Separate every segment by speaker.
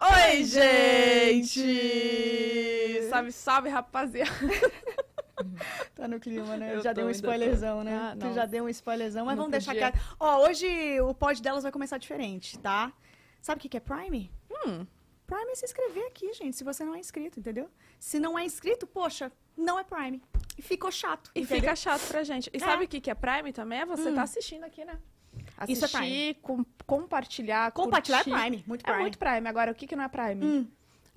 Speaker 1: Oi, gente!
Speaker 2: Salve, salve, rapaziada.
Speaker 1: Tá no clima, né?
Speaker 2: Eu
Speaker 1: já
Speaker 2: tô,
Speaker 1: deu um
Speaker 2: ainda tô.
Speaker 1: spoilerzão, né?
Speaker 2: Ah,
Speaker 1: tu
Speaker 2: não.
Speaker 1: já deu um spoilerzão, mas
Speaker 2: Não
Speaker 1: vamos deixar
Speaker 2: podia.
Speaker 1: quieto. Ó, hoje o pod delas vai começar diferente, tá? Sabe o que que é Prime?
Speaker 2: Hum.
Speaker 1: Prime é se inscrever aqui, gente, se você não é inscrito, entendeu? Se não é inscrito, poxa, não é Prime. E ficou chato.
Speaker 2: E
Speaker 1: entendeu?
Speaker 2: fica chato pra gente. E
Speaker 1: É.
Speaker 2: sabe o que, que é Prime também? É você tá assistindo aqui, né?
Speaker 1: Isso
Speaker 2: Assistir,
Speaker 1: é Prime.
Speaker 2: com- compartilhar,
Speaker 1: Compartilhar é
Speaker 2: curtir.
Speaker 1: Prime, muito
Speaker 2: É
Speaker 1: Prime.
Speaker 2: muito Prime. Agora, o que, que não é Prime?
Speaker 1: Hum.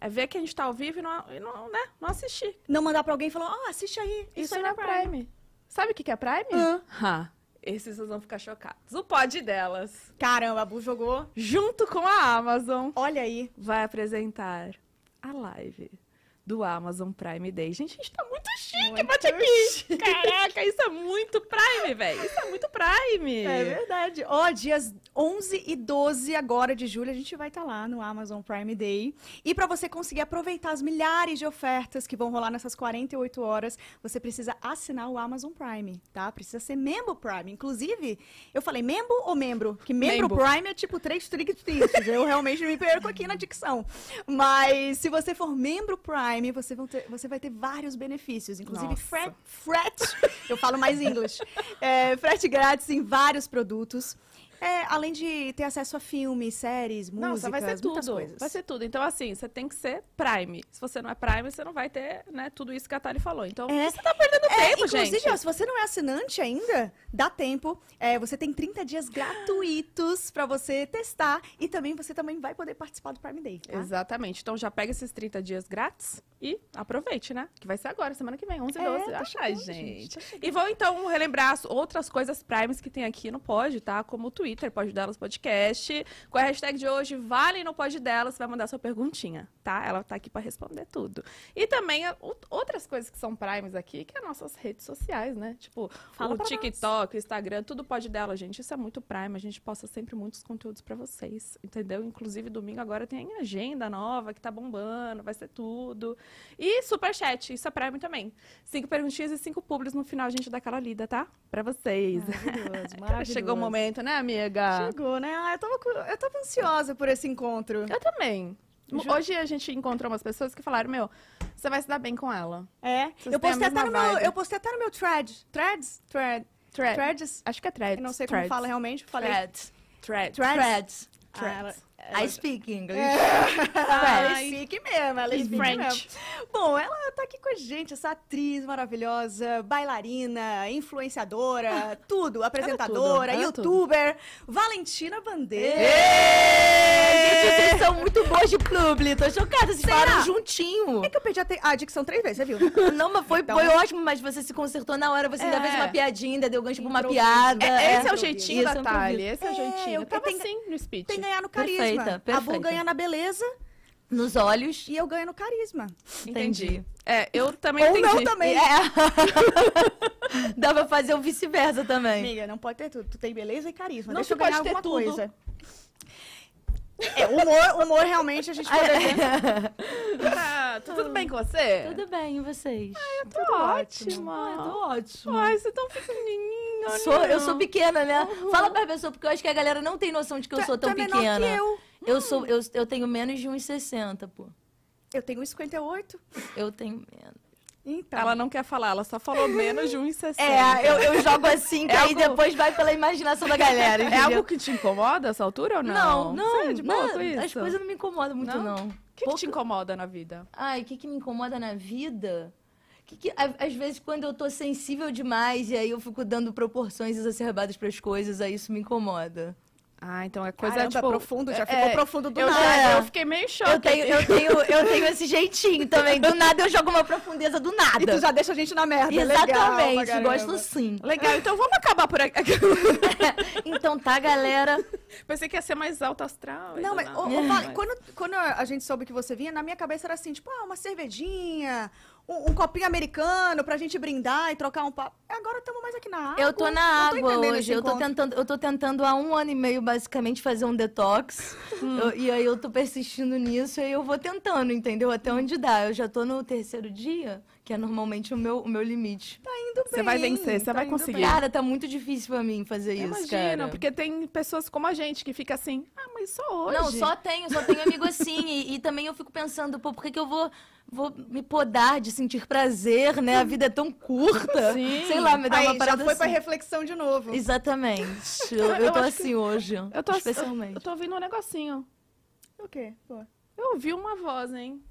Speaker 2: É ver que a gente tá ao vivo e não, e não, né? não assistir.
Speaker 1: Não mandar pra alguém e falar, ó, assiste aí.
Speaker 2: Isso,
Speaker 1: aí
Speaker 2: não é Prime. Sabe o que, que é Prime?
Speaker 1: Hã?
Speaker 2: Ah, esses vocês vão ficar chocados. O pod delas,
Speaker 1: Caramba, a Bu jogou.
Speaker 2: junto com a Amazon,
Speaker 1: Olha aí.
Speaker 2: vai apresentar a live do Amazon Prime Day. Gente, a gente tá muito chique,
Speaker 1: Muito
Speaker 2: bate aqui. Caraca, isso é muito Prime, velho. Isso é muito Prime.
Speaker 1: É verdade. Ó, dias 11 e 12 agora de julho, a gente vai estar lá no Amazon Prime Day. E para você conseguir aproveitar as milhares de ofertas que vão rolar nessas 48 horas, você precisa assinar o Amazon Prime, tá? Precisa ser membro Prime. Inclusive, eu falei membro ou membro? Que membro
Speaker 2: Membro.
Speaker 1: Prime é tipo três triguitos. eu realmente me perco aqui na dicção. Mas se você for membro Prime, você, vão ter- você vai ter vários benefícios, inclusive
Speaker 2: Nossa.
Speaker 1: fre- frete. Eu falo mais inglês. É, frete grátis em vários produtos. É, além de ter acesso a filmes, séries, músicas,
Speaker 2: Nossa, vai ser
Speaker 1: muitas
Speaker 2: tudo.
Speaker 1: coisas.
Speaker 2: Vai ser tudo. Então, assim, você tem que ser Prime. Se você não é Prime, você não vai ter, né, tudo isso que a Thali falou. Então,
Speaker 1: É.
Speaker 2: você tá perdendo
Speaker 1: É,
Speaker 2: tempo,
Speaker 1: inclusive,
Speaker 2: gente.
Speaker 1: ó, se você não é assinante ainda, dá tempo. É, você tem 30 dias gratuitos pra você testar e também você também vai poder participar do Prime Day. tá?
Speaker 2: Exatamente. Então já pega esses 30 dias grátis e aproveite, né? Que vai ser agora, semana que vem, 11 e
Speaker 1: É,
Speaker 2: 12.
Speaker 1: tá
Speaker 2: Ai,
Speaker 1: chegando, gente,
Speaker 2: gente.
Speaker 1: tá
Speaker 2: e vou então relembrar as outras coisas primes que tem aqui no Pod, tá? Como o Twitter, Pod Delas Podcast. Com a hashtag de hoje, Vale no Pod Delas, você vai mandar sua perguntinha, tá? Ela tá aqui pra responder tudo. E também a- o- outras coisas que são primes aqui, que é nossas redes sociais, né? Tipo,
Speaker 1: Fala
Speaker 2: o
Speaker 1: pra nós.
Speaker 2: TikTok, o Instagram, tudo Pod Delas, gente. Isso é muito prime. A gente posta sempre muitos conteúdos pra vocês, entendeu? Inclusive, domingo agora tem agenda nova que tá bombando, vai ser tudo. E superchat, isso é prime também. Cinco perguntinhas e cinco públicos no final, a gente dá aquela lida, tá? Pra
Speaker 1: Maravilhoso,
Speaker 2: vocês. Cara,
Speaker 1: tá maravilhoso.
Speaker 2: chegou o momento, né, amiga?
Speaker 1: Chegou, né? Ah, eu tava, cu- eu tava ansiosa por esse encontro.
Speaker 2: Eu também. Mo-
Speaker 1: Ju-
Speaker 2: Hoje a gente encontrou umas pessoas que falaram, meu, você vai se dar bem com ela.
Speaker 1: É,
Speaker 2: Vocês
Speaker 1: eu
Speaker 2: têm a
Speaker 1: postei, até
Speaker 2: mesma
Speaker 1: no meu,
Speaker 2: vibe.
Speaker 1: eu postei até no meu thread. Threads? Thread.
Speaker 2: Thread.
Speaker 1: Threads?
Speaker 2: Acho que é thread.
Speaker 1: Eu não sei como fala realmente. Falei.
Speaker 2: Thread. Thread.
Speaker 1: Threads.
Speaker 2: Threads.
Speaker 1: I
Speaker 3: speak English.
Speaker 1: Ah, Ela
Speaker 2: Ai.
Speaker 1: speak mesmo, ela
Speaker 2: In
Speaker 1: speak
Speaker 2: French.
Speaker 1: mesmo. Bom, ela tá aqui com a gente, essa atriz maravilhosa, bailarina, influenciadora, tudo, apresentadora,
Speaker 2: ela é tudo.
Speaker 1: youtuber, Valentina
Speaker 2: É.
Speaker 1: Bandeira.
Speaker 3: Gente, vocês são muito boas de publi. Tô chocada, vocês
Speaker 1: Será?
Speaker 3: falaram juntinho.
Speaker 1: É que eu perdi a, te- a dicção três vezes, você viu?
Speaker 3: Não, mas foi, foi ótimo, mas você se consertou na hora. Você ainda
Speaker 2: É.
Speaker 3: fez uma piadinha, ainda deu gancho pra uma
Speaker 1: Improviso.
Speaker 3: piada.
Speaker 2: É, esse é o
Speaker 1: improviso.
Speaker 2: jeitinho
Speaker 3: Isso,
Speaker 2: da
Speaker 3: é um
Speaker 2: Thalia, esse é o
Speaker 1: É,
Speaker 2: jeitinho.
Speaker 1: eu
Speaker 2: Eu tava
Speaker 1: tenho-
Speaker 2: assim no speech.
Speaker 1: Tem que ganhar no carisma.
Speaker 3: Perfeita,
Speaker 1: A Bu
Speaker 3: perfeita.
Speaker 1: ganha na beleza
Speaker 3: Nos olhos.
Speaker 1: e eu ganho no carisma.
Speaker 2: Entendi. É, eu também
Speaker 1: Ou
Speaker 2: entendi.
Speaker 1: não também.
Speaker 3: É. Dá pra fazer o vice-versa
Speaker 2: é.
Speaker 3: também.
Speaker 1: Amiga, não pode ter tudo. Tu tem beleza e carisma.
Speaker 2: Não
Speaker 1: Deixa eu
Speaker 2: se pode
Speaker 1: ganhar
Speaker 2: ter
Speaker 1: alguma
Speaker 2: tudo.
Speaker 1: coisa. É, humor, humor realmente a gente pode
Speaker 2: é.
Speaker 1: ver.
Speaker 2: Ah, tá tudo bem com você?
Speaker 3: Tudo bem, e vocês?
Speaker 2: eu tô
Speaker 3: Ah, eu
Speaker 2: ótima.
Speaker 3: tô ótimo.
Speaker 2: Ai, você é tão pequenininha.
Speaker 3: Sou-
Speaker 2: né?
Speaker 3: eu sou pequena, né?
Speaker 2: Uhum.
Speaker 3: Fala pra pessoa, porque eu acho que a galera não tem noção de que eu
Speaker 1: Tu
Speaker 2: Tá-
Speaker 1: é-
Speaker 3: sou
Speaker 1: tu
Speaker 3: tão
Speaker 1: é menor
Speaker 3: pequena.
Speaker 1: que eu.
Speaker 3: Eu
Speaker 2: Hum.
Speaker 3: sou, eu, eu tenho menos de uns 60, pô.
Speaker 1: Eu tenho 58.
Speaker 3: Eu tenho menos.
Speaker 1: Então.
Speaker 2: Ela não quer falar, ela só falou menos de 1,60.
Speaker 3: Tá. É, eu, eu jogo assim, que
Speaker 2: É
Speaker 3: aí
Speaker 2: algo-
Speaker 3: depois vai pela imaginação da galera.
Speaker 2: É
Speaker 3: entendeu?
Speaker 2: algo que te incomoda essa altura ou não?
Speaker 3: Não, não.
Speaker 2: Você é de boa
Speaker 3: não,
Speaker 2: com isso?
Speaker 3: As coisas não me incomodam muito,
Speaker 2: Não?
Speaker 3: não.
Speaker 2: O que, que te incomoda na vida?
Speaker 3: Ai, o que, que me incomoda na vida? Que que- a- às vezes, quando eu tô sensível demais e aí eu fico dando proporções exacerbadas pras coisas, aí isso me incomoda.
Speaker 2: Ah, então é coisa
Speaker 1: Coisa Caramba,
Speaker 2: tipo...
Speaker 1: profundo, já
Speaker 2: é-
Speaker 1: ficou
Speaker 2: é,
Speaker 1: profundo do
Speaker 2: eu,
Speaker 1: nada.
Speaker 2: já-
Speaker 3: nada.
Speaker 2: eu fiquei meio choque.
Speaker 3: Eu tenho, eu, tenho, eu tenho esse jeitinho também. Do nada eu jogo uma profundeza do nada.
Speaker 1: E tu já deixa a gente na merda.
Speaker 3: Exatamente,
Speaker 1: legal pra
Speaker 3: gosto
Speaker 1: caramba.
Speaker 3: sim.
Speaker 2: Legal, então vamos acabar por aqui.
Speaker 3: Então tá, galera.
Speaker 2: Pensei que ia ser mais alto astral.
Speaker 1: Não, mas,
Speaker 3: então.
Speaker 1: ô, ô,
Speaker 2: Não,
Speaker 1: Vale,
Speaker 2: mas-
Speaker 1: quando, quando a gente soube que você vinha, na minha cabeça era assim, tipo, ah, uma cervejinha, um, um copinho americano pra gente brindar e trocar um papo. Agora estamos mais aqui na água.
Speaker 3: Eu tô na
Speaker 1: Não
Speaker 3: água
Speaker 1: entendendo esse
Speaker 3: hoje. Eu tô,
Speaker 1: encontro.
Speaker 3: tentando, eu tô tentando há um ano e meio, basicamente, fazer um detox. Eu- e aí eu tô persistindo nisso e eu vou tentando, entendeu? Até onde dá. Eu já tô no terceiro dia, que é normalmente o meu, o meu limite.
Speaker 1: indo bem.
Speaker 2: Você vai vencer, você
Speaker 1: tá
Speaker 2: vai
Speaker 1: indo
Speaker 2: conseguir.
Speaker 1: bem.
Speaker 3: Cara, tá muito difícil pra mim fazer isso,
Speaker 2: Imagina,
Speaker 3: cara.
Speaker 2: porque tem pessoas como a gente que fica assim, ah, mas só hoje.
Speaker 3: Não, só tenho, só tenho amigo assim. E, e também eu fico pensando, pô, por que, que eu vou, vou me podar de sentir prazer, né? A vida é tão curta.
Speaker 2: Sim.
Speaker 3: Sei lá, me dá
Speaker 1: Aí,
Speaker 3: uma
Speaker 1: já
Speaker 3: parada
Speaker 1: foi pra
Speaker 3: assim.
Speaker 1: reflexão de novo.
Speaker 3: Exatamente. Eu, eu
Speaker 2: Eu
Speaker 3: tô
Speaker 2: acho que-
Speaker 3: assim hoje.
Speaker 2: Eu tô,
Speaker 3: especialmente.
Speaker 2: eu tô ouvindo um negocinho.
Speaker 1: O quê? Pô. um
Speaker 2: Eu ouvi uma voz, hein?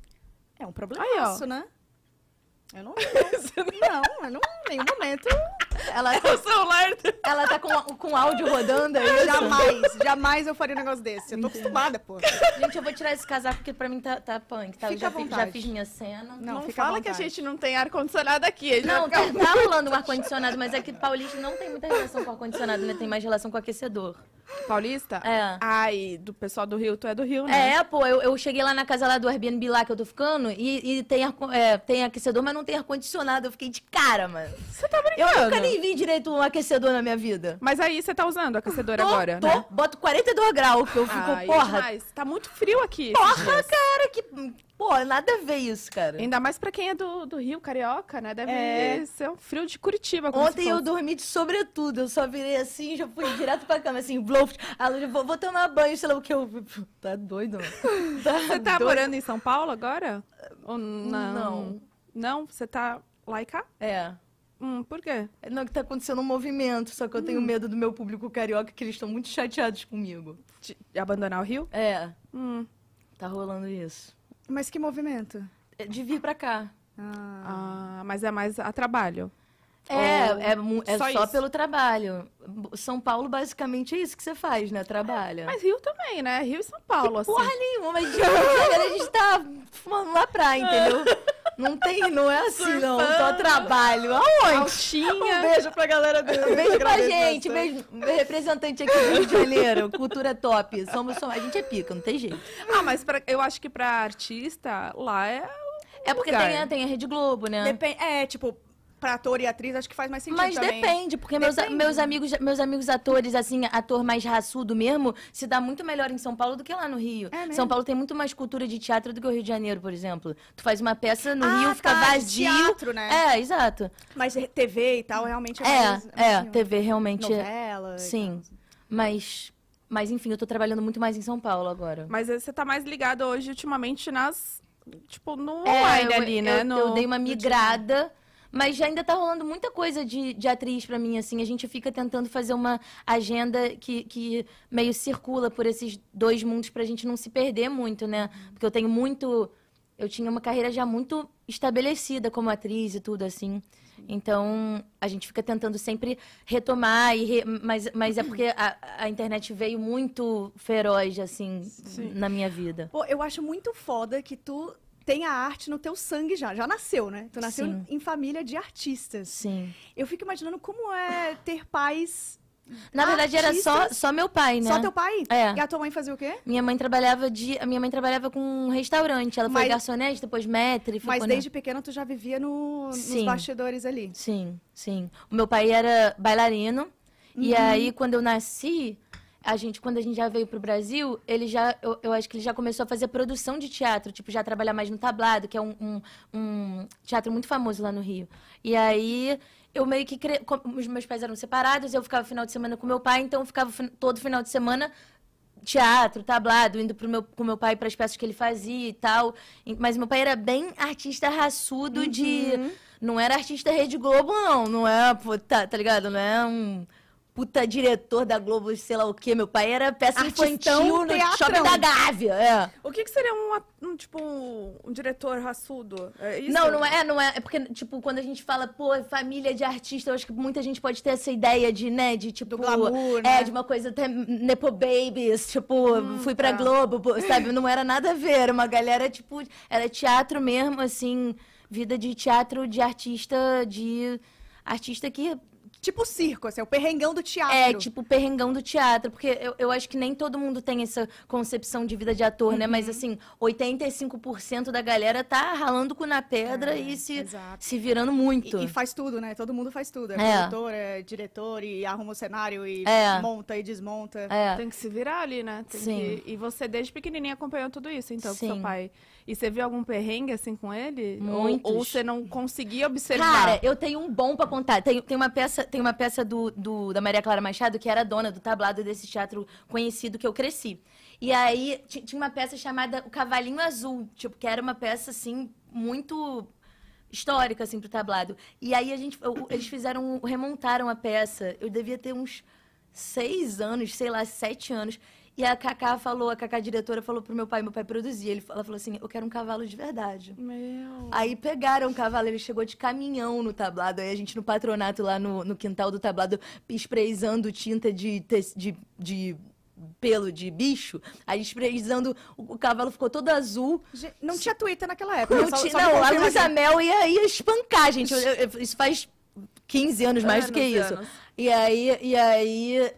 Speaker 1: É um problemaço, né? Eu não Não, eu não, em nenhum momento.
Speaker 3: Ela,
Speaker 2: O celular do-
Speaker 3: ela tá com, com áudio rodando aí.
Speaker 1: Jamais, jamais eu faria um negócio desse. Eu tô acostumada, pô.
Speaker 3: Gente, eu vou tirar esse casaco porque pra mim tá, tá punk. Tá? Eu
Speaker 1: Fica
Speaker 3: já,
Speaker 1: à
Speaker 3: fi-
Speaker 1: vontade.
Speaker 3: já fiz minha cena.
Speaker 1: Não,
Speaker 2: Não,
Speaker 1: fica à
Speaker 2: fala que a
Speaker 1: vontade.
Speaker 2: gente não tem ar-condicionado aqui. a gente
Speaker 3: Não,
Speaker 2: vai
Speaker 3: tá,
Speaker 2: ficar-
Speaker 3: tá rolando um ar-condicionado, mas é que Paulista não tem muita relação com ar-condicionado, né? Tem mais relação com aquecedor.
Speaker 2: Paulista?
Speaker 3: É.
Speaker 2: Ai, do pessoal do Rio, tu é do Rio, né?
Speaker 3: É, pô, eu, eu cheguei lá na casa lá do Airbnb lá que eu tô ficando e, e tem, ar, é, tem aquecedor, mas não tem ar-condicionado. Eu fiquei de cara, mano.
Speaker 2: Você tá
Speaker 3: Eu
Speaker 2: brincando.
Speaker 3: nunca nem vi direito um aquecedor na minha vida.
Speaker 2: Mas aí você tá usando o aquecedor
Speaker 3: Tô,
Speaker 2: agora,
Speaker 3: tô,
Speaker 2: né?
Speaker 3: boto 42 graus, que eu fico,
Speaker 2: Ai,
Speaker 3: porra,
Speaker 2: demais. Tá muito frio aqui.
Speaker 3: porra, cara, que... Pô, nada a ver isso, cara.
Speaker 2: Ainda mais pra quem é do, do Rio, carioca, né? Deve
Speaker 1: É.
Speaker 2: ser um frio de Curitiba. como
Speaker 3: Ontem
Speaker 2: se
Speaker 3: eu
Speaker 2: fosse.
Speaker 3: dormi de sobretudo, eu só virei assim, já fui direto pra cama, assim, blow. A Lúcia, vou, vou tomar banho, sei lá o que. Eu... Tá doido, mano. Tá
Speaker 2: Você tá
Speaker 3: doido.
Speaker 2: morando em São Paulo agora? Ou não?
Speaker 3: Não.
Speaker 2: Não? Você tá lá e cá?
Speaker 3: É.
Speaker 2: Hum, por quê?
Speaker 3: Não, que tá acontecendo um movimento, só que eu tenho medo do meu público carioca, que eles estão muito chateados comigo.
Speaker 2: De de abandonar o Rio?
Speaker 3: É,
Speaker 2: Hum.
Speaker 3: tá rolando isso.
Speaker 1: Mas que movimento?
Speaker 3: É De vir pra cá.
Speaker 1: Ah,
Speaker 2: Ah, mas é mais a trabalho.
Speaker 3: É,
Speaker 2: Ou
Speaker 3: é, mu- é
Speaker 2: só
Speaker 3: só,
Speaker 2: isso?
Speaker 3: pelo trabalho. B- São Paulo, basicamente, é isso que você faz, né? Trabalha.
Speaker 2: Mas Rio também, né? Rio e São Paulo, assim.
Speaker 3: Porra nenhuma, mas de maneira, a gente tá fumando lá praia, entendeu? Não tem, não é assim, não. Só
Speaker 2: Surfando.
Speaker 3: trabalho. Aonde? um
Speaker 2: Altinha.
Speaker 1: Um beijo pra galera do.
Speaker 3: Beijo pra gente, beijo, representante aqui do Rio de Janeiro, cultura top. Somos, somos, a gente é pica, não tem jeito.
Speaker 2: Ah, mas pra- eu acho que pra artista, lá é. o
Speaker 3: É porque
Speaker 2: lugar.
Speaker 3: tem, a- tem a Rede Globo, né?
Speaker 1: Depende, é, tipo, pra ator e atriz, acho que faz mais sentido
Speaker 3: Mas
Speaker 1: também.
Speaker 3: depende, porque meus,
Speaker 1: Depende.
Speaker 3: meus, amigos, meus amigos atores, assim, ator mais raçudo mesmo, se dá muito melhor em São Paulo do que lá no Rio.
Speaker 1: É mesmo?
Speaker 3: São Paulo tem muito mais cultura de teatro do que o Rio de Janeiro, por exemplo. Tu faz uma peça no
Speaker 1: Ah,
Speaker 3: Rio, fica
Speaker 1: tá, de
Speaker 3: vazio.
Speaker 1: teatro, né?
Speaker 3: É, exato.
Speaker 1: Mas TV e tal, realmente é mais...
Speaker 3: É, é,
Speaker 1: mais
Speaker 3: TV realmente. é.
Speaker 1: Novela. e
Speaker 3: Sim. Mas, mas, enfim, eu tô trabalhando muito mais em São Paulo agora.
Speaker 2: Mas você tá mais ligado hoje, ultimamente, nas. Tipo, no
Speaker 3: É,
Speaker 2: online
Speaker 3: eu-
Speaker 2: ali,
Speaker 3: eu-
Speaker 2: né?
Speaker 3: Eu,
Speaker 2: No-
Speaker 3: dei uma
Speaker 2: no
Speaker 3: migrada, mas já ainda tá rolando muita coisa de, de atriz pra mim, assim. A gente fica tentando fazer uma agenda que, que meio circula por esses dois mundos pra gente não se perder muito, né? Porque eu tenho muito. Eu tinha uma carreira já muito estabelecida como atriz e tudo, assim. Então, a gente fica tentando sempre retomar, e re- mas, mas é porque a, a internet veio muito feroz, assim,
Speaker 2: Sim.
Speaker 3: na minha vida.
Speaker 1: Pô, eu acho muito foda que tu tem a arte no teu sangue já. Já nasceu, né? Tu nasceu
Speaker 3: Sim.
Speaker 1: em família de artistas.
Speaker 3: Sim.
Speaker 1: Eu fico imaginando como é ter pais...
Speaker 3: Na verdade, era só,
Speaker 1: Artistas.
Speaker 3: só meu pai, né?
Speaker 1: Só teu pai?
Speaker 3: É.
Speaker 1: E a tua mãe fazia o quê?
Speaker 3: Minha mãe trabalhava de. a Minha mãe trabalhava com um restaurante. Ela foi
Speaker 1: Mas-
Speaker 3: garçonete, depois maître, ficou
Speaker 1: Mas
Speaker 3: na-
Speaker 1: desde pequena tu já vivia no, nos
Speaker 3: Sim. Tipo,
Speaker 1: bastidores ali.
Speaker 3: Sim, sim. O meu pai era bailarino. E
Speaker 1: Uhum.
Speaker 3: aí, quando eu nasci, a gente, quando a gente já veio pro Brasil, ele já. Eu, eu acho que ele já começou a fazer produção de teatro, tipo, já trabalhar mais no tablado, que é um, um, um teatro muito famoso lá no Rio. E aí. Eu meio que. Cre... como Os meus pais eram separados, eu ficava final de semana com meu pai, então eu ficava fin- todo final de semana teatro, tablado, indo pro meu, com meu pai para as peças que ele fazia e tal. E- Mas meu pai era bem artista raçudo de.
Speaker 1: Uhum.
Speaker 3: Não era artista Rede Globo, não. Não é, pô, tá, tá ligado? Não é um puta diretor da Globo, sei lá o quê. Meu pai era peça
Speaker 1: Artistão,
Speaker 3: infantil no
Speaker 1: teatrão.
Speaker 3: shopping da Gávea. É.
Speaker 2: O que, que seria um, a- um, tipo, um, um diretor raçudo? É isso?
Speaker 3: Não, não é, não é. É porque, tipo, quando a gente fala, pô, família de artista, eu acho que muita gente pode ter essa ideia de, né, de tipo.
Speaker 1: Do glamour,
Speaker 3: é,
Speaker 1: né?
Speaker 3: de uma coisa até Nepo Babies, tipo, fui pra
Speaker 1: tá.
Speaker 3: Globo, pô, sabe? Não era nada a ver, era uma galera, tipo, era teatro mesmo, assim, vida de teatro de artista, de artista que.
Speaker 1: Tipo circo, assim, é o perrengão do teatro.
Speaker 3: É, tipo, o perrengão do teatro, porque eu, eu acho que nem todo mundo tem essa concepção de vida de ator, né?
Speaker 1: Uhum.
Speaker 3: Mas, assim, 85% da galera tá ralando com na pedra
Speaker 1: É,
Speaker 3: e se,
Speaker 1: exato.
Speaker 3: se virando muito.
Speaker 1: E, e faz tudo, né? Todo mundo faz tudo. É,
Speaker 3: É.
Speaker 1: produtor, é diretor, e arruma o cenário, e
Speaker 3: É.
Speaker 1: monta e desmonta.
Speaker 3: É,
Speaker 2: Tem que se virar ali, né? Tem
Speaker 3: Sim.
Speaker 2: que- E você, desde pequenininha, acompanhou tudo isso, então, com seu
Speaker 3: Sim.
Speaker 2: pai. E você viu algum perrengue, assim, com ele? Ou-
Speaker 3: Muitos.
Speaker 2: Ou, você não conseguia observar?
Speaker 3: Cara, eu tenho um bom pra apontar. Tem, tem uma peça, tem uma peça do, do- da Maria Clara Machado, que era dona do tablado desse teatro conhecido que eu cresci. E aí ti- tinha uma peça chamada O Cavalinho Azul, tipo, que era uma peça, assim, muito histórica, assim, pro tablado. E aí a gente, o- eles fizeram, remontaram a peça. Eu devia ter uns seis anos, sei lá, sete anos. E a Cacá falou, a Cacá diretora falou pro meu pai, meu pai produzia. Ele, ela falou assim, eu quero um cavalo de verdade.
Speaker 2: Meu.
Speaker 3: Aí pegaram o cavalo, ele chegou de caminhão no tablado. Aí a gente no patronato lá no, no quintal do tablado, espreizando tinta de, te- de, de pelo de bicho. Aí espreizando, o, o cavalo ficou todo azul.
Speaker 1: Ge- Não tinha Twitter naquela época.
Speaker 3: Não,
Speaker 1: né? Só-
Speaker 3: tinha-
Speaker 1: só me
Speaker 3: não, a
Speaker 1: confirma
Speaker 3: Luísa
Speaker 1: aqui.
Speaker 3: Mel ia, ia espancar, gente. Eu- eu- eu- isso faz 15 anos mais do que
Speaker 2: Anos,
Speaker 3: isso.
Speaker 2: anos.
Speaker 3: E aí, e aí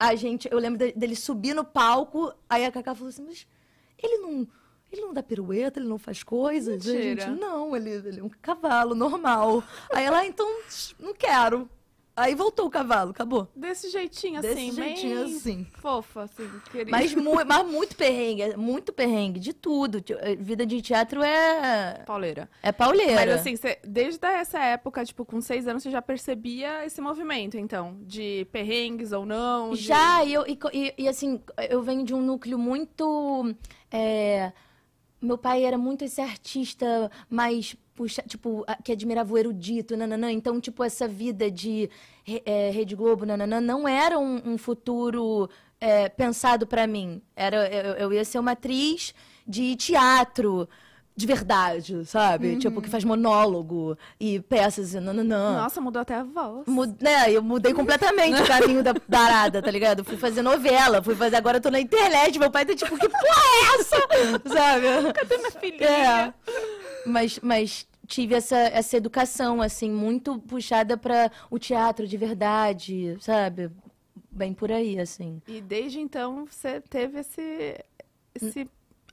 Speaker 3: a gente, eu lembro de- dele subir no palco, aí a Cacá falou assim, mas ele não, ele não dá pirueta, ele não faz coisas? Aí a
Speaker 2: Mentira.
Speaker 3: gente, não, ele, ele é um cavalo normal. aí ela, "Ah, então, não quero. Aí voltou o cavalo, acabou.
Speaker 2: Desse jeitinho,
Speaker 3: Desse
Speaker 2: assim,
Speaker 3: jeitinho,
Speaker 2: bem
Speaker 3: assim.
Speaker 2: fofa, assim, querida.
Speaker 3: Mas, mu- mas muito perrengue, muito perrengue, de tudo. Ti- eh, Vida de teatro é,
Speaker 2: Pauleira.
Speaker 3: é pauleira.
Speaker 2: Mas assim, você- desde essa época, tipo, com seis anos, você já percebia esse movimento, então? De perrengues ou não? de-
Speaker 3: Já, e, eu, e, co- e- e, assim, eu venho de um núcleo muito. é, meu pai era muito esse artista mais. Puxa, tipo, a- que admirava o erudito, nananã. Então, tipo, essa vida de re- é, Rede Globo, nananã, não era um, um futuro é, pensado pra mim. Era, eu, eu ia ser uma atriz de teatro, de verdade, sabe? Tipo, que faz monólogo e peças e nananã.
Speaker 2: Nossa, mudou até a voz.
Speaker 3: Mu- né, eu mudei completamente o caminho da, da arada, tá ligado? Fui fazer novela, fui fazer. Agora eu tô na internet, meu pai tá tipo, que porra é essa? Sabe?
Speaker 2: Cadê minha filhinha?
Speaker 3: É. Mas, mas tive essa, essa educação, assim, muito puxada pra o teatro de verdade, sabe? Bem por aí, assim.
Speaker 2: E desde então você teve esse, esse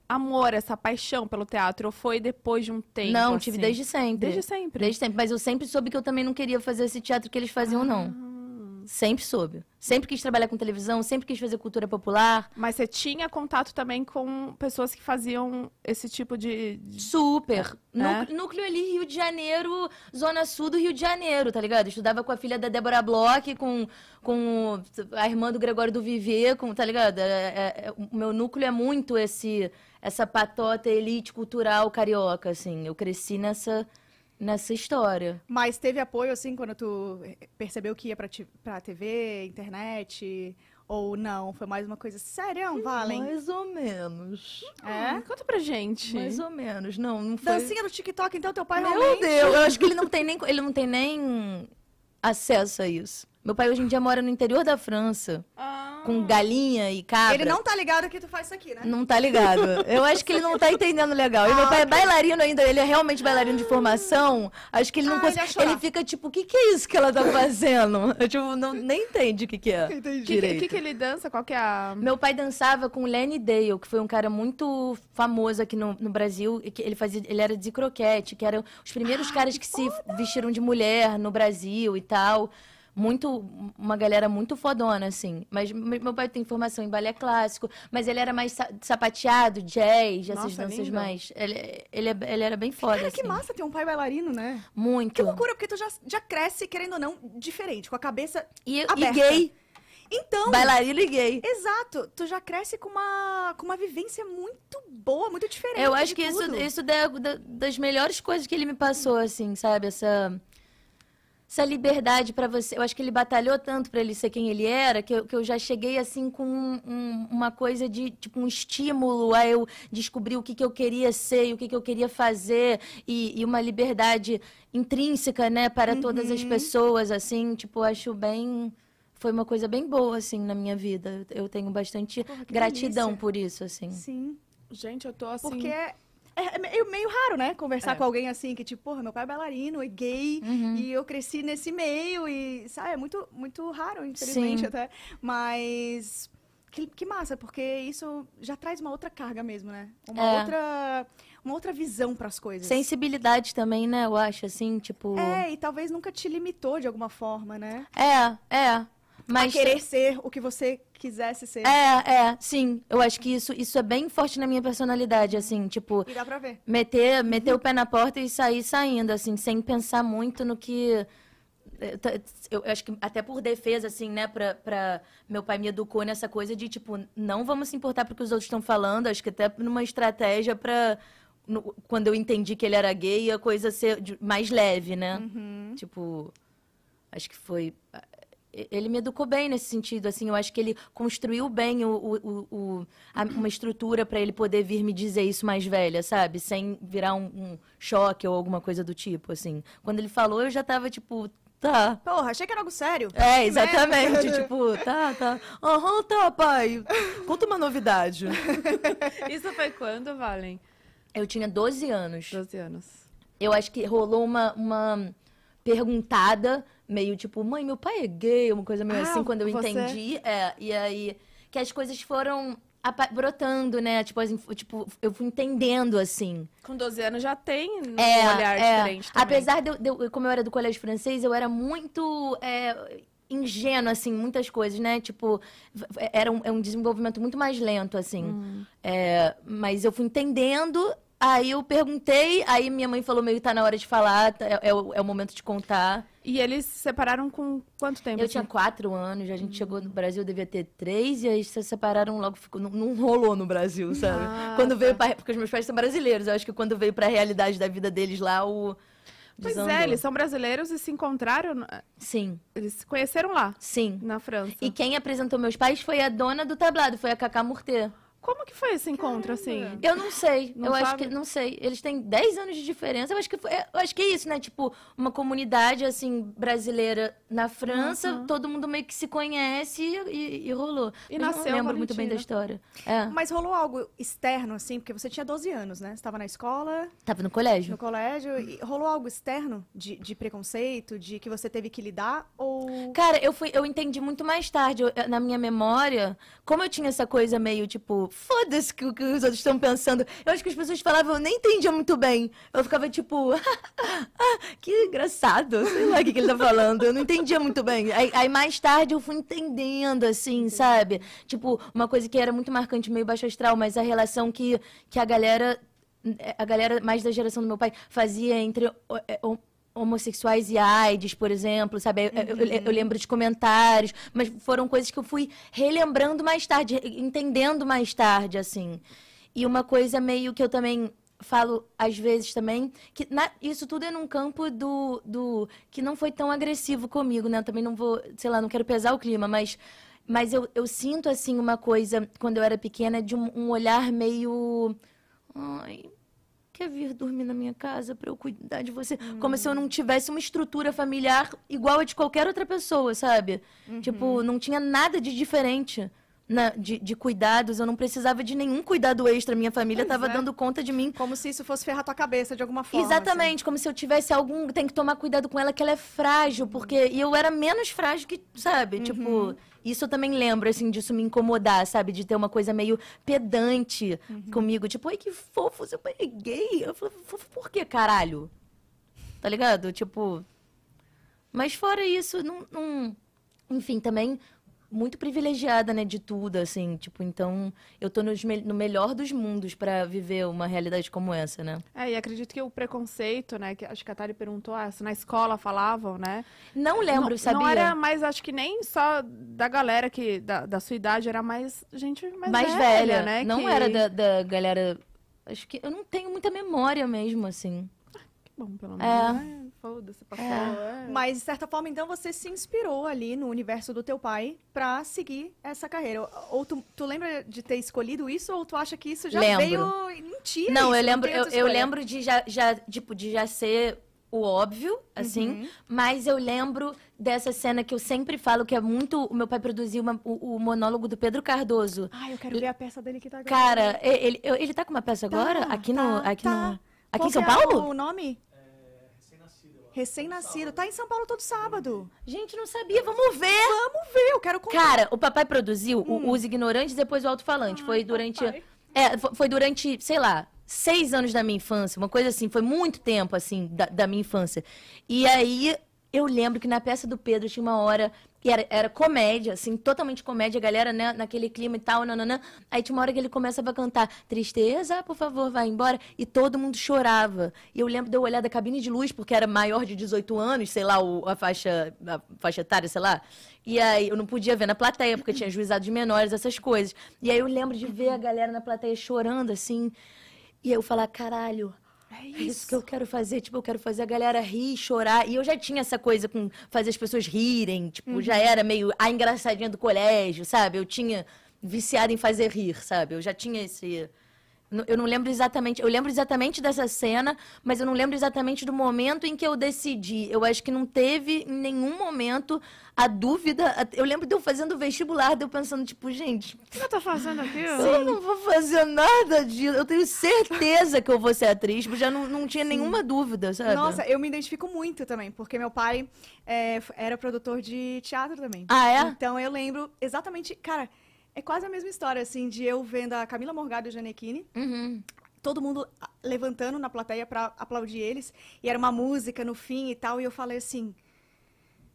Speaker 2: amor, essa paixão pelo teatro? Ou foi depois de um tempo?
Speaker 3: não,
Speaker 2: assim?
Speaker 3: tive desde sempre.
Speaker 2: Desde sempre.
Speaker 3: Desde sempre. Mas eu sempre soube que eu também não queria fazer esse teatro que eles faziam, não.
Speaker 2: Ah.
Speaker 3: Sempre soube. Sempre quis trabalhar com televisão, sempre quis fazer cultura popular.
Speaker 2: Mas você tinha contato também com pessoas que faziam esse tipo de. de-
Speaker 3: Super.
Speaker 2: É.
Speaker 3: Núcleo, núcleo ali, Rio de Janeiro, Zona Sul do Rio de Janeiro, tá ligado? Estudava com a filha da Débora Bloch, com, com a irmã do Gregório do Viver, com, tá ligado? É- é- é- o meu núcleo é muito esse essa patota elite cultural carioca, assim. Eu cresci nessa, nessa história.
Speaker 1: Mas teve apoio, assim, quando tu percebeu que ia pra, ti- pra TV, internet? Ou não? Foi mais uma coisa séria, Valen? É?
Speaker 3: Mais ou menos.
Speaker 2: Hum, Conta pra gente.
Speaker 3: Mais ou menos. Não, não foi...
Speaker 1: Dancinha do TikTok, então teu pai
Speaker 3: Meu
Speaker 1: realmente...
Speaker 3: Deus, eu acho que ele não tem nem ele não tem nem acesso a isso. Meu pai hoje em dia mora no interior da França.
Speaker 2: Ah.
Speaker 3: com galinha e cabra.
Speaker 1: Ele não tá ligado que tu faz isso aqui, né?
Speaker 3: Não tá ligado. Eu acho que ele não tá entendendo legal. E meu
Speaker 1: Ah,
Speaker 3: pai é bailarino ainda, ele é realmente bailarino de formação. Acho que ele não
Speaker 1: Ah,
Speaker 3: consegue.
Speaker 1: ele ia
Speaker 3: Ele,
Speaker 1: chorar.
Speaker 3: fica tipo, o que, que é isso que ela tá fazendo? Eu, tipo, não, nem entende o que, que é.
Speaker 1: Entendi.
Speaker 2: O que, que,
Speaker 3: direito.
Speaker 2: que que ele dança? Qual que é a.
Speaker 3: Uhum. Meu pai dançava com o Lenny Dale, que foi um cara muito famoso aqui no, no Brasil. e que ele fazia, ele era de croquete, que eram os
Speaker 1: Ah,
Speaker 3: primeiros caras que se vestiram de mulher no Brasil e tal. Muito, uma galera muito fodona, assim. Mas me- meu pai tem formação em balé clássico, mas ele era mais sa- sapateado, jazz, essas
Speaker 2: Nossa,
Speaker 3: danças
Speaker 2: lindo.
Speaker 3: mais. Ele, ele, é- ele era bem foda,
Speaker 1: Cara,
Speaker 3: assim.
Speaker 1: que massa ter um pai bailarino, né? Que
Speaker 3: Muito.
Speaker 1: loucura, porque tu já, já cresce, querendo ou não, diferente, com a cabeça...
Speaker 3: E, e
Speaker 1: Aberta.
Speaker 3: gay,
Speaker 1: Então,
Speaker 3: bailarino e gay.
Speaker 1: exato, tu já cresce com uma, com uma vivência muito boa, muito diferente
Speaker 3: Eu acho
Speaker 1: de
Speaker 3: que isso,
Speaker 1: tudo.
Speaker 3: isso é da- das melhores coisas que ele me passou, assim, sabe? Essa, essa liberdade pra você. Eu acho que ele batalhou tanto pra ele ser quem ele era, que eu, que eu já cheguei, assim, com um- um- uma coisa de, tipo, um estímulo a eu descobrir o que, que eu queria ser e o que, que eu queria fazer. E, e uma liberdade intrínseca, né, para todas
Speaker 1: Uhum.
Speaker 3: as pessoas, assim. Tipo, eu acho bem... Foi uma coisa bem boa, assim, na minha vida. Eu tenho bastante
Speaker 1: Porra, que
Speaker 3: gratidão
Speaker 1: delícia.
Speaker 3: por isso, assim.
Speaker 1: Sim,
Speaker 2: Gente, eu tô assim.
Speaker 1: porque É meio, meio raro, né? Conversar
Speaker 3: É.
Speaker 1: com alguém assim, que tipo, porra, meu pai é bailarino, é gay,
Speaker 3: Uhum.
Speaker 1: e eu cresci nesse meio, e sabe, é muito, muito raro, infelizmente
Speaker 3: Sim.
Speaker 1: até. Mas que, que massa, porque isso já traz uma outra carga mesmo, né? Uma,
Speaker 3: É.
Speaker 1: outra, uma outra visão pras coisas.
Speaker 3: Sensibilidade também, né? Eu acho, assim, tipo.
Speaker 1: É, e talvez nunca te limitou de alguma forma, né?
Speaker 3: É, é. Mas.
Speaker 1: A querer ser o que você quisesse ser.
Speaker 3: É, é, sim. Eu acho que isso, isso é bem forte na minha personalidade, assim, tipo,
Speaker 1: E dá pra ver.
Speaker 3: meter, meter o pé na porta e sair saindo, assim, sem pensar muito no que. Eu ta- Eu acho que até por defesa, assim, né, pra, pra- Meu pai me educou nessa coisa de, tipo, não vamos se importar porque os outros estão falando, acho que até numa estratégia pra. no- Quando eu entendi que ele era gay, a coisa ser de- mais leve, né? Tipo, acho que foi. Ele me educou bem nesse sentido, assim. Eu acho que ele construiu bem o, o- o- o- a- uma estrutura para ele poder vir me dizer isso mais velha, sabe? Sem virar um, um choque ou alguma coisa do tipo, assim. Quando ele falou, eu já tava tipo, tá.
Speaker 1: Porra, achei que era algo sério.
Speaker 3: É,
Speaker 1: Que merda.
Speaker 3: exatamente. tipo, tá, tá. Aham, tá, pai. Conta uma novidade.
Speaker 2: Isso foi quando, Valen?
Speaker 3: Eu tinha 12 anos.
Speaker 2: 12 anos.
Speaker 3: Eu acho que rolou uma, uma perguntada, meio tipo, mãe, meu pai é gay, uma coisa meio
Speaker 2: Ah,
Speaker 3: assim, quando eu
Speaker 2: você?
Speaker 3: entendi. É, e aí, que as coisas foram apa- brotando, né? Tipo, as inf- tipo, eu fui entendendo, assim.
Speaker 2: Com 12 anos já tem um
Speaker 3: É,
Speaker 2: olhar
Speaker 3: é.
Speaker 2: diferente também.
Speaker 3: Apesar de eu, de eu- como eu era do colégio francês, eu era muito é, ingênua, assim, muitas coisas, né? Tipo, v- v- era um, é um desenvolvimento muito mais lento, assim.
Speaker 2: Hum.
Speaker 3: É, mas eu fui entendendo, aí eu perguntei, aí minha mãe falou meio, tá na hora de falar, tá- é, é o, é o momento de contar.
Speaker 2: E eles se separaram com quanto tempo? assim?
Speaker 3: Eu tinha quatro anos, a gente chegou no Brasil, eu devia ter três, e aí se separaram logo, ficou, não, não rolou no Brasil, sabe?
Speaker 2: Ah,
Speaker 3: quando veio pra, porque os meus pais são brasileiros, eu acho que quando veio pra realidade da vida deles lá, o...
Speaker 2: Pois
Speaker 3: desandou.
Speaker 2: é, eles são brasileiros e se encontraram.
Speaker 3: Sim,
Speaker 2: Eles se conheceram lá,
Speaker 3: sim.
Speaker 2: na França.
Speaker 3: E quem apresentou meus pais foi a dona do tablado, foi a Cacá Murtê.
Speaker 2: como que foi esse encontro, assim?
Speaker 3: Eu não sei,
Speaker 2: Não
Speaker 3: eu acho
Speaker 2: sabe?
Speaker 3: que, não sei. Eles têm 10 anos de diferença, eu acho que foi, eu acho que é isso, né? Tipo, uma comunidade, assim, brasileira na França,
Speaker 2: Uhum.
Speaker 3: todo mundo meio que se conhece e, e rolou.
Speaker 2: E
Speaker 3: Mas eu
Speaker 2: nasceu
Speaker 3: não lembro
Speaker 2: Valentina.
Speaker 3: muito bem da história. É,
Speaker 1: Mas rolou algo externo, assim, porque você tinha 12 anos, né? Você tava na escola,
Speaker 3: tava no
Speaker 1: no
Speaker 3: colégio.
Speaker 1: colégio, e rolou algo externo de, de preconceito, de que você teve que lidar, ou...
Speaker 3: Cara, eu fui, eu entendi muito mais tarde, eu- na minha memória, como eu tinha essa coisa meio tipo, foda-se o que, os outros estão pensando. Eu acho que as pessoas falavam, eu nem entendia muito bem. Eu ficava tipo, ah, que engraçado, sei lá o que, que ele tá falando, eu não entendia muito bem. Aí, aí mais tarde eu fui entendendo, assim, sabe? Tipo, uma coisa que era muito marcante, meio baixo astral, mas a relação que, que a galera, é, a galera mais da geração do meu pai fazia entre ho- eh, hom- homossexuais e AIDS, por exemplo, sabe? Eu, eu- eu lembro de comentários, mas foram coisas que eu fui relembrando mais tarde, entendendo mais tarde, assim. E uma coisa meio que eu também falo às vezes também, que na- isso tudo é num campo do, do que não foi tão agressivo comigo, né? Eu também não vou, sei lá, não quero pesar o clima, mas, mas eu, eu sinto, assim, uma coisa, quando eu era pequena, de um, um olhar meio... Ai, quer vir dormir na minha casa pra eu cuidar de você? Como se eu não tivesse uma estrutura familiar igual a de qualquer outra pessoa, sabe? Tipo, não tinha nada de diferente. na- de, de cuidados, eu não precisava de nenhum cuidado extra. Minha família
Speaker 2: Pois
Speaker 3: estava
Speaker 2: é.
Speaker 3: dando conta de mim
Speaker 1: Como se isso fosse ferrar tua cabeça de alguma forma. assim.
Speaker 3: Exatamente, como se eu tivesse algum. Tem que tomar cuidado com ela, que ela é frágil, porque. E eu era menos frágil que, sabe? Tipo, isso eu também lembro, assim, disso me incomodar, sabe? De ter uma coisa meio pedante comigo. Tipo, ai, que fofo, seu pai é gay. Eu falei, fofo por quê, caralho? Tá ligado? Tipo. Mas fora isso, não. não- Enfim, também muito privilegiada, né, de tudo, assim. Tipo, então, eu tô nos me- no melhor dos mundos pra viver uma realidade como essa, né?
Speaker 2: É, e acredito que o preconceito, né? Que acho que a Tari perguntou, ah, se na escola falavam, né?
Speaker 3: Não lembro,
Speaker 2: não,
Speaker 3: sabia?
Speaker 2: Não era mais, acho que nem só da galera que, da, da sua idade, era mais gente mais,
Speaker 3: mais
Speaker 2: velha,
Speaker 3: velha,
Speaker 2: né?
Speaker 3: Não
Speaker 2: que-
Speaker 3: era da, da galera. Acho que eu não tenho muita memória mesmo, assim.
Speaker 2: Bom, pelo
Speaker 1: Uhum.
Speaker 3: É.
Speaker 2: menos, né? Foda-se, passou.
Speaker 1: assim.
Speaker 2: É.
Speaker 1: Mas, de certa forma, então, você se inspirou ali no universo do teu pai pra seguir essa carreira. Ou- Ou tu, tu lembra de ter escolhido isso, ou tu acha que isso já
Speaker 3: Lembro.
Speaker 1: veio em ti?
Speaker 3: não,
Speaker 1: isso,
Speaker 3: eu lembro,
Speaker 1: tipo, tem
Speaker 3: eu,
Speaker 1: outra
Speaker 3: eu
Speaker 1: escolha?
Speaker 3: lembro de já, já, tipo, de já ser o óbvio, assim,
Speaker 1: Uhum.
Speaker 3: mas eu lembro dessa cena que eu sempre falo, que é muito. O meu pai produziu uma- o, o monólogo do Pedro Cardoso.
Speaker 1: Ai, eu quero ver a peça dele que tá agora.
Speaker 3: Cara, e- ele, eu- ele tá com uma peça agora?
Speaker 1: Tá,
Speaker 3: aqui no.
Speaker 1: tá,
Speaker 3: Aqui,
Speaker 1: tá.
Speaker 3: no, aqui
Speaker 1: Qual
Speaker 3: em São
Speaker 1: que é
Speaker 3: Paulo?
Speaker 1: o nome? Recém-nascido. Tá em São Paulo todo sábado.
Speaker 3: Gente, não sabia, vamos ver!
Speaker 1: Vamos ver, eu quero comprar.
Speaker 3: Cara, o papai produziu o- Os Ignorantes e depois o Alto-Falante. Foi durante.
Speaker 2: papai.
Speaker 3: É, fo- foi durante, sei lá, seis anos da minha infância, uma coisa assim, foi muito tempo, assim, da, da minha infância. E aí eu lembro que na peça do Pedro tinha uma hora. que era, era comédia, assim, totalmente comédia, a galera, né, naquele clima e tal, nananã. Aí tinha uma hora que ele começava a cantar Tristeza, por favor, vai embora. E todo mundo chorava. E eu lembro de eu olhar da cabine de luz, porque era maior de 18 anos, sei lá, o- a, faixa, a faixa etária, sei lá. E aí eu não podia ver na plateia, porque tinha juizado de menores, essas coisas. E aí eu lembro de ver a galera na plateia chorando, assim. E eu falar, caralho,
Speaker 1: É
Speaker 3: é isso que eu quero fazer. Tipo, eu quero fazer a galera rir, chorar. E eu já tinha essa coisa com fazer as pessoas rirem. Tipo, já era meio a engraçadinha do colégio, sabe? Eu tinha viciada em fazer rir, sabe? Eu já tinha esse. N- Eu não lembro exatamente. Eu lembro exatamente dessa cena, mas eu não lembro exatamente do momento em que eu decidi. Eu acho que não teve em nenhum momento a dúvida. a- Eu lembro de eu fazendo vestibular, de eu pensando, tipo, gente,
Speaker 1: que eu tô fazendo aqui?
Speaker 3: eu não vou fazer nada disso. Eu tenho certeza que eu vou ser atriz, mas já não, não tinha nenhuma dúvida, sabe?
Speaker 1: Nossa, eu me identifico muito também, porque meu pai é, f- era produtor de teatro também.
Speaker 3: Ah, é?
Speaker 1: Então eu lembro exatamente. Cara, é quase a mesma história, assim, de eu vendo a Camila Morgado e o Janequine.
Speaker 3: Uhum.
Speaker 1: Todo mundo ah, levantando na plateia pra aplaudir eles. E era uma música no fim e tal. E eu falei assim: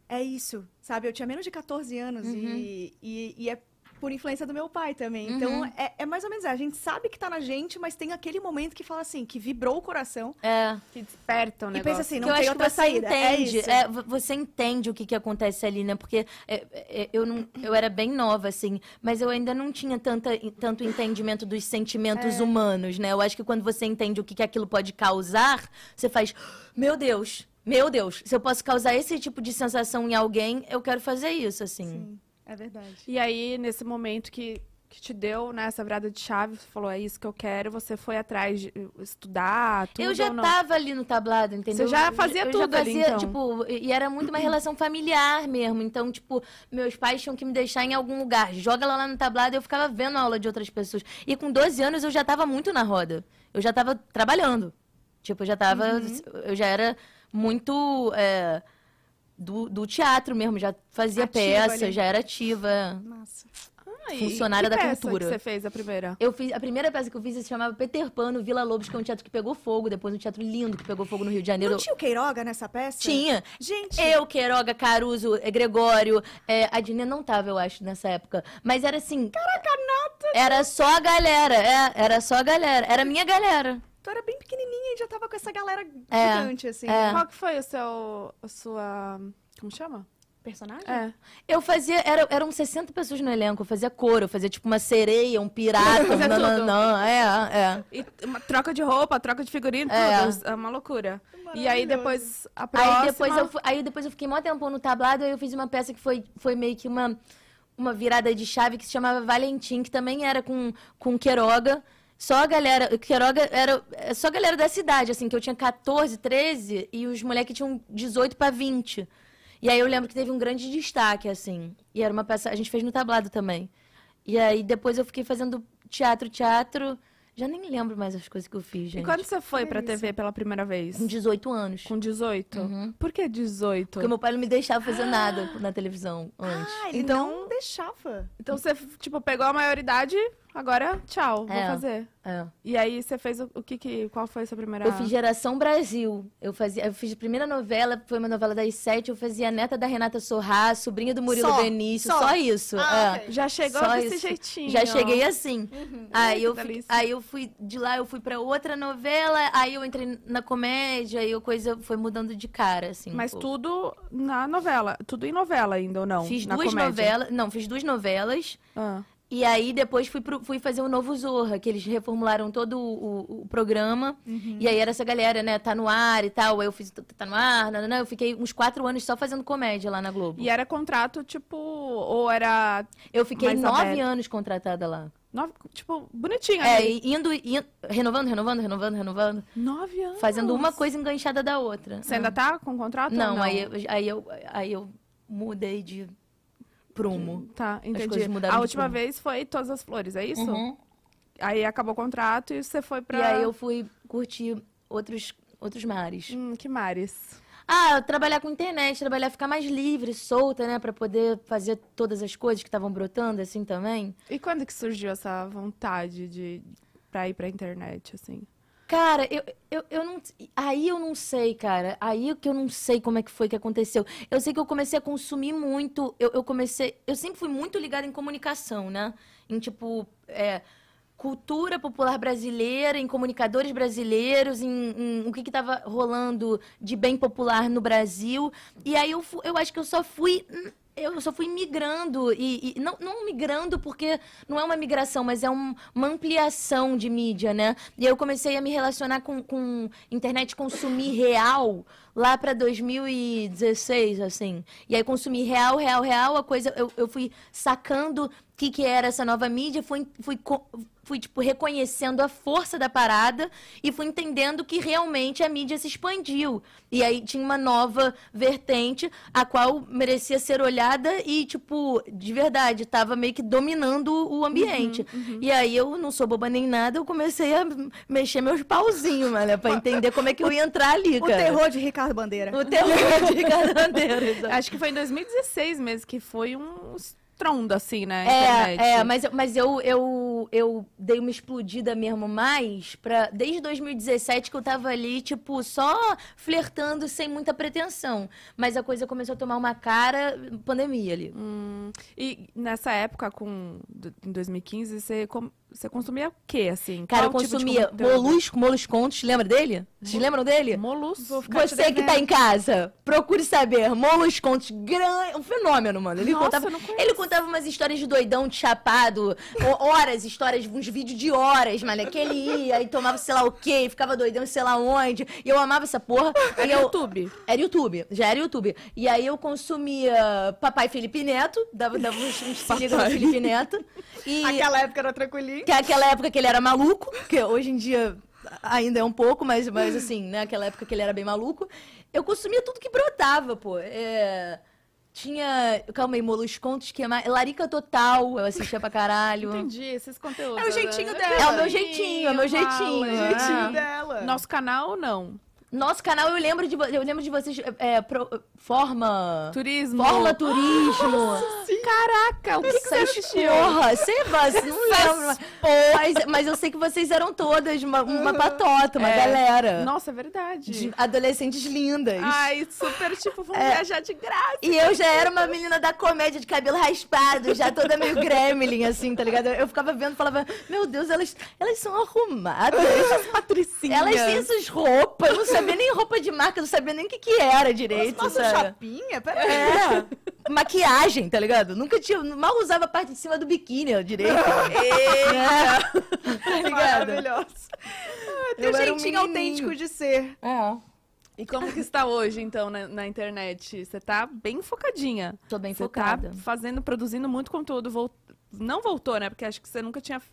Speaker 1: é isso, sabe? Eu tinha menos de 14 anos
Speaker 3: Uhum.
Speaker 1: e, e, e é por influência do meu pai também.
Speaker 3: Uhum.
Speaker 1: Então é, é mais ou menos é. A gente sabe que tá na gente, mas tem aquele momento que fala assim, que vibrou o coração.
Speaker 3: É.
Speaker 2: Que desperta
Speaker 1: E
Speaker 2: o um negócio.
Speaker 1: pensa assim,
Speaker 3: Que
Speaker 1: não
Speaker 3: eu
Speaker 1: tem
Speaker 3: acho que
Speaker 1: outra
Speaker 3: você
Speaker 1: saída.
Speaker 3: entende.
Speaker 1: é isso.
Speaker 3: é, vo- você entende o que, que acontece ali, né? Porque é, é, eu, não, eu era bem nova, assim, mas eu ainda não tinha tanta, tanto entendimento dos sentimentos
Speaker 1: É.
Speaker 3: humanos, né? Eu acho que quando você entende o que, que aquilo pode causar, você faz, meu Deus, meu Deus, se eu posso causar esse tipo de sensação em alguém, eu quero fazer isso, assim.
Speaker 1: Sim, é verdade.
Speaker 2: E aí, nesse momento que, que te deu né, essa virada de chave, você falou, é isso que eu quero, você foi atrás de eh, estudar, tudo
Speaker 3: eu já
Speaker 2: ou não?
Speaker 3: tava ali no tablado,
Speaker 2: Você
Speaker 3: entendeu?
Speaker 2: já fazia
Speaker 3: eu
Speaker 2: tudo
Speaker 3: já
Speaker 2: ali,
Speaker 3: fazia,
Speaker 2: então.
Speaker 3: tipo, e e era muito uma relação familiar mesmo. Então, tipo, meus pais tinham que me deixar em algum lugar. Joga lá, lá no tablado, eu ficava vendo a aula de outras pessoas. E com 12 anos eu já tava muito na roda. Eu já tava trabalhando. Tipo, eu já tava.
Speaker 2: Uhum.
Speaker 3: Eu já era muito. é, do, do teatro mesmo, já fazia
Speaker 1: Ativa
Speaker 3: peça,
Speaker 1: ali.
Speaker 3: já era ativa.
Speaker 1: Massa.
Speaker 2: Ah, e
Speaker 3: funcionária
Speaker 2: que
Speaker 3: da
Speaker 2: peça
Speaker 3: cultura.
Speaker 2: que você fez a primeira?
Speaker 3: Eu fiz, a primeira peça que eu fiz se chamava Peter Pan no Vila Lobos, que é um teatro que pegou fogo, depois um teatro lindo que pegou fogo no Rio de Janeiro.
Speaker 1: Não tinha o Queiroga nessa peça?
Speaker 3: Tinha.
Speaker 1: Gente,
Speaker 3: Eu, Queiroga, Caruso, eh, Gregório, eh, a Dina não tava, eu acho, nessa época. Mas era assim. Caraca, nota! Era só a galera, é, era só a galera. Era a minha galera.
Speaker 1: tu era bem pequenininha e já tava com essa galera
Speaker 3: É,
Speaker 1: gigante, assim.
Speaker 3: é.
Speaker 2: Qual que foi o seu, a sua, como chama?
Speaker 1: Personagem?
Speaker 2: É.
Speaker 3: Eu fazia, era, eram 60 pessoas no elenco, eu fazia coro, eu fazia tipo uma sereia, um pirata, um
Speaker 2: Fazia tudo.
Speaker 3: nananã, é, é.
Speaker 2: E uma troca de roupa, troca de figurino,
Speaker 3: É.
Speaker 2: tudo. É uma loucura. E aí depois a próxima.
Speaker 3: Aí depois, eu, fu- aí depois eu fiquei mó tempão no tablado, aí eu fiz uma peça que foi, foi meio que uma, uma virada de chave que se chamava Valentim, que também era com, com Queroga. Só a galera. Queroga era é só a galera da cidade, assim, que eu tinha 14, 13 e os moleques tinham 18 pra 20. E aí eu lembro que teve um grande destaque, assim. E era uma peça. A gente fez no tablado também. E aí depois eu fiquei fazendo teatro, teatro. Já nem lembro mais as coisas que eu fiz,
Speaker 2: E
Speaker 3: gente.
Speaker 2: quando você foi pra TV pela primeira vez?
Speaker 3: Com Uhum. 18 anos.
Speaker 2: Com 18? Por que 18?
Speaker 3: Porque meu pai não me deixava fazer nada na televisão antes.
Speaker 1: Ah, ele
Speaker 2: Então-
Speaker 1: não deixava.
Speaker 2: Então você, tipo, pegou a maioridade, agora tchau, vou
Speaker 3: É.
Speaker 2: fazer.
Speaker 3: É.
Speaker 2: E aí você fez o, o que que... Qual foi a sua primeira...
Speaker 3: Eu fiz Geração Brasil. Eu, fazia, eu fiz a primeira novela, foi uma novela das sete. Eu fazia a neta da Renata Sorrá, sobrinha do Murilo
Speaker 1: Só,
Speaker 3: Benício,
Speaker 1: só.
Speaker 3: só, isso.
Speaker 1: Ah,
Speaker 3: é.
Speaker 1: ok.
Speaker 2: Já chegou
Speaker 3: Só
Speaker 2: desse
Speaker 3: isso.
Speaker 2: jeitinho.
Speaker 3: Já cheguei assim.
Speaker 2: Ai,
Speaker 3: Aí,
Speaker 2: que
Speaker 3: eu fui,
Speaker 2: delícia.
Speaker 3: aí eu fui de lá, eu fui pra outra novela, aí eu entrei na comédia, aí a coisa foi mudando de cara, assim. um
Speaker 2: Mas
Speaker 3: pouco.
Speaker 2: tudo na novela. Tudo em novela ainda, ou não?
Speaker 3: Fiz
Speaker 2: na
Speaker 3: duas
Speaker 2: comédia.
Speaker 3: novelas. Não, fiz duas novelas.
Speaker 2: Ah.
Speaker 3: E aí depois fui, pro- fui fazer o novo Zorra, que eles reformularam todo o, o- o programa.
Speaker 2: Uhum.
Speaker 3: E aí era essa galera, né? Tá no ar e tal. Aí eu fiz Tá- Tá no ar, não, Eu fiquei uns quatro anos só fazendo comédia lá na Globo.
Speaker 2: E era contrato, tipo... Ou era...
Speaker 3: eu fiquei
Speaker 2: mais
Speaker 3: nove
Speaker 2: aberto.
Speaker 3: anos contratada lá.
Speaker 2: Nove, tipo, bonitinha.
Speaker 3: É,
Speaker 2: ali.
Speaker 3: e indo, e- renovando, renovando, renovando, renovando.
Speaker 2: Nove anos.
Speaker 3: Fazendo uma coisa enganchada da outra.
Speaker 2: Ah, Você ainda tá com contrato? ou
Speaker 3: Não,
Speaker 2: não?
Speaker 3: Aí, eu, aí, eu, aí eu mudei de prumo.
Speaker 2: Tá, entendi.
Speaker 3: coisas mudaram
Speaker 2: A
Speaker 3: de
Speaker 2: última
Speaker 3: rumo.
Speaker 2: vez foi Todas as Flores, é isso?
Speaker 3: Uhum.
Speaker 2: Aí acabou o contrato e você foi pra.
Speaker 3: E aí eu fui curtir outros, outros mares.
Speaker 2: Hum, que mares.
Speaker 3: Ah, trabalhar com internet, trabalhar, ficar mais livre, solta, né? Pra poder fazer todas as coisas que estavam brotando, assim, também.
Speaker 2: E quando que surgiu essa vontade de pra ir pra internet, assim?
Speaker 3: Cara, eu, eu, eu não. Aí eu não sei, cara. Aí que eu não sei como é que foi que aconteceu. Eu sei que eu comecei a consumir muito. Eu, eu comecei. Eu sempre fui muito ligada em comunicação, né? Em tipo. é, cultura popular brasileira, em comunicadores brasileiros, em, em o que estava rolando de bem popular no Brasil. E aí eu, fu- eu acho que eu só fui. hum, Eu só fui migrando, e, e não, não migrando porque não é uma migração, mas é um- uma ampliação de mídia, né? E aí eu comecei a me relacionar com, com internet consumir real lá para 2016, assim. E aí consumir real, real, real, a coisa. Eu, eu fui sacando o que, que era essa nova mídia, fui, fui, co- fui, tipo, reconhecendo a força da parada e fui entendendo que realmente a mídia se expandiu. E aí tinha uma nova vertente, a qual merecia ser olhada e, tipo, de verdade, tava meio que dominando
Speaker 1: Uhum,
Speaker 3: o ambiente. E aí eu não sou boba nem nada, eu comecei a mexer meus pauzinhos, mano, pra entender como é que eu ia entrar ali,
Speaker 1: O
Speaker 3: cara.
Speaker 1: terror de Ricardo Bandeira.
Speaker 3: O terror de Garandeiro, exato.
Speaker 2: Acho que foi em 2016 mesmo que foi um estrondo, assim, né? internet.
Speaker 3: É, é, mas, eu- mas eu, eu, eu dei uma explodida mesmo mais pra, desde 2017 que eu tava ali, tipo, só flertando sem muita pretensão. Mas a coisa começou a tomar uma cara, pandemia ali.
Speaker 2: Hum, E nessa época, com, do- em 2015, você, com- você consumia o quê, assim?
Speaker 3: Cara, eu
Speaker 2: Qual tipo de
Speaker 3: consumia
Speaker 2: conteúdo?
Speaker 3: molusco, moluscontes, lembra dele? Vocês lembram dele?
Speaker 2: Molusco.
Speaker 1: ficar te
Speaker 3: Você que tá
Speaker 1: devendo.
Speaker 3: em casa, procure saber. Molos Contes, grande, um fenômeno, mano. Ele
Speaker 2: Nossa,
Speaker 3: contava,
Speaker 2: eu não conheço.
Speaker 3: ele contava umas histórias de doidão, de chapado, ho- horas, histórias, uns vídeos de horas, mano. É Que ele ia e tomava sei lá o quê, e ficava doidão, sei lá onde. E eu amava essa porra.
Speaker 2: Era
Speaker 3: e eu,
Speaker 2: YouTube.
Speaker 3: era YouTube, já era YouTube. E aí eu consumia Papai Felipe Neto, dava, dava uns, uns se liga no Felipe Neto. E
Speaker 1: Aquela época era tranquilinho.
Speaker 3: que é aquela época que ele era maluco, que hoje em dia ainda é um pouco, mas, mas assim, né? Aquela época que ele era bem maluco. Eu consumia tudo que brotava, pô. É, Tinha. Calma aí, Moluscontos, que é mais. Larica Total, eu assistia pra caralho.
Speaker 2: Entendi, esses conteúdos.
Speaker 1: É o jeitinho
Speaker 2: né?
Speaker 1: dela.
Speaker 3: É o meu jeitinho, é o meu
Speaker 2: Fala,
Speaker 3: jeitinho.
Speaker 1: O jeitinho
Speaker 3: é.
Speaker 1: dela.
Speaker 2: Nosso canal, não.
Speaker 3: Nosso canal, eu lembro de, vo- eu lembro de vocês. é, é, pro- forma.
Speaker 2: Turismo.
Speaker 3: Forma Turismo.
Speaker 2: Caraca, o que, que você
Speaker 3: Essas
Speaker 2: assistiu?
Speaker 3: Porra, sei lá, não lembro. mas- Mas, mas eu sei que vocês eram todas uma, uma patota, uma
Speaker 2: É.
Speaker 3: galera.
Speaker 2: Nossa, é verdade.
Speaker 3: de adolescentes lindas.
Speaker 2: Ai, super, tipo, vamos
Speaker 3: É.
Speaker 2: viajar de graça.
Speaker 3: E eu já era uma menina da comédia de cabelo raspado, já toda meio gremlin, assim, tá ligado? Eu ficava vendo e falava, meu Deus, elas, elas são arrumadas.
Speaker 2: Essas patricinhas.
Speaker 3: Elas têm essas roupas, eu não sabia nem roupa de marca, eu não sabia nem o que, que era direito,
Speaker 1: Nossa,
Speaker 3: sabe?
Speaker 1: chapinha? Peraí.
Speaker 3: É, maquiagem, tá ligado? Nunca tinha, mal usava a parte de cima do biquíni direito. Eita! tá ligado?
Speaker 1: Maravilhosa. Ah,
Speaker 3: Eu
Speaker 1: Tem
Speaker 3: era um
Speaker 1: jeitinho
Speaker 3: menininho.
Speaker 1: autêntico de ser.
Speaker 3: É,
Speaker 2: E como que está hoje, então, na, na internet? Você tá bem focadinha.
Speaker 3: tô bem
Speaker 2: Você
Speaker 3: focada.
Speaker 2: tá fazendo, produzindo muito conteúdo. Vol- Não voltou, né? Porque acho que você nunca tinha f-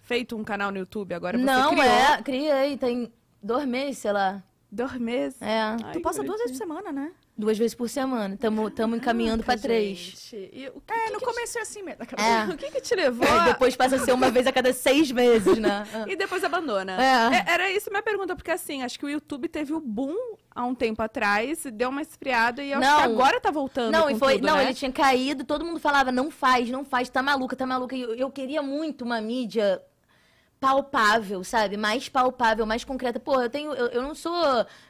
Speaker 2: feito um canal no YouTube. Agora você
Speaker 3: não,
Speaker 2: criou.
Speaker 3: é, criei, tem dois meses, sei lá.
Speaker 2: Dois meses.
Speaker 3: É.
Speaker 2: Ai,
Speaker 1: Tu posta duas
Speaker 2: bonitinho.
Speaker 1: vezes por semana, né?
Speaker 3: Duas vezes por semana. Estamos encaminhando pra
Speaker 2: Caraca,
Speaker 3: três.
Speaker 2: gente. E o que,
Speaker 1: É,
Speaker 2: que
Speaker 1: no
Speaker 2: que
Speaker 1: começo é assim mesmo.
Speaker 3: É.
Speaker 2: te- O que que te levou
Speaker 3: Aí
Speaker 2: a-
Speaker 3: depois passa a ser uma vez a cada seis meses, né?
Speaker 2: E depois abandona.
Speaker 3: É.
Speaker 2: É, Era isso minha pergunta, porque assim, acho que o YouTube teve o boom há um tempo atrás, e deu uma esfriada e eu acho
Speaker 3: Não.
Speaker 2: que agora tá voltando.
Speaker 3: Não, e
Speaker 2: com
Speaker 3: foi,
Speaker 2: tudo,
Speaker 3: não,
Speaker 2: né?
Speaker 3: ele tinha caído, todo mundo falava, não faz, não faz, tá maluca, tá maluca. E Eu, eu queria muito uma mídia palpável, sabe? Mais palpável, mais concreta. Pô, eu tenho, eu, eu não sou,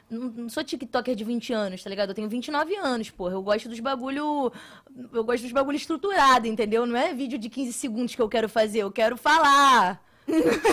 Speaker 3: não, não sou TikToker de 20 anos, tá ligado? Eu tenho 29 anos, porra. Eu gosto dos bagulho, eu gosto dos bagulho estruturado, entendeu? Não é vídeo de 15 segundos que eu quero fazer, eu quero falar.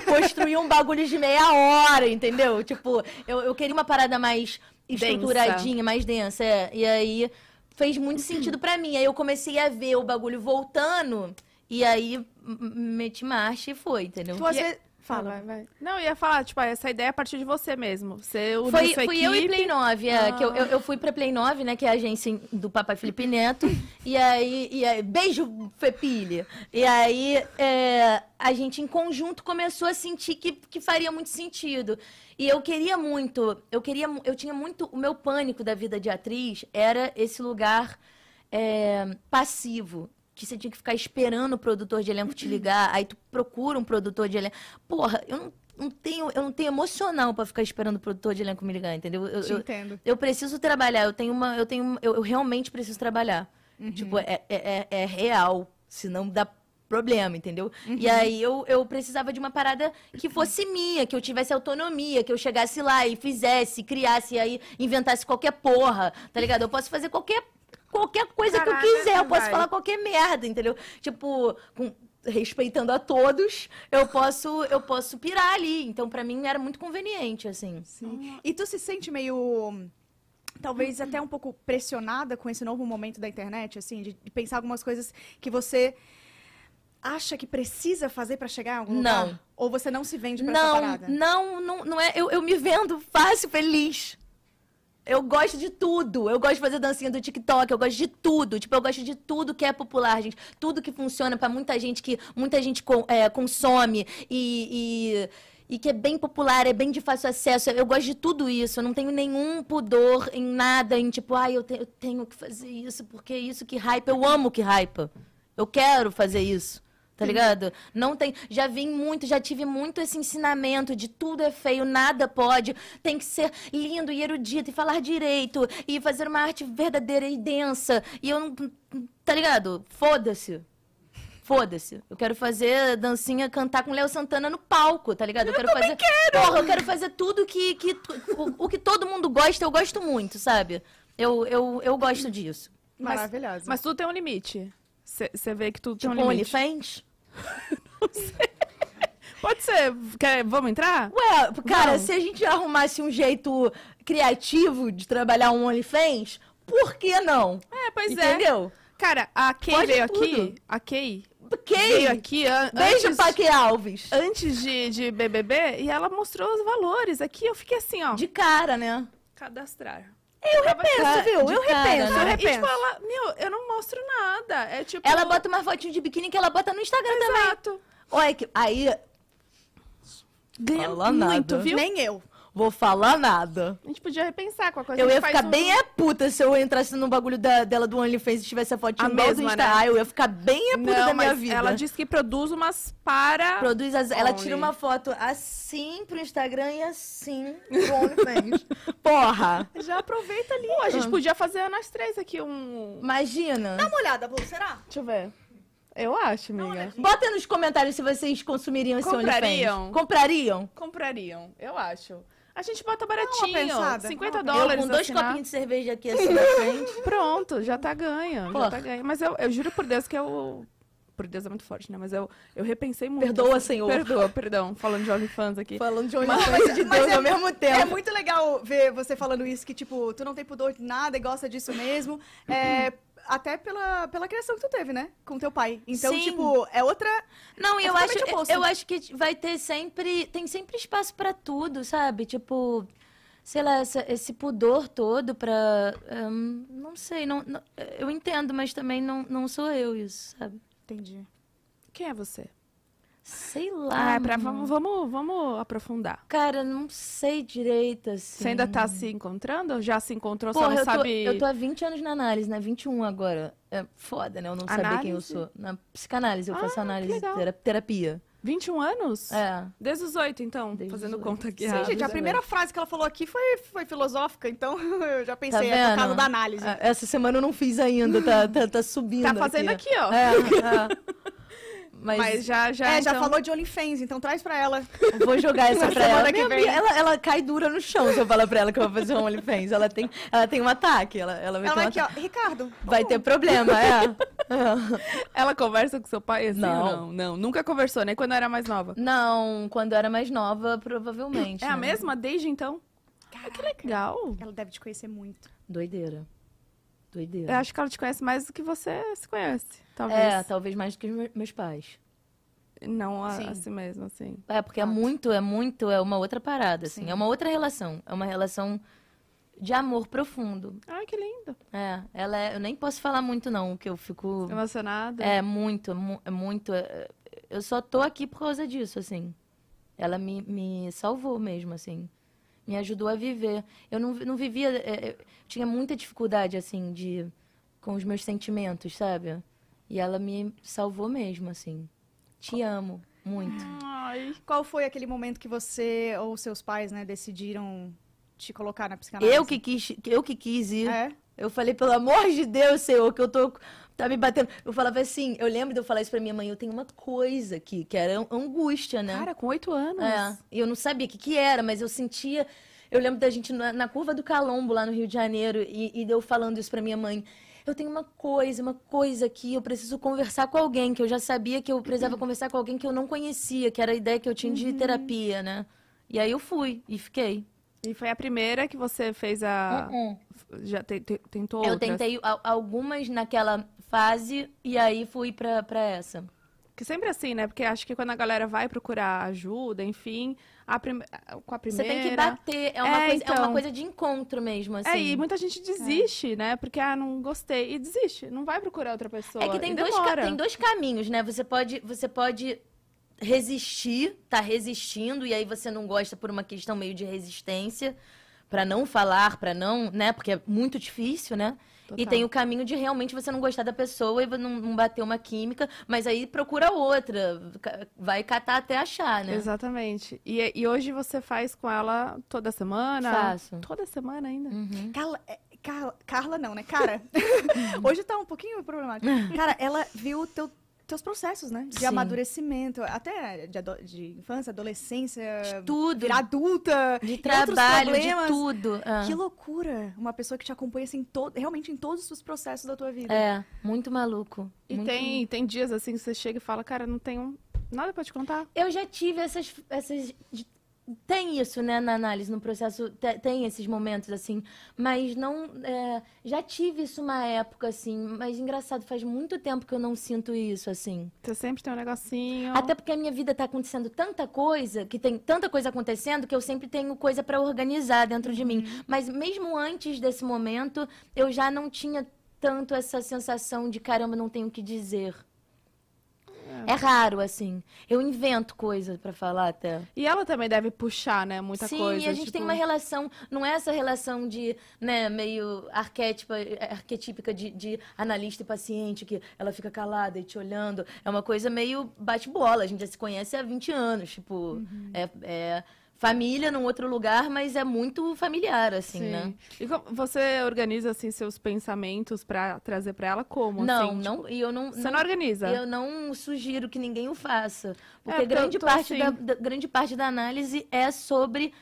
Speaker 3: Construir um bagulho de meia hora, entendeu? Tipo, eu, eu queria uma parada mais estruturadinha, mais densa. é. E aí fez muito sentido pra mim. Aí eu comecei a ver o bagulho voltando e é. aí m- m- meti marcha e foi, entendeu?
Speaker 1: Tu às
Speaker 2: E-
Speaker 1: vezes. Fala.
Speaker 2: Vai, vai. Não, eu ia falar, tipo, ah, essa ideia é a partir de você mesmo. Você uniu
Speaker 3: Foi,
Speaker 2: sua
Speaker 3: fui
Speaker 2: equipe.
Speaker 3: eu e Play 9, é,
Speaker 2: Ah.
Speaker 3: que eu, eu, eu fui pra Play 9, né, que é a agência do Papai Felipe Neto, e aí, e aí- beijo, Fepilha, e aí é, a gente em conjunto começou a sentir que, que faria muito sentido, e eu queria muito, eu queria, mu- eu tinha muito, o meu pânico da vida de atriz era esse lugar é, passivo, que você tinha que ficar esperando o produtor de elenco te ligar, aí tu procura um produtor de elenco, porra, eu não não tenho, eu não tenho emocional pra ficar esperando o produtor de elenco me ligar, entendeu? Eu,
Speaker 1: Te
Speaker 3: eu,
Speaker 1: entendo.
Speaker 3: eu preciso trabalhar, eu tenho uma. Eu, tenho, eu, eu realmente preciso trabalhar.
Speaker 2: Uhum.
Speaker 3: Tipo, é, é, é- é real, senão dá problema, entendeu? E
Speaker 2: Uhum.
Speaker 3: aí eu, eu precisava de uma parada que fosse minha, que eu tivesse autonomia, que eu chegasse lá e fizesse, criasse, e aí inventasse qualquer porra, tá ligado? Eu posso fazer qualquer, qualquer coisa
Speaker 2: Caraca,
Speaker 3: que eu quiser, eu posso
Speaker 2: vai.
Speaker 3: falar qualquer merda, entendeu? Tipo, com- respeitando a todos, eu posso eu posso pirar ali. Então, pra mim era muito conveniente, assim.
Speaker 1: Sim. E tu se sente meio. Talvez até um pouco pressionada com esse novo momento da internet, assim, de, de pensar algumas coisas que você acha que precisa fazer pra chegar em algum
Speaker 3: Não.
Speaker 1: lugar? Ou você não se vende pra essa
Speaker 3: Não,
Speaker 1: parada?
Speaker 3: não, não, não é. Eu, eu me vendo fácil, feliz. Eu gosto de tudo. Eu gosto de fazer dancinha do TikTok, eu gosto de tudo. Tipo, eu gosto de tudo que é popular, gente. Tudo que funciona pra muita gente, que muita gente con- é, consome e, e, e que é bem popular, é bem de fácil acesso. Eu gosto de tudo isso. Eu não tenho nenhum pudor em nada, em tipo, ai, eu, te- eu tenho que fazer isso, porque é isso que hype. Eu amo que hype. Eu quero fazer isso. Tá ligado? Não tem. Já vim muito, já tive muito esse ensinamento de tudo é feio, nada pode. Tem que ser lindo e erudito e falar direito e fazer uma arte verdadeira e densa. E eu não. Tá ligado? Foda-se. Foda-se. Eu quero fazer dancinha, cantar com Léo Santana no palco, tá ligado? Eu, quero fazer. Porra, eu quero fazer tudo que. que tu- o, o que todo mundo gosta, eu gosto muito, sabe? Eu, eu, eu gosto disso.
Speaker 2: Mas-
Speaker 1: Maravilhosa.
Speaker 2: Mas tudo tem um limite. Você vê que tudo
Speaker 3: Tipo,
Speaker 2: tem um limite.
Speaker 3: OnlyFans?
Speaker 2: Pode ser. Quer, vamos entrar?
Speaker 3: Ué, cara,
Speaker 2: Não.
Speaker 3: se a gente arrumasse um jeito criativo de trabalhar um OnlyFans, por que não?
Speaker 2: É, pois é.
Speaker 3: Entendeu?
Speaker 2: Cara, a Kay
Speaker 3: Pode
Speaker 2: veio
Speaker 3: tudo.
Speaker 2: aqui. A Kay veio
Speaker 3: Quem?
Speaker 2: aqui an
Speaker 3: Beijo,
Speaker 2: antes,
Speaker 3: Paque Alves.
Speaker 2: antes de, de BBB e ela mostrou os valores aqui. Eu fiquei assim, ó.
Speaker 3: De cara, né?
Speaker 2: cadastrar. Eu
Speaker 3: Cara,
Speaker 1: repenso, viu?
Speaker 3: de
Speaker 1: Eu
Speaker 3: cara,
Speaker 1: repenso,
Speaker 3: né?
Speaker 1: eu
Speaker 2: E
Speaker 1: repenso.
Speaker 2: tipo, ela, meu, eu não mostro nada. É tipo.
Speaker 3: Ela bota uma fotinho de biquíni que ela bota no Instagram também.
Speaker 2: Exato.
Speaker 3: Olha que. Aí,
Speaker 2: Ganha
Speaker 3: Fala
Speaker 2: muito,
Speaker 3: nada.
Speaker 2: viu?
Speaker 1: Nem eu.
Speaker 3: vou falar nada.
Speaker 2: A gente podia repensar com a coisa
Speaker 3: Eu
Speaker 2: que
Speaker 3: ia
Speaker 2: faz
Speaker 3: ficar
Speaker 2: um-
Speaker 3: bem é puta se eu entrasse no bagulho da- dela do OnlyFans e tivesse a fotinho
Speaker 2: A
Speaker 3: igual do
Speaker 2: mesma,
Speaker 3: Insta.
Speaker 2: né?
Speaker 3: Ah, Eu ia ficar bem é puta
Speaker 2: Não,
Speaker 3: da minha
Speaker 2: mas
Speaker 3: vida.
Speaker 2: ela disse que produz umas para.
Speaker 3: Produz as- Ela
Speaker 2: Only.
Speaker 3: tira uma foto assim pro Instagram e assim pro OnlyFans. Porra!
Speaker 2: Já aproveita ali. Ah. Pô, a gente podia fazer nós três aqui um.
Speaker 3: Imagina.
Speaker 1: Dá uma olhada, Blue, será?
Speaker 2: Deixa eu ver. Eu acho, amiga.
Speaker 3: Bota nos comentários se vocês consumiriam esse
Speaker 2: Comprariam?
Speaker 3: OnlyFans. Comprariam?
Speaker 2: Comprariam, eu acho. A gente
Speaker 1: Dá
Speaker 2: bota
Speaker 1: uma
Speaker 2: baratinho,
Speaker 1: pensada,
Speaker 2: 50
Speaker 1: dá uma
Speaker 2: dólares. assim, né?
Speaker 3: Eu com dois
Speaker 2: assinar.
Speaker 3: copinhos de cerveja aqui assim na frente.
Speaker 2: Pronto, já tá ganho, já
Speaker 3: Porra.
Speaker 2: tá ganho. Mas eu, eu juro por Deus que eu... Por Deus é muito forte, né? Mas eu, eu repensei muito.
Speaker 3: Perdoa, Senhor.
Speaker 2: Perdoa, perdão. Falando de OnlyFans aqui.
Speaker 3: Falando Um de
Speaker 1: Mas-
Speaker 3: OnlyFans e de
Speaker 1: mas
Speaker 3: Deus
Speaker 1: é-
Speaker 3: ao mesmo
Speaker 1: É
Speaker 3: tempo.
Speaker 1: muito legal ver você falando isso, que tipo, tu não tem pudor de nada e gosta disso mesmo. É, até pela, pela criação que tu teve, né? Com teu pai. Então,
Speaker 3: Sim.
Speaker 1: tipo, é outra...
Speaker 3: Não, e
Speaker 1: É
Speaker 3: eu acho,
Speaker 1: totalmente oposto.
Speaker 3: eu acho que vai ter sempre. Tem sempre espaço pra tudo, sabe? Tipo, sei lá, essa- esse pudor todo pra. hum, não sei, não, não- eu entendo, mas também não, não sou eu isso, sabe?
Speaker 1: Entendi.
Speaker 2: Quem é você?
Speaker 3: Sei
Speaker 2: Ah,
Speaker 3: lá.
Speaker 2: é pra,
Speaker 3: mano.
Speaker 2: vamos, vamos, vamos aprofundar.
Speaker 3: Cara, não sei direito, assim.
Speaker 2: Você ainda tá se encontrando? Já se encontrou?
Speaker 3: Porra,
Speaker 2: você não
Speaker 3: eu,
Speaker 2: sabe...
Speaker 3: tô, eu tô há 20 anos na análise, né? 21 agora. É foda, né? Eu não saber quem eu
Speaker 2: Análise?
Speaker 3: sou. Na psicanálise, eu
Speaker 2: Ah,
Speaker 3: faço análise
Speaker 2: que legal.
Speaker 3: tera- terapia.
Speaker 2: 21 anos?
Speaker 3: É.
Speaker 2: Desde os 8, então.
Speaker 3: Desde os
Speaker 2: fazendo
Speaker 3: oito.
Speaker 2: conta aqui.
Speaker 3: Sim, é
Speaker 1: Sim,
Speaker 2: rápido.
Speaker 1: gente,
Speaker 2: Tá
Speaker 1: a
Speaker 3: exatamente.
Speaker 1: primeira frase que ela falou aqui foi, foi filosófica, então eu já
Speaker 3: Tá
Speaker 1: pensei, é por causa
Speaker 3: vendo?
Speaker 1: da análise.
Speaker 3: Ah, Essa semana eu não fiz ainda, tá, tá, tá subindo.
Speaker 2: Tá fazendo aqui, ó.
Speaker 3: É, é. Mas,
Speaker 2: Mas já, já,
Speaker 1: é, já
Speaker 2: então-
Speaker 1: falou de OnlyFans, então traz pra ela.
Speaker 3: eu vou jogar essa
Speaker 1: Na
Speaker 3: pra
Speaker 1: semana
Speaker 3: ela.
Speaker 1: que
Speaker 3: Minha
Speaker 1: vem.
Speaker 3: amiga, ela. Ela cai dura no chão se eu falar pra ela que eu vou fazer um OnlyFans. Ela tem, ela tem um ataque, ela, ela vai
Speaker 1: Ela
Speaker 3: ter um
Speaker 1: vai
Speaker 2: é
Speaker 1: aqui, ó.
Speaker 3: ataque.
Speaker 1: Ricardo,
Speaker 3: Vai ter problema, é.
Speaker 2: Ela conversa com seu pai assim?
Speaker 3: Não.
Speaker 2: ou Não, não. Nunca conversou, nem quando era mais nova.
Speaker 3: Não, quando eu era mais nova, provavelmente.
Speaker 2: É a
Speaker 3: né?
Speaker 2: mesma desde então? Ah, que legal.
Speaker 1: ela deve te conhecer muito.
Speaker 3: Doideira. Doideira.
Speaker 2: Eu
Speaker 3: tá.
Speaker 2: acho que ela te conhece mais do que você se conhece, É, talvez.
Speaker 3: É, talvez mais do que os me- meus pais.
Speaker 2: Não a,
Speaker 1: Sim.
Speaker 2: a si mesma, assim.
Speaker 3: É, porque é
Speaker 1: Fato.
Speaker 3: muito, é muito, é uma outra parada, assim.
Speaker 1: Sim.
Speaker 3: É uma outra relação. É uma relação de amor profundo.
Speaker 2: Ai, que lindo.
Speaker 3: É, ela é, eu nem posso falar muito, não, que eu fico.
Speaker 2: Emocionada.
Speaker 3: É muito, é mu- é muito. é- é- eu só tô aqui por causa disso, assim. Ela me, me salvou mesmo, assim. Me ajudou a viver. Eu não, não vivia. é, é, tinha muita dificuldade, assim, de com os meus sentimentos, sabe? E ela me salvou mesmo, assim. Te amo muito.
Speaker 2: Ai.
Speaker 1: Qual foi aquele momento que você ou seus pais, né, decidiram te colocar na psicanálise?
Speaker 3: Eu que quis, eu que quis ir.
Speaker 1: É?
Speaker 3: Eu falei, pelo amor de Deus, Senhor, que eu tô. Tá me batendo. Eu falava assim, eu lembro de eu falar isso pra minha mãe, eu tenho uma coisa aqui, que era angústia, né?
Speaker 2: Cara, com oito anos.
Speaker 3: É, e eu não sabia o que, que era, mas eu sentia. Eu lembro da gente na, na curva do Calombo, lá no Rio de Janeiro, e, e eu falando isso pra minha mãe. Eu tenho uma coisa, uma coisa aqui, eu preciso conversar com alguém, que eu já sabia que eu precisava conversar com alguém que eu não conhecia, que era a ideia que eu tinha
Speaker 2: Uhum.
Speaker 3: de terapia, né? E aí eu fui e fiquei.
Speaker 2: E foi a primeira que você fez a.
Speaker 3: Uh-uh.
Speaker 2: Já te- te- tentou
Speaker 3: Eu
Speaker 2: Ah. outras?
Speaker 3: tentei al- algumas naquela fase e aí fui pra, pra essa.
Speaker 2: Que sempre assim, né? Porque acho que quando a galera vai procurar ajuda, enfim, a prim... com a
Speaker 3: Você
Speaker 2: primeira.
Speaker 3: tem que bater. É uma,
Speaker 2: É,
Speaker 3: coisa, é uma
Speaker 2: então.
Speaker 3: coisa de encontro mesmo, assim.
Speaker 2: É, e muita gente desiste, né? Porque, ah, não gostei. E desiste. Não vai procurar outra pessoa.
Speaker 3: É que tem
Speaker 2: e
Speaker 3: dois, ca-
Speaker 2: demora.
Speaker 3: tem dois caminhos, né? Você pode, você pode resistir, tá resistindo, e aí você não gosta por uma questão meio de resistência, pra não falar, pra não, né? Porque é muito difícil, né? E
Speaker 2: Total.
Speaker 3: tem o caminho de realmente você não gostar da pessoa e não, não bater uma química, mas aí procura outra, ca- vai catar até achar, né?
Speaker 2: Exatamente. E, e hoje você faz com ela toda semana?
Speaker 3: Faço.
Speaker 2: Toda semana ainda?
Speaker 3: Uhum.
Speaker 1: Carla, é, Car- Carla não, né? Cara, hoje tá um pouquinho problemático. Cara, ela viu teu- teus processos, né? De
Speaker 3: Sim.
Speaker 1: amadurecimento, até de, ado- de infância, adolescência,
Speaker 3: De tudo,
Speaker 1: É, virar adulta.
Speaker 3: de
Speaker 1: outros
Speaker 3: trabalho, de
Speaker 1: problemas.
Speaker 3: tudo. Ah.
Speaker 1: Que loucura! Uma pessoa que te acompanha assim, todo, realmente em todos os processos da tua vida.
Speaker 3: É, muito maluco.
Speaker 2: E
Speaker 3: muito
Speaker 2: tem, tem dias assim que você chega e fala, cara, não tenho nada pra te contar.
Speaker 3: Eu já tive essas. essas de- tem isso, né, na análise, no processo, te- tem esses momentos, assim, mas não. é, já tive isso uma época, assim, mas engraçado, faz muito tempo que eu não sinto isso, assim.
Speaker 2: Você sempre tem um negocinho.
Speaker 3: Até porque a minha vida tá acontecendo tanta coisa, que tem tanta coisa acontecendo, que eu sempre tenho coisa pra organizar dentro de mim. Mas mesmo antes desse momento, eu já não tinha tanto essa sensação de caramba, não tenho o que dizer. É raro, assim. Eu invento coisa pra falar até.
Speaker 2: E ela também deve puxar, né? Muita
Speaker 3: Sim,
Speaker 2: coisa.
Speaker 3: e a gente
Speaker 2: tipo,
Speaker 3: tem uma relação, não é essa relação de, né, meio arquétipa, é, arquetípica de, de analista e paciente, que ela fica calada e te olhando. É uma coisa meio bate-bola, a gente já se conhece há 20 anos, tipo,
Speaker 2: Uhum.
Speaker 3: é, é família num outro lugar, mas é muito familiar, assim,
Speaker 2: Sim.
Speaker 3: né?
Speaker 2: E co- você organiza, assim, seus pensamentos pra trazer pra ela como?
Speaker 3: não,
Speaker 2: assim, tipo,
Speaker 3: não, e eu não,
Speaker 2: Você não organiza?
Speaker 3: Eu não sugiro que ninguém o faça. Porque
Speaker 2: É, porque eu
Speaker 3: grande,
Speaker 2: tô
Speaker 3: parte da,
Speaker 2: assim.
Speaker 3: da- grande parte da análise é sobre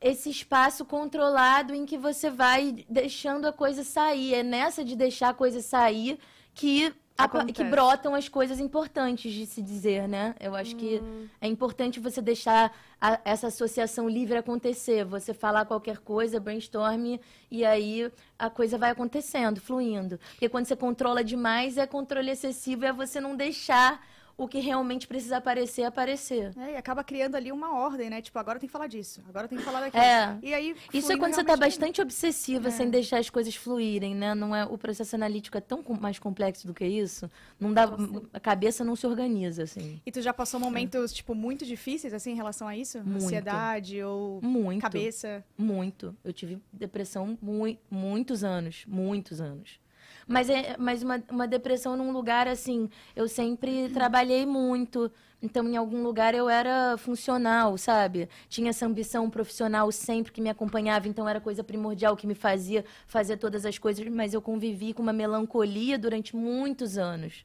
Speaker 3: esse espaço controlado em que você vai deixando a coisa sair. É nessa de deixar a coisa sair que, apa- que
Speaker 2: Acontece.
Speaker 3: brotam as coisas importantes de se dizer, né? Eu acho que
Speaker 2: Hum.
Speaker 3: é importante você deixar a- essa associação livre acontecer. Você falar qualquer coisa, brainstorm, e aí a coisa vai acontecendo, fluindo. Porque quando você controla demais, é controle excessivo, é você não deixar o que realmente precisa aparecer, aparecer.
Speaker 1: É, e acaba criando ali uma ordem, né? Tipo, agora tem que falar disso, agora tem que falar daquilo.
Speaker 3: É.
Speaker 1: E aí,
Speaker 3: Isso é
Speaker 1: fluindo
Speaker 3: quando você tá
Speaker 1: realmente- É.
Speaker 3: bastante obsessiva, sem deixar as coisas fluírem, né? Não é, o processo analítico é tão com- mais complexo do que isso. Não dá, a cabeça não se organiza, assim.
Speaker 1: E tu já passou momentos, tipo, muito difíceis, assim, em relação a isso?
Speaker 3: Muito.
Speaker 1: Ansiedade ou
Speaker 3: Muito.
Speaker 1: cabeça?
Speaker 3: Muito. Eu tive depressão mui- muitos anos, muitos anos. Mas, é, mas uma, uma depressão num lugar assim, eu
Speaker 2: Uhum.
Speaker 3: sempre trabalhei muito. Então, em algum lugar eu era funcional, sabe? Tinha essa ambição profissional sempre que me acompanhava, então era coisa primordial que me fazia fazer todas as coisas, mas eu convivi com uma melancolia durante muitos anos.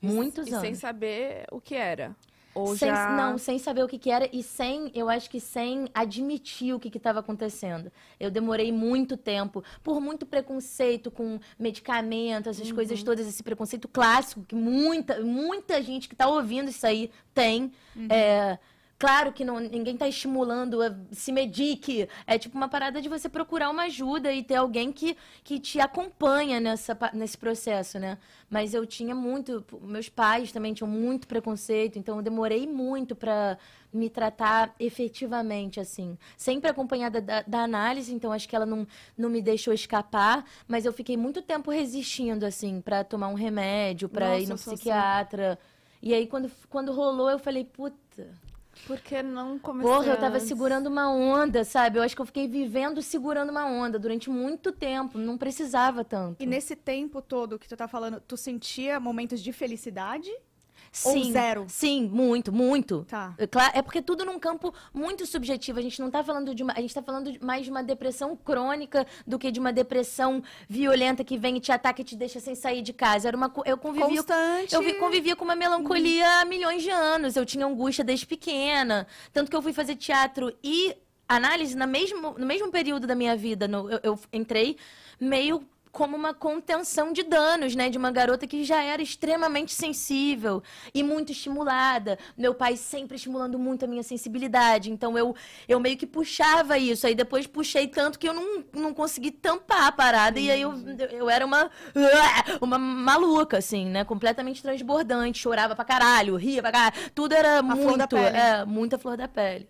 Speaker 3: Muitos
Speaker 2: e
Speaker 3: anos.
Speaker 2: sem saber o que era. Ou
Speaker 3: Sem-
Speaker 2: já...
Speaker 3: Não, sem saber o que, que era e sem, eu acho que sem admitir o que estava acontecendo. Eu demorei muito tempo, por muito preconceito com medicamento, essas
Speaker 2: Uhum.
Speaker 3: coisas todas, esse preconceito tá
Speaker 2: Uhum.
Speaker 3: clássico que muita, muita gente que está ouvindo isso aí tem. É, Claro que não, ninguém tá estimulando, é, se medique. É tipo uma parada de você procurar uma ajuda e ter alguém que, que te acompanha nessa, pa- nesse processo, né? Mas eu tinha muito. Meus pais também tinham muito preconceito, então eu demorei muito pra me tratar efetivamente, assim. Sempre acompanhada da, da análise, então acho que ela não, não me deixou escapar, mas eu fiquei muito tempo resistindo, assim, pra tomar um remédio, pra
Speaker 2: Nossa,
Speaker 3: ir no
Speaker 2: eu sou assim.
Speaker 3: psiquiatra. E aí, quando, quando rolou, eu falei, puta,
Speaker 2: Porque não comecei.
Speaker 3: porra, eu tava
Speaker 2: antes?
Speaker 3: segurando uma onda, sabe? Eu acho que eu fiquei vivendo segurando uma onda durante muito tempo, não precisava tanto.
Speaker 1: E nesse tempo todo que tu tá falando, tu sentia momentos de felicidade?
Speaker 3: Sim,
Speaker 1: zero?
Speaker 3: Sim, muito, muito.
Speaker 1: Tá.
Speaker 3: É claro, é porque tudo num campo muito subjetivo. A gente não tá falando de uma. A gente tá falando de- mais de uma depressão crônica do que de uma depressão violenta que vem e te ataca e te deixa sem sair de casa. Era uma, co- eu convivia
Speaker 1: Constante.
Speaker 3: eu vi- convivia com uma melancolia há milhões de anos. Eu tinha angústia desde pequena. Tanto que eu fui fazer teatro e análise na mesmo, no mesmo período da minha vida. No- eu, eu entrei meio como uma contenção de danos, né? De uma garota que já era extremamente sensível e muito estimulada. Meu pai sempre estimulando muito a minha sensibilidade. Então eu, eu meio que puxava isso. Aí depois puxei tanto que eu não, não consegui tampar a parada. E aí eu, eu era uma, uma maluca, assim, né? Completamente transbordante. Chorava pra caralho, ria pra caralho. Tudo era
Speaker 1: flor
Speaker 3: muito.
Speaker 1: da pele.
Speaker 3: É, muita flor da pele.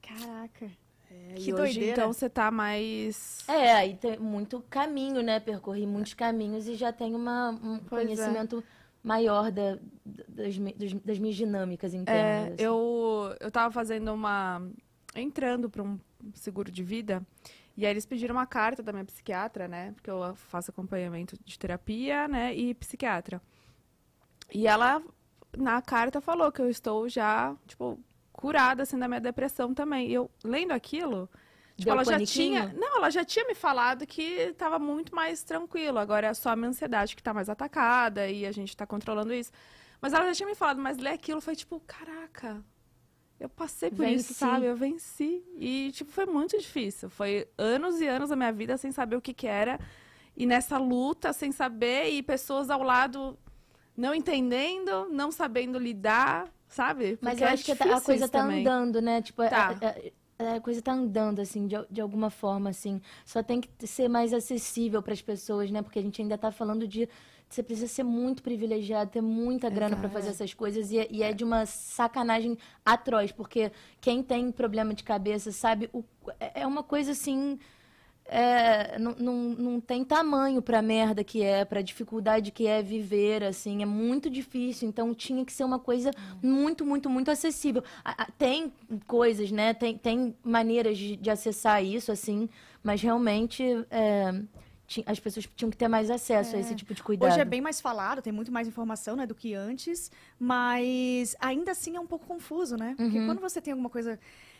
Speaker 1: Caraca.
Speaker 2: É,
Speaker 1: Que
Speaker 2: e hoje,
Speaker 1: doideira.
Speaker 2: então, você tá mais.
Speaker 3: É, aí tem muito caminho, né? Percorri muitos caminhos e já tenho uma, um
Speaker 2: Pois é.
Speaker 3: conhecimento maior da, das, mi- dos- das minhas dinâmicas internas.
Speaker 2: É,
Speaker 3: assim.
Speaker 2: eu, eu tava fazendo uma. entrando pra um seguro de vida. E aí eles pediram uma carta da minha psiquiatra, né? Porque eu faço acompanhamento de terapia, né? E psiquiatra. E ela, na carta, falou que eu estou já, tipo, curada, assim, da minha depressão também. E eu, lendo aquilo, tipo,
Speaker 3: Deu
Speaker 2: ela já
Speaker 3: paniquinho?
Speaker 2: tinha... Não, ela já tinha me falado que tava muito mais tranquilo. Agora é só a minha ansiedade que tá mais atacada e a gente tá controlando isso. Mas ela já tinha me falado, mas ler aquilo foi tipo, caraca, eu passei por
Speaker 3: Venci.
Speaker 2: isso, sabe? Eu venci. E, tipo, foi muito difícil. Foi anos e anos da minha vida sem saber o que que era. E nessa luta, sem saber, e pessoas ao lado não entendendo, não sabendo lidar, sabe?
Speaker 3: Mas
Speaker 2: Porque
Speaker 3: eu
Speaker 2: é
Speaker 3: acho que tá- a
Speaker 2: difícil
Speaker 3: coisa
Speaker 2: isso
Speaker 3: tá
Speaker 2: também.
Speaker 3: andando, né? Tipo, a-
Speaker 2: Tá.
Speaker 3: a, a- a coisa tá andando, assim, de, al- de alguma forma, assim. Só tem que ser mais acessível para as pessoas, né? Porque a gente ainda tá falando de. Você precisa ser muito privilegiado, ter muita grana para fazer essas coisas. E, é- e é de uma sacanagem atroz, porque quem tem problema de cabeça sabe. O, é é uma coisa assim. É, não, não, não tem tamanho pra merda que é, pra dificuldade que é viver, assim, é muito difícil. Então tinha que ser uma coisa muito, muito, muito acessível. A- a- tem coisas, né? Tem, tem maneiras de, de acessar isso, assim, mas realmente é, ti- as pessoas tinham que ter mais acesso a esse tipo de cuidado.
Speaker 1: Hoje é bem mais falado, tem muito mais informação, né, do que antes, mas ainda assim é um pouco confuso, né? Porque quando você tem alguma coisa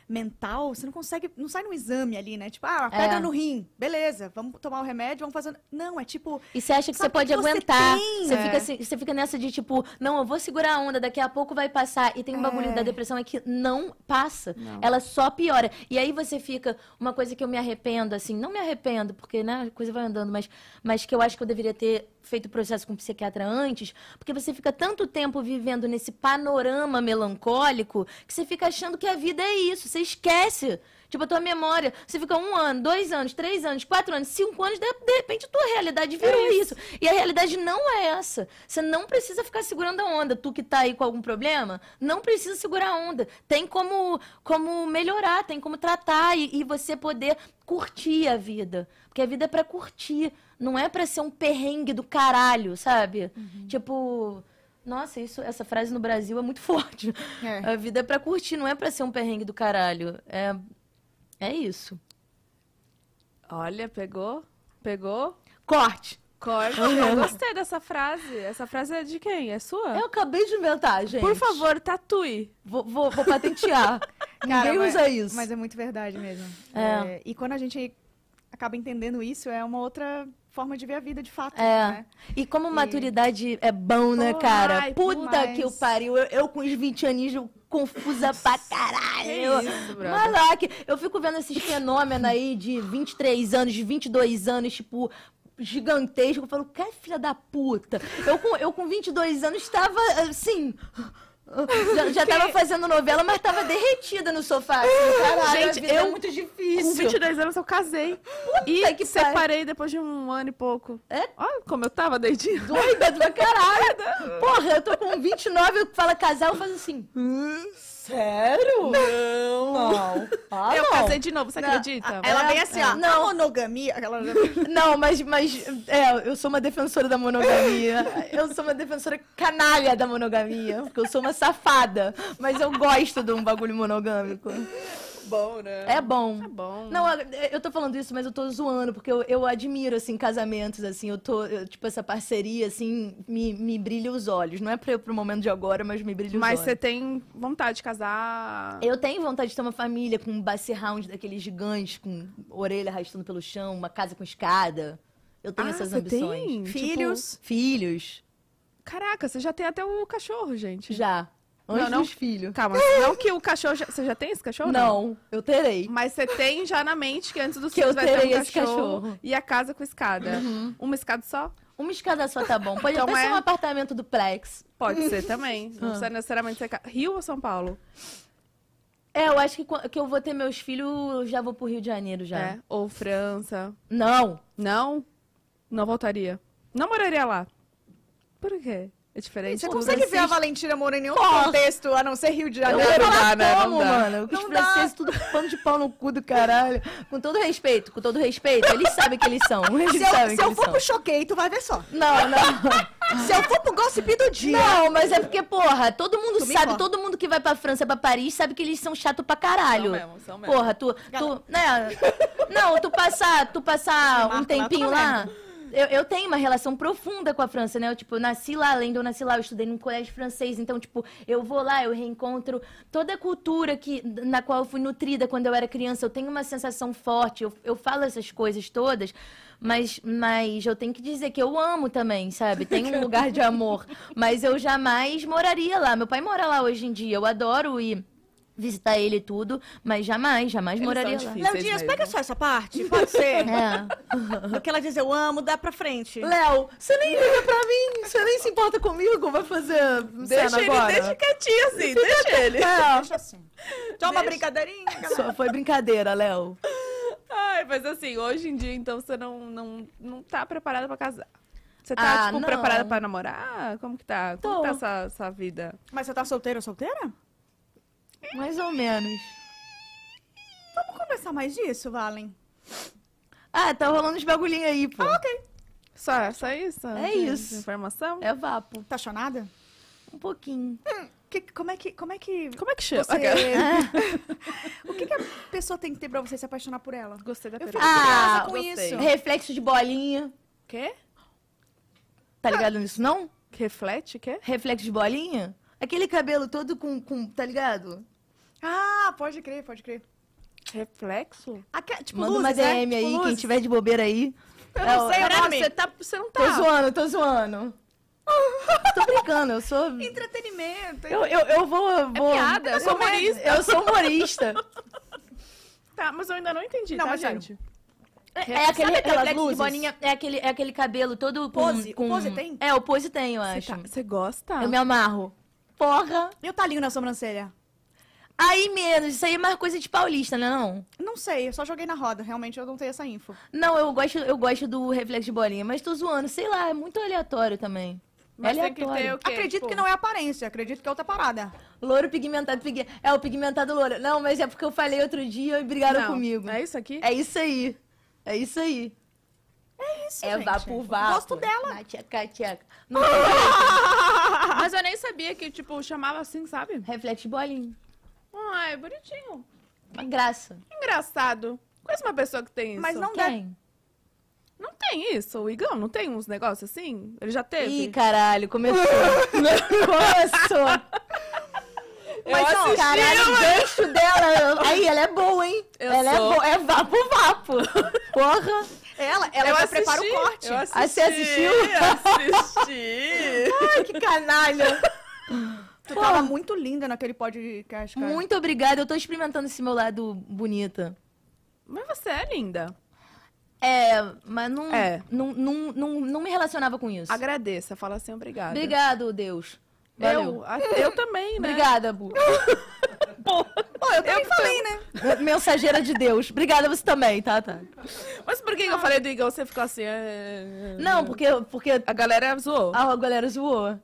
Speaker 1: mental, você não consegue, não sai num exame ali, né? Tipo, ah, pedra
Speaker 3: É.
Speaker 1: no rim, beleza, vamos tomar o remédio, vamos fazer. Não, é tipo,
Speaker 3: E você acha que
Speaker 1: Sabe
Speaker 3: você pode
Speaker 1: que você
Speaker 3: aguentar.
Speaker 1: tem,
Speaker 3: Você,
Speaker 2: é.
Speaker 3: fica assim- você fica nessa de tipo, não, eu vou segurar a onda, daqui a pouco vai passar. E tem um bagulho da depressão é que não passa.
Speaker 2: Não.
Speaker 3: Ela só piora. E aí você fica. Uma coisa que eu me arrependo, assim, não me arrependo, porque né, a coisa vai andando, mas, mas que eu acho que eu deveria ter feito o processo com o psiquiatra antes, porque você fica tanto tempo vivendo nesse panorama melancólico que você fica achando que a vida é isso. Você esquece. Tipo, a tua memória, você fica um ano, dois anos, três anos, quatro anos, cinco anos, de, de repente a tua realidade virou isso. E a realidade não é essa. Você não precisa ficar segurando a onda. Tu que tá aí com algum problema, não precisa segurar a onda. Tem como, como melhorar, tem como tratar e, e você poder curtir a vida. Porque a vida é pra curtir, não é pra ser um perrengue do caralho, sabe?
Speaker 1: Uhum.
Speaker 3: Tipo, nossa, isso, essa frase no Brasil é muito forte.
Speaker 1: É.
Speaker 3: A vida é pra curtir, não é pra ser um perrengue do caralho. É, é isso.
Speaker 2: Olha, pegou? Pegou?
Speaker 3: Corte!
Speaker 2: Corte. Eu gostei dessa frase. Essa frase é de quem? É
Speaker 1: Ah.
Speaker 2: sua?
Speaker 3: Eu acabei de inventar, gente.
Speaker 2: Por favor, tatue.
Speaker 3: Vou, vou- vou patentear.
Speaker 1: Cara,
Speaker 3: Ninguém
Speaker 1: mas-
Speaker 3: usa isso.
Speaker 1: Mas é muito verdade mesmo.
Speaker 3: É.
Speaker 1: É, e quando a gente acaba entendendo isso, é uma outra forma de ver a vida de fato.
Speaker 3: É.
Speaker 1: Né?
Speaker 3: E como maturidade é bom, né,
Speaker 2: Oh,
Speaker 3: cara?
Speaker 2: ai,
Speaker 3: Puta
Speaker 1: demais.
Speaker 3: que eu pariu. Eu, eu com os 20 aninhos eu confusa pra caralho.
Speaker 2: Que
Speaker 3: Eu-
Speaker 2: isso, brother.
Speaker 3: Malaque, eu fico vendo esses fenômenos aí de 23 anos, de 22 anos, tipo, gigantesco. Eu falo, que filha da puta. Eu com, eu com 22 anos estava assim. Já, já tava fazendo novela, mas tava derretida no sofá. assim, caralho,
Speaker 2: Gente,
Speaker 3: a vida
Speaker 2: eu-
Speaker 3: é muito
Speaker 2: Com
Speaker 3: difícil.
Speaker 2: 22 anos eu casei. e
Speaker 3: que
Speaker 2: separei depois de um ano e pouco.
Speaker 3: É?
Speaker 2: Olha como eu tava doidinha.
Speaker 3: Doida do caralho. Porra, eu tô com 29, eu falo casar, eu faço assim.
Speaker 4: Sério? Não. Não.
Speaker 3: Tá
Speaker 4: Ah,
Speaker 2: eu
Speaker 4: não.
Speaker 2: casei de novo, você
Speaker 1: Não,
Speaker 2: acredita?
Speaker 3: é,
Speaker 1: a- Ela vem assim, ó.
Speaker 3: Não.
Speaker 1: Não. monogamia. Aquela...
Speaker 3: Não, mas, mas é, eu sou uma defensora da monogamia. Eu sou uma defensora canalha da monogamia. Porque eu sou uma safada. Mas eu gosto de um bagulho monogâmico.
Speaker 4: Bom, né?
Speaker 3: É bom.
Speaker 2: Tá bom.
Speaker 3: Não, eu- eu tô falando isso, mas eu tô zoando, porque eu, eu admiro, assim, casamentos, assim, eu tô, eu, tipo, essa parceria, assim, me, me brilha os olhos. Não é pra, pro momento de agora, mas me brilha os
Speaker 2: Mas você
Speaker 3: olhos.
Speaker 2: tem vontade de casar?
Speaker 3: Eu tenho vontade de ter uma família com um basset round daqueles gigantes, com orelha arrastando pelo chão, uma casa com escada. Eu tenho
Speaker 2: Ah,
Speaker 3: essas
Speaker 2: você
Speaker 3: ambições.
Speaker 2: tem? Tipo
Speaker 1: Filhos.
Speaker 3: Filhos?
Speaker 2: Caraca, você já tem até o cachorro, gente.
Speaker 3: Já.
Speaker 2: Não,
Speaker 3: Antes
Speaker 2: não.
Speaker 3: dos filhos.
Speaker 2: Calma, não que o cachorro. já- Você já tem esse cachorro?
Speaker 3: Não, eu terei.
Speaker 2: Mas você tem já na mente que antes dos
Speaker 3: Que
Speaker 2: filhos
Speaker 3: eu
Speaker 2: vai ter um
Speaker 3: terei esse
Speaker 2: cachorro,
Speaker 3: cachorro. Uhum.
Speaker 2: e a casa com escada. Uma escada só?
Speaker 3: Uma escada só tá bom. Pode
Speaker 2: Então
Speaker 3: até
Speaker 2: é-
Speaker 3: ser um apartamento duplex.
Speaker 2: Pode ser também. Não precisa necessariamente ser. ca- Rio ou São Paulo?
Speaker 3: É, eu acho que quan- que eu vou ter meus filhos, eu já vou pro Rio de Janeiro já.
Speaker 2: É. Ou França.
Speaker 3: Não,
Speaker 2: Não? Não voltaria. Não moraria lá. Por quê? É diferente.
Speaker 1: Você
Speaker 2: Os
Speaker 1: consegue ver a
Speaker 2: franceses-
Speaker 1: Valentina morando em nenhum contexto, a não ser Rio de
Speaker 3: Eu
Speaker 1: Janeiro.
Speaker 3: vou
Speaker 2: não
Speaker 3: falar
Speaker 2: dá, né? Não
Speaker 3: como,
Speaker 2: dá.
Speaker 3: mano? Os
Speaker 1: Não dá.
Speaker 3: franceses tudo pano de pau no cu do caralho. Com todo respeito, com todo respeito, eles sabem que eles são. Eles
Speaker 1: Se eu,
Speaker 3: sabem
Speaker 1: se
Speaker 3: que
Speaker 1: eu
Speaker 3: eles
Speaker 1: for
Speaker 3: são.
Speaker 1: pro Choquei, tu vai ver só.
Speaker 3: Não, não.
Speaker 1: Se eu for pro Gossip do Dia.
Speaker 3: Não, mas é porque, porra, todo mundo
Speaker 1: Tu me
Speaker 3: sabe,
Speaker 1: importa.
Speaker 3: todo mundo que vai pra França, pra Paris, sabe que eles são chato pra caralho.
Speaker 2: São mesmo, são mesmo.
Speaker 3: Porra, tu. tu né? Não, tu passar, tu passar
Speaker 1: Marco
Speaker 3: um
Speaker 1: lá,
Speaker 3: tempinho
Speaker 1: tá
Speaker 3: lá. Eu, eu tenho uma relação profunda com a França, né? Eu, tipo, eu nasci lá, além de eu nasci lá, eu estudei num colégio francês. Então, tipo, eu vou lá, eu reencontro toda a cultura que, na qual eu fui nutrida quando eu era criança. Eu tenho uma sensação forte, eu, eu falo essas coisas todas, mas, mas eu tenho que dizer que eu amo também, sabe? Tem um lugar de amor. Mas eu jamais moraria lá. Meu pai mora lá hoje em dia, eu adoro ir visitar ele e tudo, mas jamais, jamais
Speaker 2: Eles
Speaker 3: moraria
Speaker 2: são
Speaker 3: lá.
Speaker 2: difíceis
Speaker 1: Léo Dias,
Speaker 2: mesmo.
Speaker 1: pega só essa parte, pode ser.
Speaker 3: É.
Speaker 1: Do que ela diz, eu amo, dá pra frente.
Speaker 3: Léo, você nem liga pra mim, você nem se importa comigo, vai fazer
Speaker 2: Deixa ele, deixa quietinho assim, deixa ele.
Speaker 1: Deixa assim. Toma uma brincadeirinha. galera.
Speaker 3: Só foi brincadeira, Léo.
Speaker 2: Ai, mas assim, hoje em dia, então, você não, não, não tá preparada pra casar. Você tá,
Speaker 3: Ah,
Speaker 2: tipo,
Speaker 3: não.
Speaker 2: preparada pra namorar? Como que tá? Como
Speaker 3: Tô.
Speaker 2: que tá essa, essa vida?
Speaker 1: Mas você tá solteira ou solteira?
Speaker 3: Mais ou menos.
Speaker 1: Vamos conversar mais disso, Valen. Tá
Speaker 3: Ah, tá rolando uns bagulhinhos aí, pô.
Speaker 2: Só, só isso?
Speaker 3: É
Speaker 2: De-
Speaker 3: isso.
Speaker 2: de Informação?
Speaker 3: É vapo.
Speaker 1: Tá chonada?
Speaker 3: Um pouquinho.
Speaker 1: como é que. Como é que.
Speaker 2: Como é que chama?
Speaker 1: Você...
Speaker 2: Aquela-
Speaker 1: o que, que a pessoa tem que ter pra você se apaixonar por ela?
Speaker 2: Gostei da
Speaker 1: Eu
Speaker 2: pergunta.
Speaker 1: fico-
Speaker 3: Ah,
Speaker 1: Criança com isso.
Speaker 3: reflexo de bolinha.
Speaker 2: Quê?
Speaker 3: Tá ligado nisso, não?
Speaker 2: Reflete? Quê?
Speaker 3: Reflexo de bolinha? Aquele cabelo todo com. com tá ligado?
Speaker 1: Ah, pode crer, pode crer.
Speaker 2: Reflexo?
Speaker 1: Aque- tipo,
Speaker 3: Manda
Speaker 1: luzes,
Speaker 3: uma DM
Speaker 1: né?
Speaker 3: aí,
Speaker 1: Tipo,
Speaker 3: quem
Speaker 1: luzes.
Speaker 3: tiver de bobeira aí.
Speaker 1: Eu não sei o
Speaker 2: Caraca,
Speaker 1: nome.
Speaker 2: você, tá, você não tá.
Speaker 3: Tô zoando, tô zoando. tô brincando, eu sou.
Speaker 1: Entretenimento.
Speaker 3: Eu, eu, eu vou. eu vou-
Speaker 2: piada, eu sou humorista.
Speaker 3: Eu sou humorista.
Speaker 2: Tá, mas eu ainda não entendi,
Speaker 1: Não,
Speaker 2: tá,
Speaker 1: mas sério.
Speaker 2: gente?
Speaker 3: É, é aquele
Speaker 1: Sabe aquelas
Speaker 3: reflexo
Speaker 1: luzes?
Speaker 3: de bolinha, é aquele, é aquele cabelo todo com.
Speaker 1: Pose? O
Speaker 3: com-
Speaker 1: pose tem?
Speaker 3: É, o pose tem, eu acho.
Speaker 2: Você, tá- você gosta?
Speaker 3: Eu me amarro. Porra!
Speaker 1: E o talinho na sobrancelha?
Speaker 3: Aí menos, isso aí é mais coisa de paulista, né não?
Speaker 1: Não sei, eu só joguei na roda. Realmente eu não tenho essa info.
Speaker 3: Não, eu gosto, eu gosto do reflexo de bolinha, mas tô zoando, sei lá, é muito aleatório também.
Speaker 2: Mas
Speaker 3: é
Speaker 2: tem que
Speaker 3: aleatório.
Speaker 2: ter o quê?
Speaker 1: acredito que não é aparência, acredito que é outra parada.
Speaker 3: Louro pigmentado, pigui- é o pigmentado louro. Não, mas é porque eu falei outro dia e brigaram
Speaker 2: Não.
Speaker 3: comigo.
Speaker 2: É isso aqui?
Speaker 3: É isso aí. É isso aí.
Speaker 1: Isso,
Speaker 3: é
Speaker 1: gente.
Speaker 3: vapo, vapo.
Speaker 1: Gosto dela.
Speaker 3: Na tcheca, tcheca. Não tem jeito.
Speaker 2: Mas eu nem sabia que, tipo, chamava assim, sabe?
Speaker 3: Reflexo de bolinha.
Speaker 2: Ai, bonitinho.
Speaker 3: Uma graça.
Speaker 2: Engraçado. Conheço uma pessoa que tem isso.
Speaker 1: Mas não dá.
Speaker 3: Quem?
Speaker 2: Não tem isso? O Igão não tem uns negócios assim? Ele já teve?
Speaker 3: Ih, caralho, começou. começou.
Speaker 2: Eu
Speaker 3: Mas, ó,
Speaker 2: assisti,
Speaker 3: caralho, o
Speaker 2: mas-
Speaker 3: gancho dela. Aí, ela é boa, hein?
Speaker 2: Eu
Speaker 3: ela
Speaker 2: sou.
Speaker 3: é boa. É vapo-vapo. Porra.
Speaker 1: É Ela, ela
Speaker 2: eu
Speaker 1: já
Speaker 2: assisti,
Speaker 1: prepara o corte.
Speaker 2: Eu assisti,
Speaker 3: Ah, você assistiu?
Speaker 2: Assisti.
Speaker 3: Ai, que canalha.
Speaker 1: Tu tava muito linda naquele podcast, cara.
Speaker 3: Muito obrigada. Eu tô experimentando esse meu lado bonita.
Speaker 2: Mas você é linda.
Speaker 3: É, mas não,
Speaker 2: É.
Speaker 3: não, não, não, não me relacionava com isso.
Speaker 2: Agradeça, fala assim, obrigada.
Speaker 3: Obrigado, Deus. Valeu.
Speaker 2: Eu, a- eu também, né?
Speaker 3: Obrigada, Bu.
Speaker 2: Pô,
Speaker 1: eu também falei, né?
Speaker 3: Mensageira de Deus. Obrigada você também, tá, tá?
Speaker 2: Mas por que, que eu falei do Igor? Você ficou assim. "Ah,
Speaker 3: Não, porque, porque
Speaker 2: A galera zoou.
Speaker 3: a galera zoou.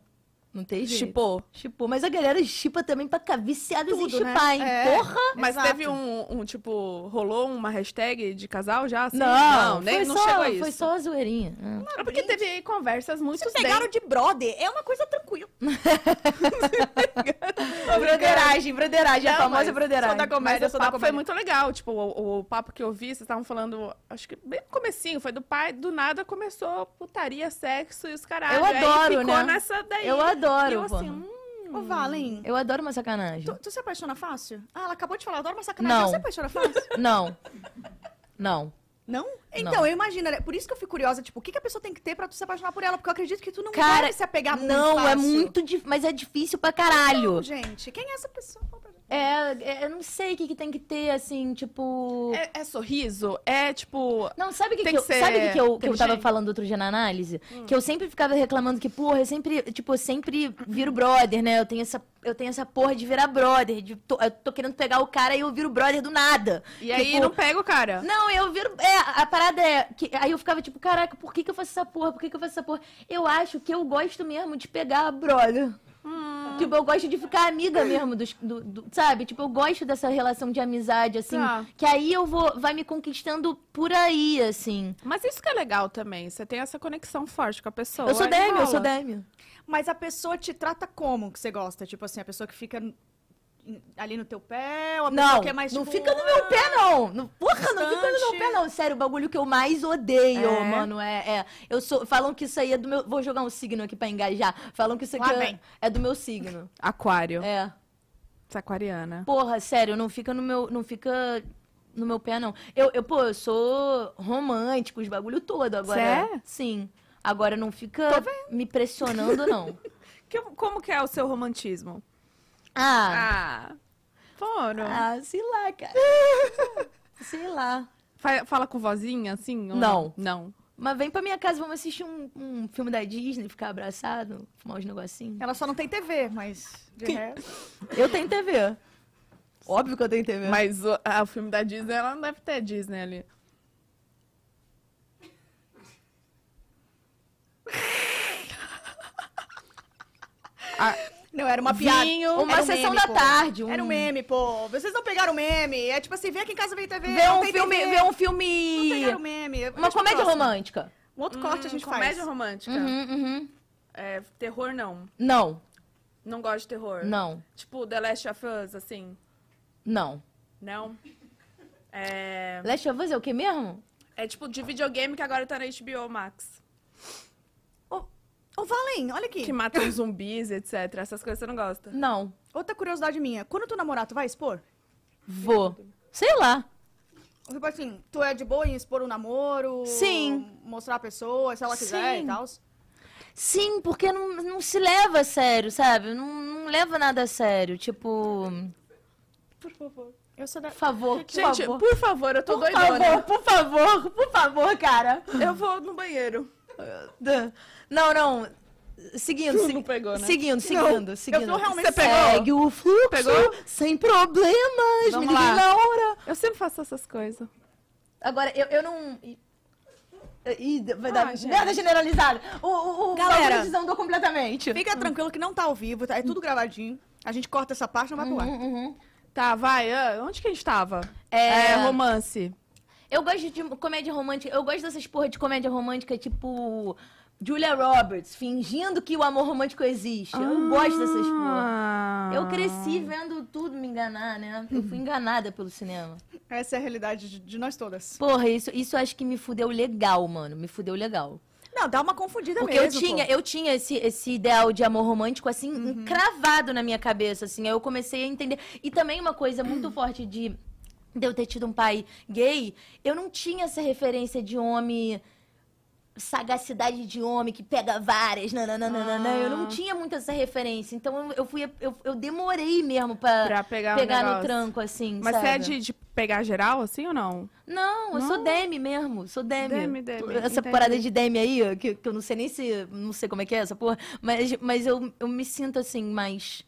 Speaker 3: Não tem jeito.
Speaker 2: Chipou.
Speaker 3: Chipou. Mas a galera chipa também pra ficar viciada em
Speaker 1: Tudo, né?
Speaker 3: chipar, hein?
Speaker 1: É.
Speaker 3: Porra!
Speaker 2: Mas
Speaker 1: Exato.
Speaker 2: teve um, um, tipo, rolou uma hashtag de casal já? assim?
Speaker 3: Não,
Speaker 2: nem
Speaker 3: foi
Speaker 2: não
Speaker 3: só,
Speaker 2: chegou a isso.
Speaker 3: Foi só a zoeirinha. Ah.
Speaker 2: É porque teve conversas muito
Speaker 1: Vocês pegaram de brother. É uma coisa tranquila.
Speaker 3: Broderagem, broderagem, a
Speaker 2: Não,
Speaker 3: famosa
Speaker 2: mas
Speaker 3: broderagem.
Speaker 2: Sou da comédia,
Speaker 3: Mas
Speaker 2: sou
Speaker 3: o
Speaker 2: da
Speaker 3: papo
Speaker 2: comédia. Foi muito legal. Tipo, o, o papo que eu vi, vocês estavam falando, acho que bem no comecinho, foi do pai, do nada começou putaria, sexo e os caralho.
Speaker 3: Eu
Speaker 2: Aí
Speaker 3: adoro,
Speaker 2: ficou
Speaker 3: né?
Speaker 2: nessa daí.
Speaker 3: Eu
Speaker 2: E eu
Speaker 3: adoro,
Speaker 2: assim,
Speaker 3: porra.
Speaker 2: hum,
Speaker 1: Ô, Valen,
Speaker 3: Eu adoro uma sacanagem.
Speaker 1: tu, tu se apaixona fácil? Ah, ela acabou de falar, adoro uma sacanagem.
Speaker 3: Não.
Speaker 1: Você se apaixona fácil?
Speaker 3: Não. Não.
Speaker 1: Não? Então, eu imagino, né? por isso que eu fico curiosa, tipo, o que, que a pessoa tem que ter pra tu se apaixonar por ela? Porque eu acredito que tu não
Speaker 3: Cara,
Speaker 1: vai se apegar muito
Speaker 3: não, é
Speaker 1: fácil.
Speaker 3: muito difícil. Mas é difícil pra caralho.
Speaker 1: Gente, quem é essa pessoa? Fala pra gente.
Speaker 3: É, é, eu não sei o que, que tem que ter, assim, tipo.
Speaker 2: é, é sorriso? É tipo.
Speaker 3: Não, sabe o que,
Speaker 2: Tem um Hum.
Speaker 3: que
Speaker 2: que
Speaker 3: eu,
Speaker 2: ser
Speaker 3: sabe o que, que eu, que eu tava
Speaker 2: inteligente.
Speaker 3: falando outro dia na análise? Que eu sempre ficava reclamando que, porra, eu sempre, tipo, eu sempre viro brother, né? Eu tenho essa, eu tenho essa porra de virar brother. De, tô, eu tô querendo pegar o cara e eu viro brother do nada.
Speaker 2: E aí
Speaker 3: Tipo,
Speaker 2: não pega o cara.
Speaker 3: Não, eu viro. É, a parada é. Que, aí eu ficava tipo, caraca, por que, que eu faço essa porra? Por que, que eu faço essa porra? Eu acho que eu gosto mesmo de pegar a brother.
Speaker 2: Hum.
Speaker 3: Tipo, eu gosto de ficar amiga mesmo dos. do- do- sabe? Tipo, eu gosto dessa relação de amizade, assim.
Speaker 2: Tá.
Speaker 3: Que aí eu vou. Vai me conquistando por aí, assim.
Speaker 2: Mas isso que é legal também. Você tem essa conexão forte com a pessoa. é
Speaker 3: eu sou
Speaker 2: aí
Speaker 3: Demi, eu
Speaker 2: rola.
Speaker 3: sou Demi.
Speaker 1: Mas a pessoa te trata como que você gosta? Tipo assim, a pessoa que fica n- ali no teu pé, ou a pessoa
Speaker 3: Não,
Speaker 1: que é mais
Speaker 3: não
Speaker 1: tipo,
Speaker 3: fica no meu pé, não. Não- Porra, não fica no
Speaker 1: Distante.
Speaker 3: meu pé, não. Sério, o bagulho que eu mais odeio,
Speaker 2: É?
Speaker 3: mano, é, é- Eu sou. Falam que isso aí é do meu. Vou jogar um signo aqui pra engajar. Falam que isso
Speaker 1: Lá
Speaker 3: aqui é,
Speaker 1: vem.
Speaker 3: é do meu signo.
Speaker 2: Aquário.
Speaker 3: É.
Speaker 2: Você é aquariana.
Speaker 3: Porra, sério, não fica no meu. Não fica no meu pé, não. Eu, eu pô, eu sou romântico, os bagulho todo agora.
Speaker 2: Cê é?
Speaker 3: Sim. Agora não fica me pressionando, não.
Speaker 2: Que- como que é o seu romantismo?
Speaker 3: Ah.
Speaker 2: Ah. Foram.
Speaker 3: Ah, sei lá, cara. sei lá.
Speaker 2: Fa- Fala com vozinha, assim? ou
Speaker 3: Não.
Speaker 2: Não.
Speaker 3: Mas vem pra minha casa, vamos assistir um, um filme da Disney, ficar abraçado, fumar uns negocinhos.
Speaker 1: Ela só não tem TV, mas de resto.
Speaker 3: Eu tenho TV. Óbvio que eu tenho TV.
Speaker 2: Mas o, ah, o filme da Disney, ela não deve ter Disney ali. Ah,
Speaker 1: Não, era uma piada.
Speaker 2: Vinho,
Speaker 1: Era
Speaker 3: uma
Speaker 1: um
Speaker 3: sessão
Speaker 1: meme,
Speaker 3: da
Speaker 1: pô.
Speaker 3: tarde, um-
Speaker 1: Era um meme, pô. Vocês não pegaram o meme. É tipo assim, vem aqui em casa ver TV.
Speaker 3: Vê
Speaker 1: não
Speaker 3: um
Speaker 1: tem
Speaker 3: filme.
Speaker 1: TV.
Speaker 3: Vê um
Speaker 1: Não
Speaker 3: filme.
Speaker 1: pegaram o meme.
Speaker 3: Uma
Speaker 1: Deixa pro
Speaker 3: comédia
Speaker 1: um próximo. Tá.
Speaker 3: romântica. Hum,
Speaker 1: Um outro corte a gente
Speaker 2: Hum, comédia
Speaker 1: faz.
Speaker 2: romântica.
Speaker 3: Uhum, uhum.
Speaker 2: É, terror, não.
Speaker 3: Não,
Speaker 2: Não gosto de terror.
Speaker 3: não,
Speaker 2: Tipo The Last of Us, assim.
Speaker 3: não.
Speaker 2: Não. É,
Speaker 3: Last of Us é o que mesmo?
Speaker 2: é tipo de videogame que agora tá na HBO Max.
Speaker 1: Ô, Valen, olha aqui.
Speaker 2: Que matam zumbis, etc. Essas coisas você não gosta.
Speaker 3: Não.
Speaker 1: Outra curiosidade minha. Quando tu namorar, tu vai expor?
Speaker 3: Vou. Sei lá.
Speaker 1: Tipo assim, tu é de boa em expor o namoro?
Speaker 3: Sim.
Speaker 1: Mostrar a pessoa, se ela quiser
Speaker 3: Sim.
Speaker 1: e tal?
Speaker 3: Sim, porque não, não se leva a sério, sabe? Não, não leva nada a sério. Tipo.
Speaker 1: Por favor. Eu sou da...
Speaker 3: Por favor, por
Speaker 2: Gente,
Speaker 3: favor.
Speaker 2: por favor, eu tô
Speaker 3: Por
Speaker 2: doidona.
Speaker 1: né?
Speaker 3: favor, por favor, por favor, cara.
Speaker 2: Eu vou no banheiro.
Speaker 3: Não, não. Seguindo,
Speaker 2: Não
Speaker 3: segui-
Speaker 2: pegou, né?
Speaker 3: Seguindo, seguindo, seguindo.
Speaker 2: tô realmente
Speaker 3: Você pegou?
Speaker 2: séria.
Speaker 3: Segue o fluxo,
Speaker 2: Pegou?
Speaker 3: sem problemas.
Speaker 2: Vamos
Speaker 3: me liguei
Speaker 2: lá.
Speaker 3: na hora.
Speaker 2: Eu sempre faço essas coisas.
Speaker 3: Agora, eu, eu não... Ih, vai
Speaker 2: Ah,
Speaker 3: dar
Speaker 2: gente.
Speaker 3: merda generalizada. O, o, o
Speaker 1: Galera.
Speaker 3: bagulho desandou completamente.
Speaker 1: Fica tranquilo que não tá ao vivo, tá? é tudo gravadinho. A gente corta essa parte, não vai pro ar.
Speaker 2: Tá, vai. ah, Onde que a gente tava?
Speaker 3: É-
Speaker 2: romance.
Speaker 3: Eu gosto de comédia romântica. Eu gosto dessas porra de comédia romântica, tipo. Julia Roberts, fingindo que o amor romântico existe. Eu gosto dessas porra.
Speaker 2: Ah.
Speaker 3: Eu cresci vendo tudo me enganar, né? Eu fui enganada pelo cinema.
Speaker 1: Essa é a realidade de, de nós todas.
Speaker 3: Porra, isso, isso eu acho que me fudeu legal, mano. Me fudeu legal.
Speaker 1: Não, dá uma confundida
Speaker 3: Porque
Speaker 1: Tá mesmo.
Speaker 3: eu tinha, eu tinha esse, esse ideal de amor romântico, assim, cravado na minha cabeça, assim. Aí eu comecei a entender. E também uma coisa muito forte de, de eu ter tido um pai gay, eu não tinha essa referência de homem sagacidade de homem que pega várias, nananana.
Speaker 2: Ah.
Speaker 3: Eu não tinha muito essa referência. Então eu- eu fui, eu, eu demorei mesmo pra,
Speaker 2: Pra pegar, o
Speaker 3: pegar no
Speaker 2: negócio.
Speaker 3: tranco, assim.
Speaker 2: Mas
Speaker 3: sabe?
Speaker 2: você é de, de pegar geral, assim ou não?
Speaker 3: Não, eu sou
Speaker 2: Não?
Speaker 3: Demi mesmo, sou Demi.
Speaker 2: Demi, Demi,
Speaker 3: Essa
Speaker 2: entendi.
Speaker 3: parada de Demi aí, ó, que, que eu não sei nem se. Não sei como é que é essa porra, mas, mas eu, eu me sinto assim, mais.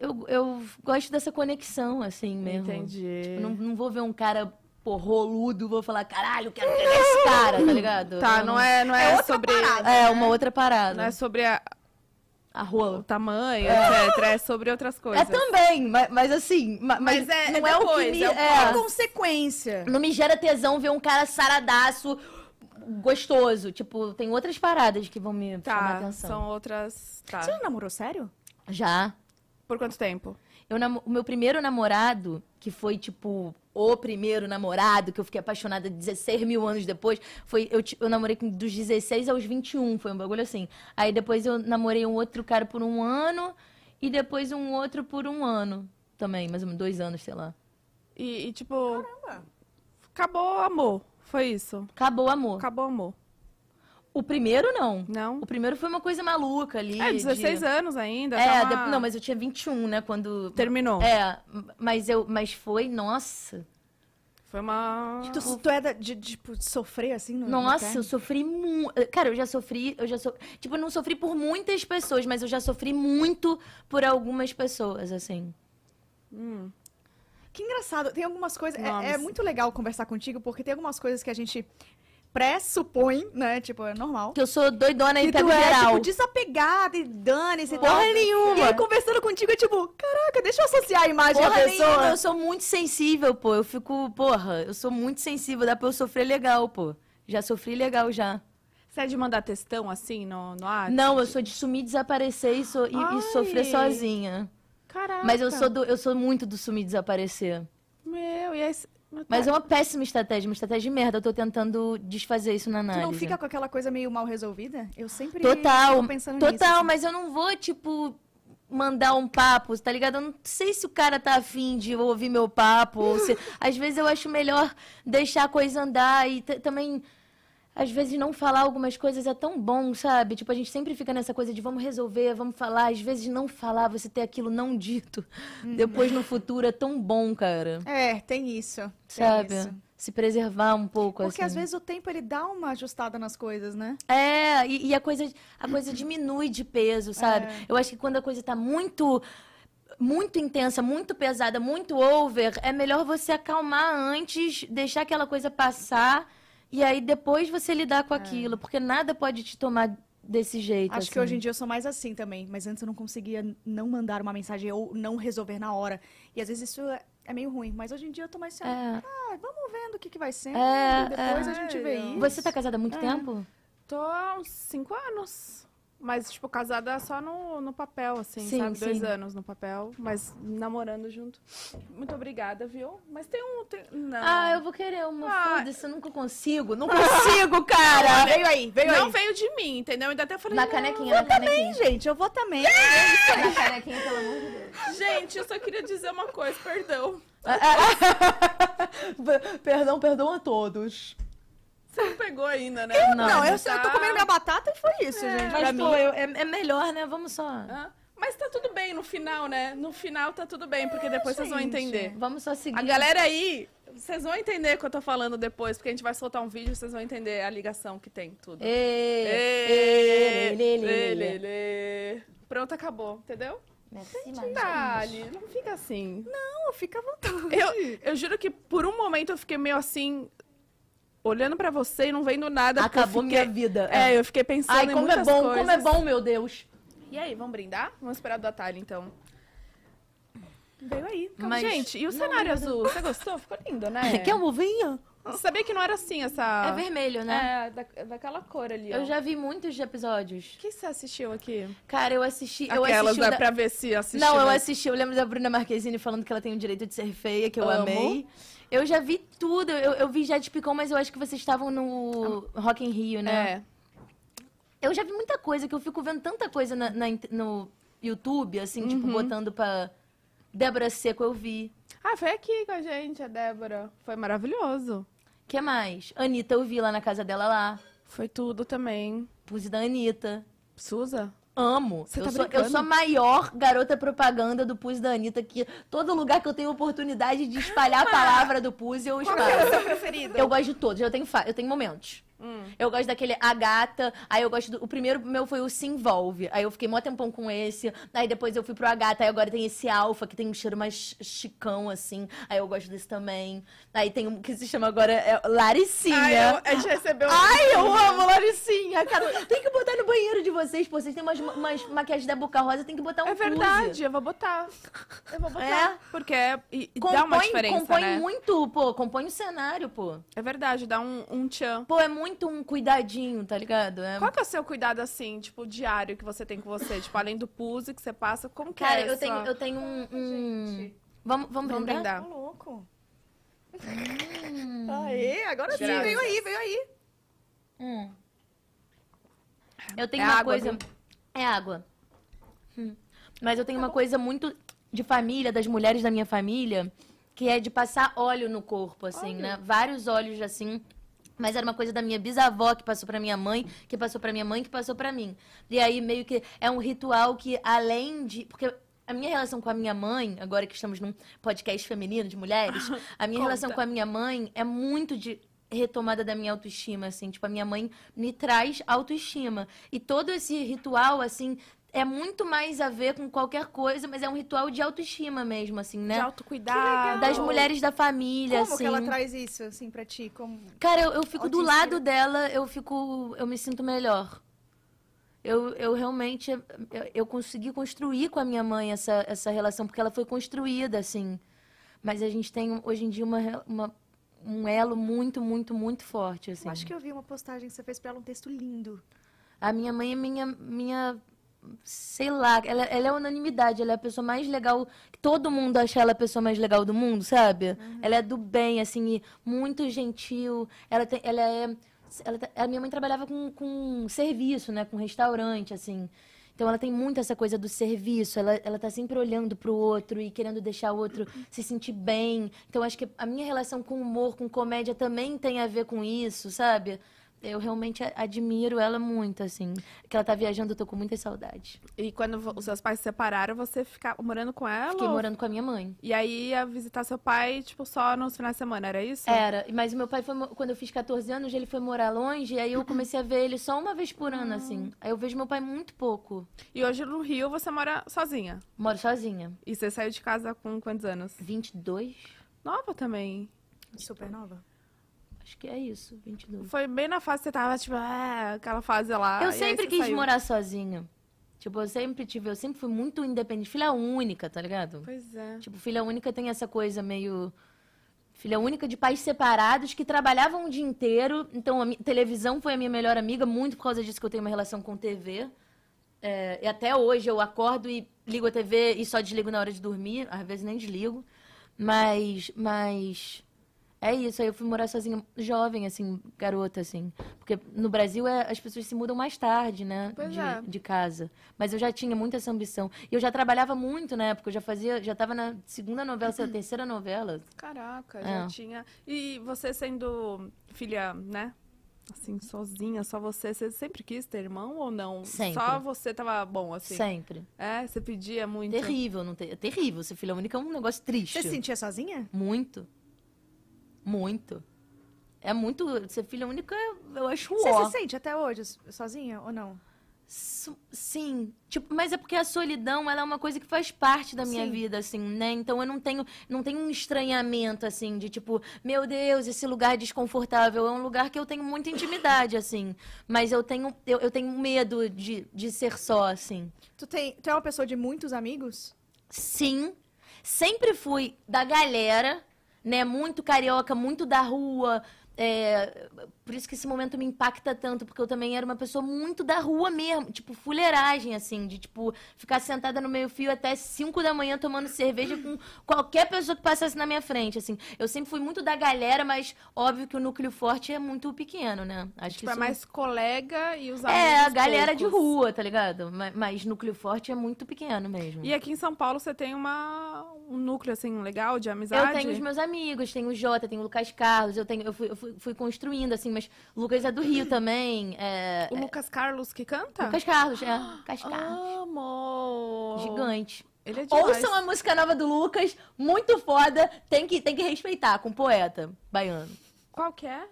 Speaker 3: Eu, eu gosto dessa conexão, assim mesmo.
Speaker 2: Entendi.
Speaker 3: Eu não, não vou ver um cara, pô, roludo, vou falar, caralho, quero pegar esse cara, tá ligado?
Speaker 2: Tá,
Speaker 3: Eu
Speaker 2: não é, não é,
Speaker 1: outra
Speaker 2: sobre.
Speaker 1: parada.
Speaker 3: É, uma outra parada.
Speaker 2: Não é sobre a-
Speaker 3: A
Speaker 2: o
Speaker 3: rola.
Speaker 2: tamanho, etc. É sobre outras
Speaker 3: É
Speaker 2: coisas.
Speaker 3: também, ma- mas, assim. ma- Mas,
Speaker 2: Mas é-
Speaker 3: não
Speaker 2: é
Speaker 3: é, o que
Speaker 2: depois,
Speaker 3: me.
Speaker 2: é o
Speaker 1: É
Speaker 3: é.
Speaker 1: consequência.
Speaker 3: Não me gera tesão ver um cara saradaço, gostoso. Tipo, tem outras paradas que vão me chamar
Speaker 2: Tá,
Speaker 3: atenção.
Speaker 2: são outras. Tá.
Speaker 1: Você não namorou sério?
Speaker 3: Já.
Speaker 2: Por quanto tempo?
Speaker 3: Eu namo- O meu primeiro namorado, que foi, tipo, o primeiro namorado, que eu fiquei apaixonada 16 mil anos depois, foi. Eu, ti- eu namorei com- dos 16 aos 21, foi um bagulho assim. Aí depois eu namorei um outro cara por um ano, e depois um outro por um ano também, mais ou menos dois anos, sei lá.
Speaker 2: E, e, tipo. Acabou o amor. Foi isso.
Speaker 3: Acabou o amor.
Speaker 2: Acabou o amor.
Speaker 3: O primeiro, não.
Speaker 2: Não?
Speaker 3: O primeiro foi uma coisa maluca ali.
Speaker 2: É,
Speaker 3: de-
Speaker 2: 16 anos ainda.
Speaker 3: É,
Speaker 2: tá uma-
Speaker 3: de- não, mas eu tinha 21, né? Quando.
Speaker 2: Terminou.
Speaker 3: É, m- mas eu. Mas foi, nossa.
Speaker 2: Foi uma.
Speaker 1: Tu, tu é da- de, tipo, de sofrer assim? No, no
Speaker 3: Nossa, eu
Speaker 1: término?
Speaker 3: sofri muito. Cara, eu já sofri, eu já so... Tipo, eu não sofri por muitas pessoas, mas eu já sofri muito por algumas pessoas, assim.
Speaker 1: Que engraçado. Tem algumas coisas.
Speaker 2: Nossa.
Speaker 1: É, é muito legal conversar contigo, porque tem algumas coisas que a gente pressupõe, né? Tipo, é normal.
Speaker 3: Que eu sou doidona e
Speaker 1: Que tu
Speaker 3: pego
Speaker 1: é,
Speaker 3: tá geral.
Speaker 1: tipo, desapegada e dane-se e
Speaker 3: Porra
Speaker 1: tal.
Speaker 3: nenhuma.
Speaker 1: E aí, conversando contigo, é tipo, caraca, deixa eu associar a imagem da
Speaker 3: Porra
Speaker 1: pessoa.
Speaker 3: nenhuma, eu sou muito sensível, pô. Eu fico, porra, eu sou muito sensível, dá pra eu sofrer legal, pô. Já sofri legal já.
Speaker 2: Você é de mandar textão assim no, no ar?
Speaker 3: Não, eu sou de sumir, desaparecer e, so- e- e sofrer
Speaker 2: Ai.
Speaker 3: sozinha.
Speaker 2: Caraca.
Speaker 3: Mas eu sou, do- eu sou muito do sumir e desaparecer.
Speaker 2: Meu, e aí. Mas,
Speaker 3: Mas é uma péssima estratégia, uma estratégia de merda. Eu tô tentando desfazer isso na
Speaker 1: Tu
Speaker 3: análise.
Speaker 1: não fica com aquela coisa meio mal resolvida? Eu sempre
Speaker 3: Total,
Speaker 1: fico pensando
Speaker 3: total,
Speaker 1: nisso. assim.
Speaker 3: mas eu não vou, tipo, mandar um papo, tá ligado? Eu não sei se o cara tá afim de ouvir meu papo. ou se- Às vezes eu acho melhor deixar a coisa andar e t- também. Às vezes não falar algumas coisas é tão bom, sabe? Tipo, a gente sempre fica nessa coisa de vamos resolver, vamos falar. Às vezes não falar, você ter aquilo não dito.
Speaker 1: Uhum.
Speaker 3: Depois no futuro é tão bom, cara.
Speaker 1: É, tem isso. tem
Speaker 3: Sabe?
Speaker 1: isso.
Speaker 3: Se preservar um pouco,
Speaker 1: Porque
Speaker 3: assim.
Speaker 1: às vezes o tempo ele dá uma ajustada nas coisas, né?
Speaker 3: É, e, e a, coisa, a coisa diminui de peso, sabe? Eu acho que quando a coisa tá muito, muito intensa, muito pesada, muito over, é melhor você acalmar antes, deixar aquela coisa passar e aí depois você lidar com aquilo, porque nada pode te tomar desse jeito.
Speaker 1: Acho que
Speaker 3: assim.
Speaker 1: hoje em dia eu sou mais assim também, mas antes eu não conseguia não mandar uma mensagem ou não resolver na hora. E às vezes isso é, é meio ruim, mas hoje em dia eu tô mais assim,
Speaker 3: É.
Speaker 1: ah, vamos vendo o que, que vai ser,
Speaker 3: É,
Speaker 1: depois
Speaker 2: é.
Speaker 1: a gente vê isso.
Speaker 3: Você tá casada há muito tempo?
Speaker 2: Tô há uns cinco anos. Mas, tipo, casada só no, no papel, assim,
Speaker 3: Sim,
Speaker 2: sabe? Dois
Speaker 3: sim.
Speaker 2: anos no papel, mas namorando junto. Muito obrigada, viu? Mas tem um. tem- Não.
Speaker 3: Ah, eu vou querer uma.
Speaker 2: Ah.
Speaker 3: Foda-se, eu nunca consigo. Não consigo, cara!
Speaker 1: Veio aí, veio
Speaker 2: Não
Speaker 1: aí.
Speaker 2: veio de mim, entendeu? Ainda até falei.
Speaker 3: Na
Speaker 2: "Não,
Speaker 3: canequinha, na
Speaker 1: Sim,
Speaker 3: canequinha.
Speaker 1: gente, eu vou também.
Speaker 3: Na canequinha, pelo amor de Deus.
Speaker 2: Gente, eu só queria dizer uma coisa, perdão.
Speaker 4: Perdão, perdão a todos.
Speaker 2: Você não pegou ainda, né?
Speaker 3: Não,
Speaker 1: Não, eu, só- eu tô
Speaker 2: tá.
Speaker 1: comendo minha batata e foi isso, gente.
Speaker 3: Mas, pô, eu- é, é melhor, né? Vamos só.
Speaker 2: Hã? Mas tá tudo bem no final, né? No final tá tudo bem, porque depois vocês vão
Speaker 1: Ah, gente.
Speaker 2: entender.
Speaker 3: Vamos só seguir.
Speaker 2: A galera aí, vocês vão entender o que eu tô falando depois, porque a gente vai soltar um vídeo e vocês vão entender a ligação que tem tudo.
Speaker 3: Ê,
Speaker 1: É,
Speaker 3: ê,
Speaker 2: Ê, lê,
Speaker 3: lê, lê, lê, lê.
Speaker 2: lê, lê. Pronto, acabou, entendeu?
Speaker 3: Merci,
Speaker 1: tá,
Speaker 2: Dali, não fica assim.
Speaker 1: Não, fica à vontade.
Speaker 2: Eu, eu juro que por um momento eu fiquei meio assim, olhando pra você e não vendo nada. porque eu
Speaker 3: Acabou
Speaker 2: fiquei-
Speaker 3: minha vida.
Speaker 2: É, eu fiquei pensando
Speaker 3: Ai,
Speaker 2: em
Speaker 3: como é
Speaker 2: muitas
Speaker 3: bom,
Speaker 2: coisas.
Speaker 3: como é bom, meu Deus.
Speaker 2: E aí, vamos brindar? Vamos esperar do Atalho, então.
Speaker 1: Veio aí.
Speaker 3: Mas-
Speaker 2: Gente, e o
Speaker 3: não,
Speaker 2: cenário azul? Você gostou? Ficou lindo, né?
Speaker 3: Quer um ovinho?
Speaker 2: Sabia que não era assim essa...
Speaker 3: É vermelho, né?
Speaker 2: É, da, daquela cor ali, ó.
Speaker 3: Eu já vi muitos episódios.
Speaker 2: O que você assistiu aqui?
Speaker 3: Cara, eu assisti. eu
Speaker 2: Aquelas,
Speaker 3: assisti o
Speaker 2: né,
Speaker 3: da-
Speaker 2: pra ver se assistiu.
Speaker 3: Não, eu
Speaker 2: né?
Speaker 3: assisti. Eu lembro da Bruna Marquezine falando que ela tem o direito de ser feia, que eu
Speaker 2: Amo.
Speaker 3: amei. Eu já vi tudo. Eu, eu vi já de Picon, mas eu acho que vocês estavam no Rock in Rio, né?
Speaker 2: Ah. É.
Speaker 3: Eu já vi muita coisa, que eu fico vendo tanta coisa na- na int- no YouTube, assim, tipo,
Speaker 2: Uhum.
Speaker 3: botando pra. Débora Seco eu vi.
Speaker 2: Ah, foi aqui com a gente, a Débora. Foi maravilhoso.
Speaker 3: que mais? Anitta, eu vi lá na casa dela lá.
Speaker 2: Foi tudo também.
Speaker 3: Puse da Anitta.
Speaker 2: Suza?
Speaker 3: Amo.
Speaker 2: Você
Speaker 3: eu,
Speaker 2: tá
Speaker 3: sou, eu
Speaker 2: brincando?
Speaker 3: sou a maior garota propaganda do Puse da Anitta, que todo lugar que eu tenho oportunidade de espalhar a palavra do Puse, eu
Speaker 1: Qual que é o
Speaker 3: espalho.
Speaker 1: seu preferido?
Speaker 3: Eu gosto de todos, eu tenho, fa- eu tenho momentos.
Speaker 2: Hum.
Speaker 3: Eu gosto daquele A Gata, aí eu gosto do... O primeiro meu foi o Se Envolve, aí eu fiquei mó tempão com esse, aí depois eu fui pro A Gata, aí agora tem esse Alfa, que tem um cheiro mais chicão, assim, aí eu gosto desse também. Aí tem um que se chama agora é Laricinha.
Speaker 2: Ai, eu- a gente recebeu um-
Speaker 3: Ai, eu amo Laricinha, cara. Tem que botar no banheiro de vocês, pô. Vocês têm umas, umas maquiagens da Boca Rosa, tem que botar um
Speaker 2: É verdade,
Speaker 3: Fuse.
Speaker 2: eu vou botar. Eu vou botar.
Speaker 3: É.
Speaker 2: Porque é- e, e
Speaker 3: Compõe,
Speaker 2: dá uma diferença,
Speaker 3: compõe
Speaker 2: né?
Speaker 3: muito, pô. Compõe o cenário, pô.
Speaker 2: É verdade, dá um, um tchan.
Speaker 3: Pô, é muito um cuidadinho, tá ligado? É...
Speaker 2: Qual que é o seu cuidado, assim, tipo, diário que você tem com você? Tipo, além do puse que você passa, como que
Speaker 3: Cara,
Speaker 2: é
Speaker 3: eu
Speaker 2: essa-
Speaker 3: tenho, eu tenho um... um-
Speaker 1: gente.
Speaker 3: Vamos, vamos,
Speaker 2: Vamos
Speaker 3: brindar?
Speaker 1: Tá
Speaker 2: brindar.
Speaker 1: louco. Aí, agora sim,
Speaker 2: Hum. Graças.
Speaker 1: veio aí, veio aí.
Speaker 3: Hum. Eu tenho
Speaker 2: É
Speaker 3: uma
Speaker 2: água,
Speaker 3: coisa.
Speaker 2: viu?
Speaker 3: É água. Hum. Mas eu tenho uma coisa muito de família, das mulheres da minha família, que é de passar óleo no corpo, assim, né? Vários óleos assim. Mas era uma coisa da minha bisavó que passou pra minha mãe, que passou pra minha mãe, que passou pra mim. E aí meio que é um ritual que além de, porque a minha relação com a minha mãe, agora que estamos num podcast feminino de mulheres, a minha relação
Speaker 2: Conta.
Speaker 3: com a minha mãe é muito de retomada da minha autoestima, assim. Tipo, a minha mãe me traz autoestima. E todo esse ritual, assim, é muito mais a ver com qualquer coisa, mas é um ritual de autoestima mesmo, assim, né?
Speaker 2: De autocuidado.
Speaker 3: Das mulheres da família,
Speaker 1: Como
Speaker 3: assim.
Speaker 1: que ela traz isso, assim, pra ti? Como...
Speaker 3: Cara, eu, eu fico do
Speaker 1: Autoestima.
Speaker 3: lado dela, eu fico. Eu me sinto melhor. Eu, eu realmente. Eu, eu consegui construir com a minha mãe essa, essa relação, porque ela foi construída, assim. Mas a gente tem, hoje em dia, uma, re- uma- um elo muito, muito, muito forte, assim.
Speaker 1: Eu acho que eu vi uma postagem que você fez pra ela, um texto lindo.
Speaker 3: A minha mãe é minha, minha sei lá, ela, ela é unanimidade, ela é a pessoa mais legal, que todo mundo acha ela a pessoa mais legal do mundo, sabe? Ela é do bem, assim, e muito gentil, ela, tem, ela é, ela, tá- a minha mãe trabalhava com, com serviço, né, com restaurante, assim, então ela tem muito essa coisa do serviço, ela, ela tá sempre olhando pro outro e querendo deixar o outro se sentir bem, então acho que a minha relação com humor, com comédia também tem a ver com isso, sabe? Eu realmente a- admiro ela muito, assim. Que ela tá viajando, eu tô com muita saudade.
Speaker 2: E quando vo- os seus pais se separaram, você ficava morando com ela?
Speaker 3: Fiquei
Speaker 2: ou-
Speaker 3: morando com a minha mãe.
Speaker 2: E aí ia visitar seu pai, tipo, só nos finais de semana, era isso?
Speaker 3: Era, mas o meu pai foi, mo- quando eu fiz 14 anos, ele foi morar longe, aí eu comecei a ver ele só uma vez por
Speaker 2: Ah.
Speaker 3: ano, assim. Aí eu vejo meu pai muito pouco.
Speaker 2: E hoje no Rio você mora sozinha.
Speaker 3: Moro sozinha.
Speaker 2: E você saiu de casa com quantos anos?
Speaker 3: 22?
Speaker 2: Nova também.
Speaker 1: Supernova?
Speaker 3: Acho que é isso, 22.
Speaker 2: Foi bem na fase que você tava, tipo, ah, aquela fase lá.
Speaker 3: eu
Speaker 2: E aí
Speaker 3: sempre
Speaker 2: você
Speaker 3: quis
Speaker 2: saiu.
Speaker 3: morar sozinha. Tipo, eu sempre tive, eu sempre fui muito independente. Filha única, tá ligado?
Speaker 2: Pois é.
Speaker 3: Tipo, filha única tem essa coisa meio. Filha única de pais separados que trabalhavam o dia inteiro. Então, a mi- televisão foi a minha melhor amiga, muito por causa disso que eu tenho uma relação com TV. É, e até hoje eu acordo e ligo a TV e só desligo na hora de dormir. Às vezes nem desligo. Mas. Mas. É isso, aí eu fui morar sozinha, jovem, assim, garota, assim. Porque no Brasil é- as pessoas se mudam mais tarde, né?
Speaker 2: Pois
Speaker 3: de,
Speaker 2: é.
Speaker 3: de casa. Mas eu já tinha muita essa ambição. E eu já trabalhava muito na época, eu já fazia, já tava na segunda novela, sei lá, terceira novela.
Speaker 2: Caraca, já
Speaker 3: É.
Speaker 2: tinha. E você sendo filha, né? Assim, sozinha, só você, você sempre quis ter irmão ou não?
Speaker 3: Sempre.
Speaker 2: Só você tava bom, assim.
Speaker 3: Sempre.
Speaker 2: É, você pedia muito.
Speaker 3: Terrível, não ter... é terrível. Ser filha única é um negócio triste.
Speaker 1: Você se sentia sozinha?
Speaker 3: Muito. Muito. É muito. Ser filha única, eu acho um
Speaker 1: Você
Speaker 3: ó.
Speaker 1: se sente até hoje so- sozinha ou não?
Speaker 3: Su- Sim, tipo, mas é porque a solidão, ela é uma coisa que faz parte da minha
Speaker 1: Sim.
Speaker 3: vida, assim, né? Então eu não tenho, não tenho um estranhamento, assim, de tipo, meu Deus, esse lugar desconfortável é um lugar que eu tenho muita intimidade, assim. Mas eu tenho, eu, eu tenho medo de, de ser só, assim.
Speaker 1: Tu, tem, tu é uma pessoa de muitos amigos?
Speaker 3: Sim, sempre fui da galera, né? Muito carioca, muito da rua, é, Por isso que esse momento me impacta tanto, porque eu também era uma pessoa muito da rua mesmo, tipo, fuleiragem, assim, de, tipo, ficar sentada no meio-fio até 5 da manhã tomando cerveja com qualquer pessoa que passasse na minha frente, assim. Eu sempre fui muito da galera, mas óbvio que o núcleo forte é muito pequeno, né? Acho que
Speaker 2: Tipo, é mais colega e os amigos
Speaker 3: É, a galera de
Speaker 2: poucos.
Speaker 3: rua, tá ligado? Mas, mas núcleo forte é muito pequeno mesmo.
Speaker 2: E aqui em São Paulo você tem uma, um núcleo, assim, legal de
Speaker 3: Eu
Speaker 2: amizade?
Speaker 3: tenho os meus amigos, tenho o Jota, tenho o Lucas Carlos, eu, tenho, eu, fui, eu fui, fui construindo, assim, mas o Lucas é do Rio também. É,
Speaker 2: O Lucas Carlos que canta?
Speaker 3: Lucas Carlos, é. Lucas Carlos.
Speaker 2: Amo!
Speaker 3: Gigante.
Speaker 2: Ele é Ah, demais.
Speaker 3: Ouçam a música nova do Lucas, muito foda, tem que, tem que respeitar, com poeta baiano.
Speaker 2: Qual que é?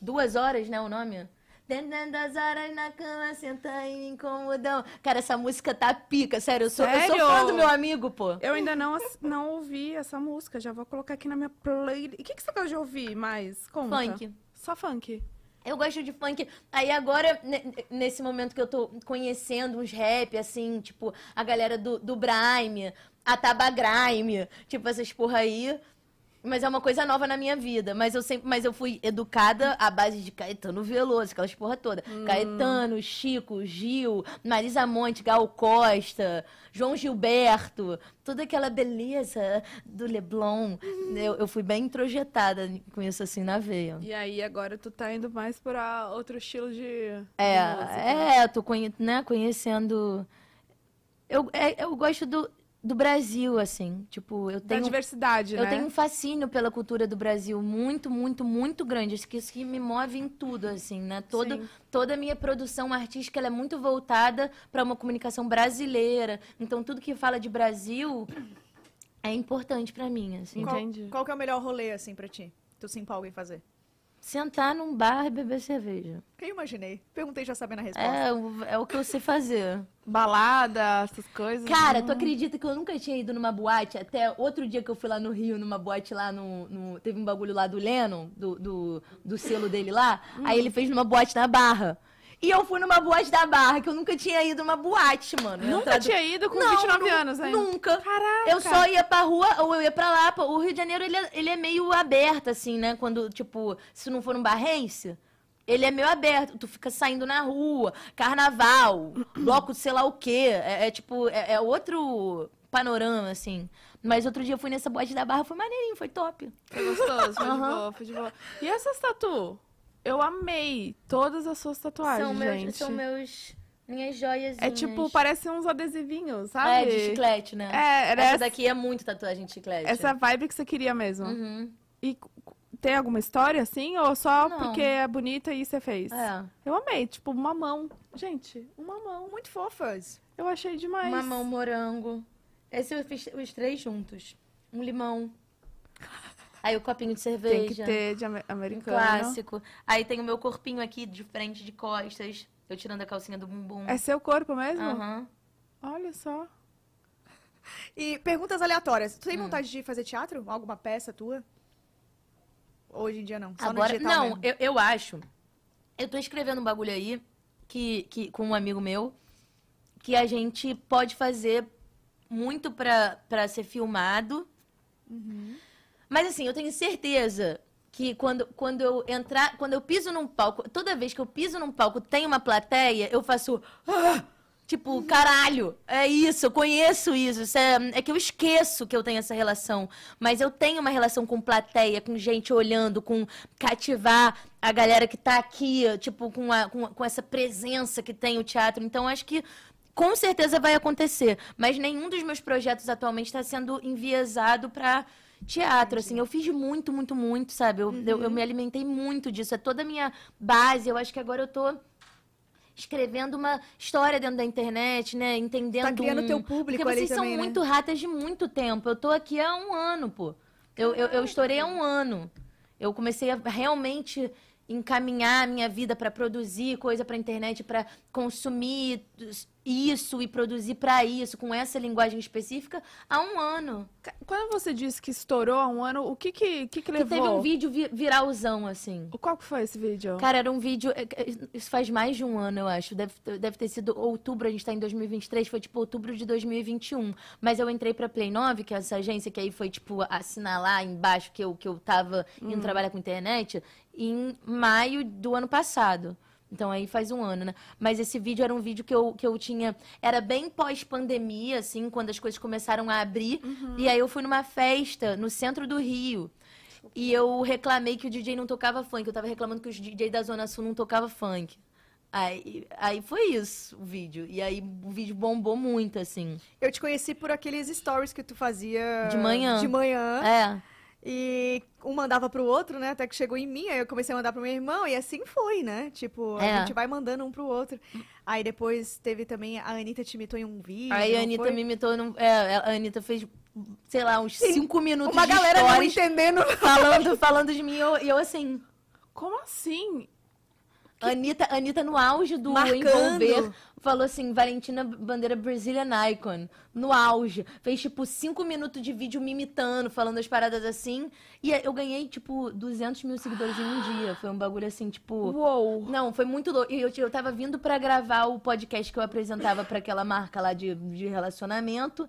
Speaker 3: Duas horas, né, o nome? Dentro das horas na cama, sentar e me incomodão. Cara, essa música tá pica, sério. Eu sou, eu sou
Speaker 2: Sério?
Speaker 3: fã do meu amigo, pô.
Speaker 2: Eu ainda não, ass- não ouvi essa música, já vou colocar aqui na minha play. E o que, que você gosta de ouvir mais? Conta.
Speaker 3: Funk.
Speaker 2: Só funk.
Speaker 3: Eu gosto de funk. Aí agora, ne- nesse momento que eu tô conhecendo uns rap, assim, tipo, a galera do, do Grime, a Taba Grime, tipo, essas porra aí. Mas é uma coisa nova na minha vida. Mas eu sempre, mas eu fui educada à base de Caetano Veloso, aquelas porra toda. Caetano, Chico, Gil, Marisa Monte, Gal Costa, João Gilberto, toda aquela beleza do Leblon. Eu, eu fui bem introjetada com isso assim na veia.
Speaker 2: E aí agora tu tá indo mais pra outro estilo de.
Speaker 3: É,
Speaker 2: de música.
Speaker 3: é, eu tô conhe- né, conhecendo. Eu, é, eu gosto do, do Brasil, assim. Tipo, eu
Speaker 2: Da
Speaker 3: tenho,
Speaker 2: diversidade,
Speaker 3: eu
Speaker 2: Tá né?
Speaker 3: tenho um fascínio pela cultura do Brasil muito, muito, muito grande. Acho que isso que me move em tudo, assim, né? Todo,
Speaker 2: Sim.
Speaker 3: toda a minha produção artística ela é muito voltada para uma comunicação brasileira. Então, tudo que fala de Brasil é importante para mim, assim.
Speaker 1: Qual,
Speaker 2: Entendi.
Speaker 1: qual que é o melhor rolê, assim, pra ti? Tu se empolga em fazer?
Speaker 3: Sentar num bar e beber cerveja.
Speaker 1: Eu imaginei. Perguntei já sabendo a resposta.
Speaker 3: É, o- é o que eu sei fazer.
Speaker 2: Balada, essas coisas.
Speaker 3: Cara, tu acredita que eu nunca tinha ido numa boate? Até outro dia que eu fui lá no Rio, numa boate lá no. no- teve um bagulho lá do Lennon, do, do, do selo dele lá.
Speaker 2: Uhum.
Speaker 3: Aí ele fez numa boate na Barra. E eu fui numa boate da Barra, que eu nunca tinha ido numa boate, mano.
Speaker 2: Nunca
Speaker 3: Entrado-
Speaker 2: tinha ido com
Speaker 3: Não,
Speaker 2: 29
Speaker 3: nu-
Speaker 2: anos ainda.
Speaker 3: Nunca.
Speaker 2: Caraca.
Speaker 3: Eu só ia pra rua ou eu ia pra lá. pô. O Rio de Janeiro, ele é, ele é meio aberto, assim, né? Quando, tipo, se não for um barrense, ele é meio aberto. Tu fica saindo na rua, carnaval, bloco sei lá o quê. É, é tipo, é, é outro panorama, assim. Mas outro dia eu fui nessa boate da Barra, foi maneirinho, foi top.
Speaker 2: Foi gostoso, foi de
Speaker 3: Aham.
Speaker 2: boa, foi de boa. E essas tatu? Eu amei todas as suas tatuagens,
Speaker 3: são
Speaker 2: gente.
Speaker 3: meus, são meus, minhas joias.
Speaker 2: É tipo, parece uns adesivinhos,
Speaker 3: É,
Speaker 2: sabe?
Speaker 3: de chiclete, né?
Speaker 2: É, era
Speaker 3: essa
Speaker 2: essa,
Speaker 3: daqui é muito tatuagem de chiclete.
Speaker 2: essa vibe que você queria mesmo.
Speaker 3: Uhum.
Speaker 2: E cu- cu- tem alguma história assim? Ou só
Speaker 3: Não.
Speaker 2: porque é bonita e você fez?
Speaker 3: É.
Speaker 2: Eu amei, tipo, uma mão. Gente, uma mão.
Speaker 1: Muito fofas.
Speaker 2: Eu achei demais.
Speaker 3: Mamão, morango. Esse eu fiz os três juntos. Um limão. Aí o copinho de cerveja.
Speaker 2: Tem que ter de ame-
Speaker 3: Um
Speaker 2: americano.
Speaker 3: clássico. Aí tem o meu corpinho aqui de frente, de costas. Eu tirando a calcinha do bumbum.
Speaker 2: É seu corpo mesmo?
Speaker 3: Aham.
Speaker 2: Olha só.
Speaker 1: E perguntas aleatórias. Tu tem
Speaker 3: Hum.
Speaker 1: vontade de fazer teatro? Alguma peça tua? Hoje em dia não. Só
Speaker 3: Agora,
Speaker 1: no digital
Speaker 3: não,
Speaker 1: mesmo.
Speaker 3: eu, eu acho. Eu tô escrevendo um bagulho aí que, que, com um amigo meu que a gente pode fazer muito pra, pra ser filmado.
Speaker 1: Uhum.
Speaker 3: Mas assim, eu tenho certeza que quando, quando eu entrar, quando eu piso num palco, toda vez que eu piso num palco tem uma plateia, eu faço. "Ah!" Tipo, caralho, é isso, eu conheço isso. isso é, é que eu esqueço que eu tenho essa relação. Mas eu tenho uma relação com plateia, com gente olhando, com cativar a galera que tá aqui, tipo, com, a- com, com essa presença que tem o teatro. Então, acho que com certeza vai acontecer, mas nenhum dos meus projetos atualmente está sendo enviesado para teatro, assim, eu fiz muito, muito, muito, sabe? Eu, eu, eu me alimentei muito disso, é toda a minha base, eu acho que agora eu tô escrevendo uma história dentro da internet, né? Entendendo
Speaker 1: Tá criando
Speaker 3: um...
Speaker 1: teu público
Speaker 3: Porque vocês
Speaker 1: ali
Speaker 3: são
Speaker 1: também, né?
Speaker 3: muito ratas de muito tempo, eu tô aqui há um ano, pô. Eu, eu, eu estourei há um ano. Eu comecei a realmente encaminhar a minha vida para produzir coisa para internet, para consumir isso e produzir pra isso, com essa linguagem específica, há um ano.
Speaker 2: Ca- Quando você disse que estourou há um ano, o que que, que, que
Speaker 3: Que
Speaker 2: levou?
Speaker 3: teve um vídeo vi- viralzão, assim.
Speaker 2: Qual que foi esse vídeo?
Speaker 3: Cara, era um vídeo. é, é, Isso faz mais de um ano, eu acho. Deve, deve ter sido outubro, a gente tá em 2023, foi tipo outubro de 2021. Mas eu entrei pra Play 9, que é essa agência que aí foi, tipo, assinar lá embaixo que eu, que eu tava indo trabalhar com internet, em maio do ano passado. Então aí faz um ano, né? Mas esse vídeo era um vídeo que eu, que eu tinha. Era bem pós-pandemia, assim, quando as coisas começaram a abrir. E aí eu fui numa festa no centro do Rio. E eu reclamei que o DJ não tocava funk. Eu tava reclamando que os DJ da Zona Sul não tocava funk. Aí, aí foi isso o vídeo. E aí o vídeo bombou muito, assim.
Speaker 1: Eu te conheci por aqueles stories que tu fazia
Speaker 3: De manhã.
Speaker 1: de manhã.
Speaker 3: É.
Speaker 1: E um mandava pro outro, né? Até que chegou em mim, aí eu comecei a mandar pro meu irmão, e assim foi, né? Tipo, a
Speaker 3: É.
Speaker 1: gente vai mandando um pro outro. Aí depois teve também, a Anitta te imitou em um vídeo.
Speaker 3: Aí a
Speaker 1: não
Speaker 3: Anitta
Speaker 1: foi?
Speaker 3: me imitou. Num, é, a Anitta fez, sei lá, uns cinco minutos
Speaker 1: Uma
Speaker 3: de
Speaker 1: galera não
Speaker 3: stories
Speaker 1: entendendo.
Speaker 3: falando, falando de mim. E eu, e eu assim.
Speaker 2: Como assim?
Speaker 3: Anitta, Anitta, no auge do
Speaker 1: Marcando.
Speaker 3: envolver, falou assim, Valentina Bandeira Brazilian Icon, no auge. Fez, tipo, cinco minutos de vídeo me imitando, falando as paradas assim. E eu ganhei, tipo, 200 mil seguidores em um dia. Foi um bagulho assim, tipo...
Speaker 2: Uou!
Speaker 3: Não, foi muito louco. E eu, eu tava vindo pra gravar o podcast que eu apresentava pra aquela marca lá de, de relacionamento.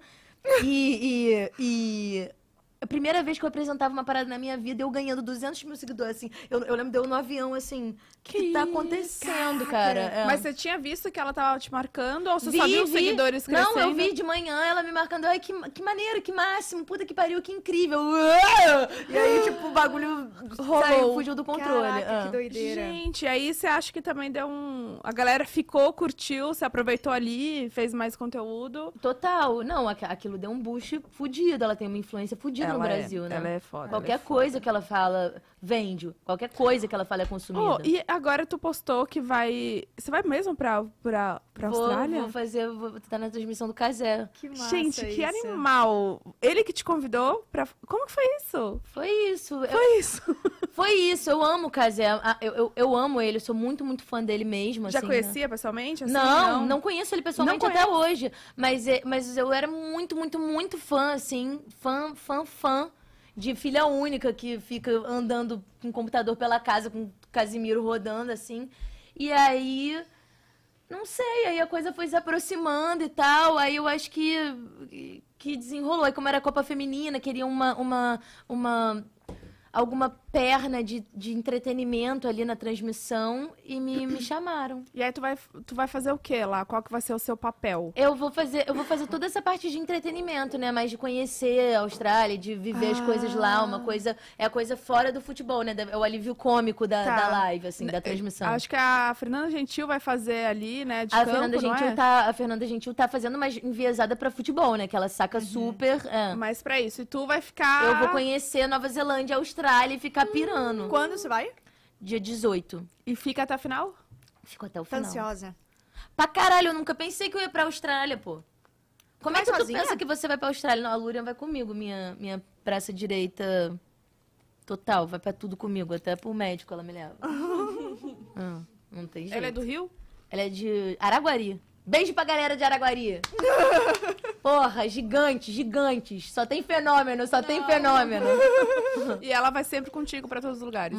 Speaker 3: E, e, e a primeira vez que eu apresentava uma parada na minha vida, eu ganhando 200 mil seguidores, assim. Eu, eu lembro de eu no avião, assim. O que,
Speaker 2: Que
Speaker 3: tá
Speaker 2: isso?
Speaker 3: acontecendo, cara? É.
Speaker 2: Mas você tinha visto que ela tava te marcando ou você
Speaker 3: Vi,
Speaker 2: só viu os
Speaker 3: vi.
Speaker 2: seguidores crescendo?
Speaker 3: Não, eu vi de manhã ela me marcando. Ai, que, que maneiro, que máximo. Puta que pariu, que incrível. Uau! E aí, tipo, o bagulho saiu, fugiu do controle.
Speaker 1: Caraca,
Speaker 3: Ah.
Speaker 1: que doideira.
Speaker 2: Gente, aí você acha que também deu um. A galera ficou, curtiu, se aproveitou ali, fez mais conteúdo.
Speaker 3: Total. Não, aqu- aquilo deu um boost fudido. Ela tem uma influência fudida no
Speaker 2: Ela é-
Speaker 3: Brasil, né?
Speaker 2: Ela é foda. ela
Speaker 3: Qualquer
Speaker 2: é foda.
Speaker 3: coisa que ela fala vende. Qualquer coisa que ela fala é consumida.
Speaker 2: Oh, e agora tu postou que vai. Você vai mesmo pra, pra, pra
Speaker 3: vou,
Speaker 2: Austrália?
Speaker 3: vou fazer, vou tá na transmissão do Casé.
Speaker 1: Que massa
Speaker 2: Gente, que
Speaker 1: isso.
Speaker 2: animal! Ele que te convidou pra. Como que foi isso?
Speaker 3: Foi isso. Eu-
Speaker 2: Foi isso.
Speaker 3: foi isso. Eu amo o Casé. Ah, Eu, eu, eu amo ele. Eu sou muito, muito fã dele mesmo.
Speaker 2: Já
Speaker 3: assim, né?
Speaker 2: conhecia pessoalmente? assim?
Speaker 3: não, não, conheço ele pessoalmente
Speaker 2: Não
Speaker 3: até hoje. Mas, é- mas eu era muito, muito, muito fã, assim. Fã, fã, fã de filha única que fica andando com o computador pela casa, com o Casimiro rodando, assim. E aí. Não sei, aí a coisa foi se aproximando e tal. Aí eu acho que, que desenrolou. Aí, como era a Copa Feminina, queria uma. uma, uma alguma perna de, de entretenimento ali na transmissão e me, me chamaram.
Speaker 2: E aí tu vai, tu vai fazer o quê lá? Qual que vai ser o seu papel?
Speaker 3: Eu vou fazer, eu vou fazer toda essa parte de entretenimento, né? Mas de conhecer a Austrália, de viver as coisas lá,
Speaker 2: Ah.
Speaker 3: uma coisa. É a coisa fora do futebol, né? Da- É o alívio cômico da,
Speaker 2: Tá.
Speaker 3: da live, assim, da transmissão.
Speaker 2: Acho que a Fernanda Gentil vai fazer ali, né? De
Speaker 3: a
Speaker 2: campo,
Speaker 3: Fernanda
Speaker 2: não
Speaker 3: Gentil
Speaker 2: é?
Speaker 3: tá. A Fernanda Gentil tá fazendo, mas enviesada pra futebol, né? Que ela saca
Speaker 2: Uhum.
Speaker 3: super. é.
Speaker 2: Mas pra isso. E tu vai ficar.
Speaker 3: Eu vou conhecer Nova Zelândia, Austrália e ficar
Speaker 2: Hum.
Speaker 3: pirando.
Speaker 1: Quando você vai?
Speaker 3: Dia 18.
Speaker 2: E fica até a final?
Speaker 3: Fico até o
Speaker 1: Tá
Speaker 3: final.
Speaker 1: ansiosa.
Speaker 3: Pra caralho, eu nunca pensei que eu ia pra Austrália, pô. Como
Speaker 1: Vai
Speaker 3: é que
Speaker 1: sozinha?
Speaker 3: tu pensa que você vai pra Austrália? Não, a Lurian vai comigo, minha, minha praça direita total, vai pra tudo comigo, até pro médico ela me leva. Ah, não tem jeito.
Speaker 2: Ela é do Rio?
Speaker 3: de Araguari. Beijo pra galera de Araguari. Porra, gigantes, gigantes. Só tem fenômeno, só tem fenômeno. Uhum.
Speaker 2: E ela vai sempre contigo pra todos os lugares.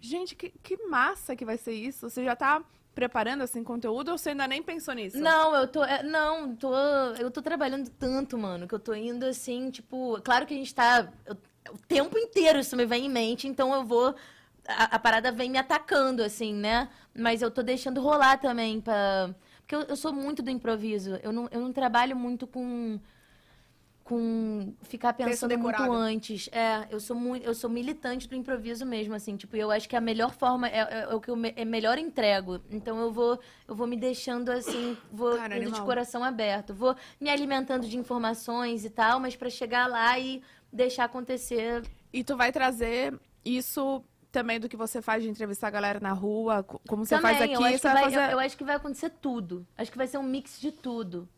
Speaker 2: Gente, que, que massa que vai ser isso. Você já tá preparando assim conteúdo ou você ainda nem pensou nisso?
Speaker 3: Não, eu tô. é, Não, tô. Eu tô trabalhando tanto, mano, que eu tô indo assim, tipo. Claro que a gente tá. eu- o tempo inteiro isso me vem em mente, então eu vou. A, a parada vem me atacando, assim, né? Mas eu tô deixando rolar também pra. Porque eu, eu sou muito do improviso. Eu não, eu não trabalho muito com. Com ficar
Speaker 1: Texto
Speaker 3: pensando muito
Speaker 1: decorado.
Speaker 3: antes. É, eu sou muito, eu sou militante do improviso mesmo, assim, tipo, eu acho que a melhor forma é, é- é o que eu me- é melhor entrego. Então eu vou, eu vou me deixando assim, vou
Speaker 2: Cara,
Speaker 3: indo de
Speaker 2: animal.
Speaker 3: coração aberto, vou me alimentando de informações e tal, mas pra chegar lá e deixar acontecer.
Speaker 2: E tu vai trazer isso também do que você faz de entrevistar a galera na rua, co- como você
Speaker 3: Também,
Speaker 2: faz aqui,
Speaker 3: eu acho,
Speaker 2: você
Speaker 3: que vai,
Speaker 2: vai fazer.
Speaker 3: eu, eu acho que vai acontecer tudo. Acho que vai ser um mix de tudo.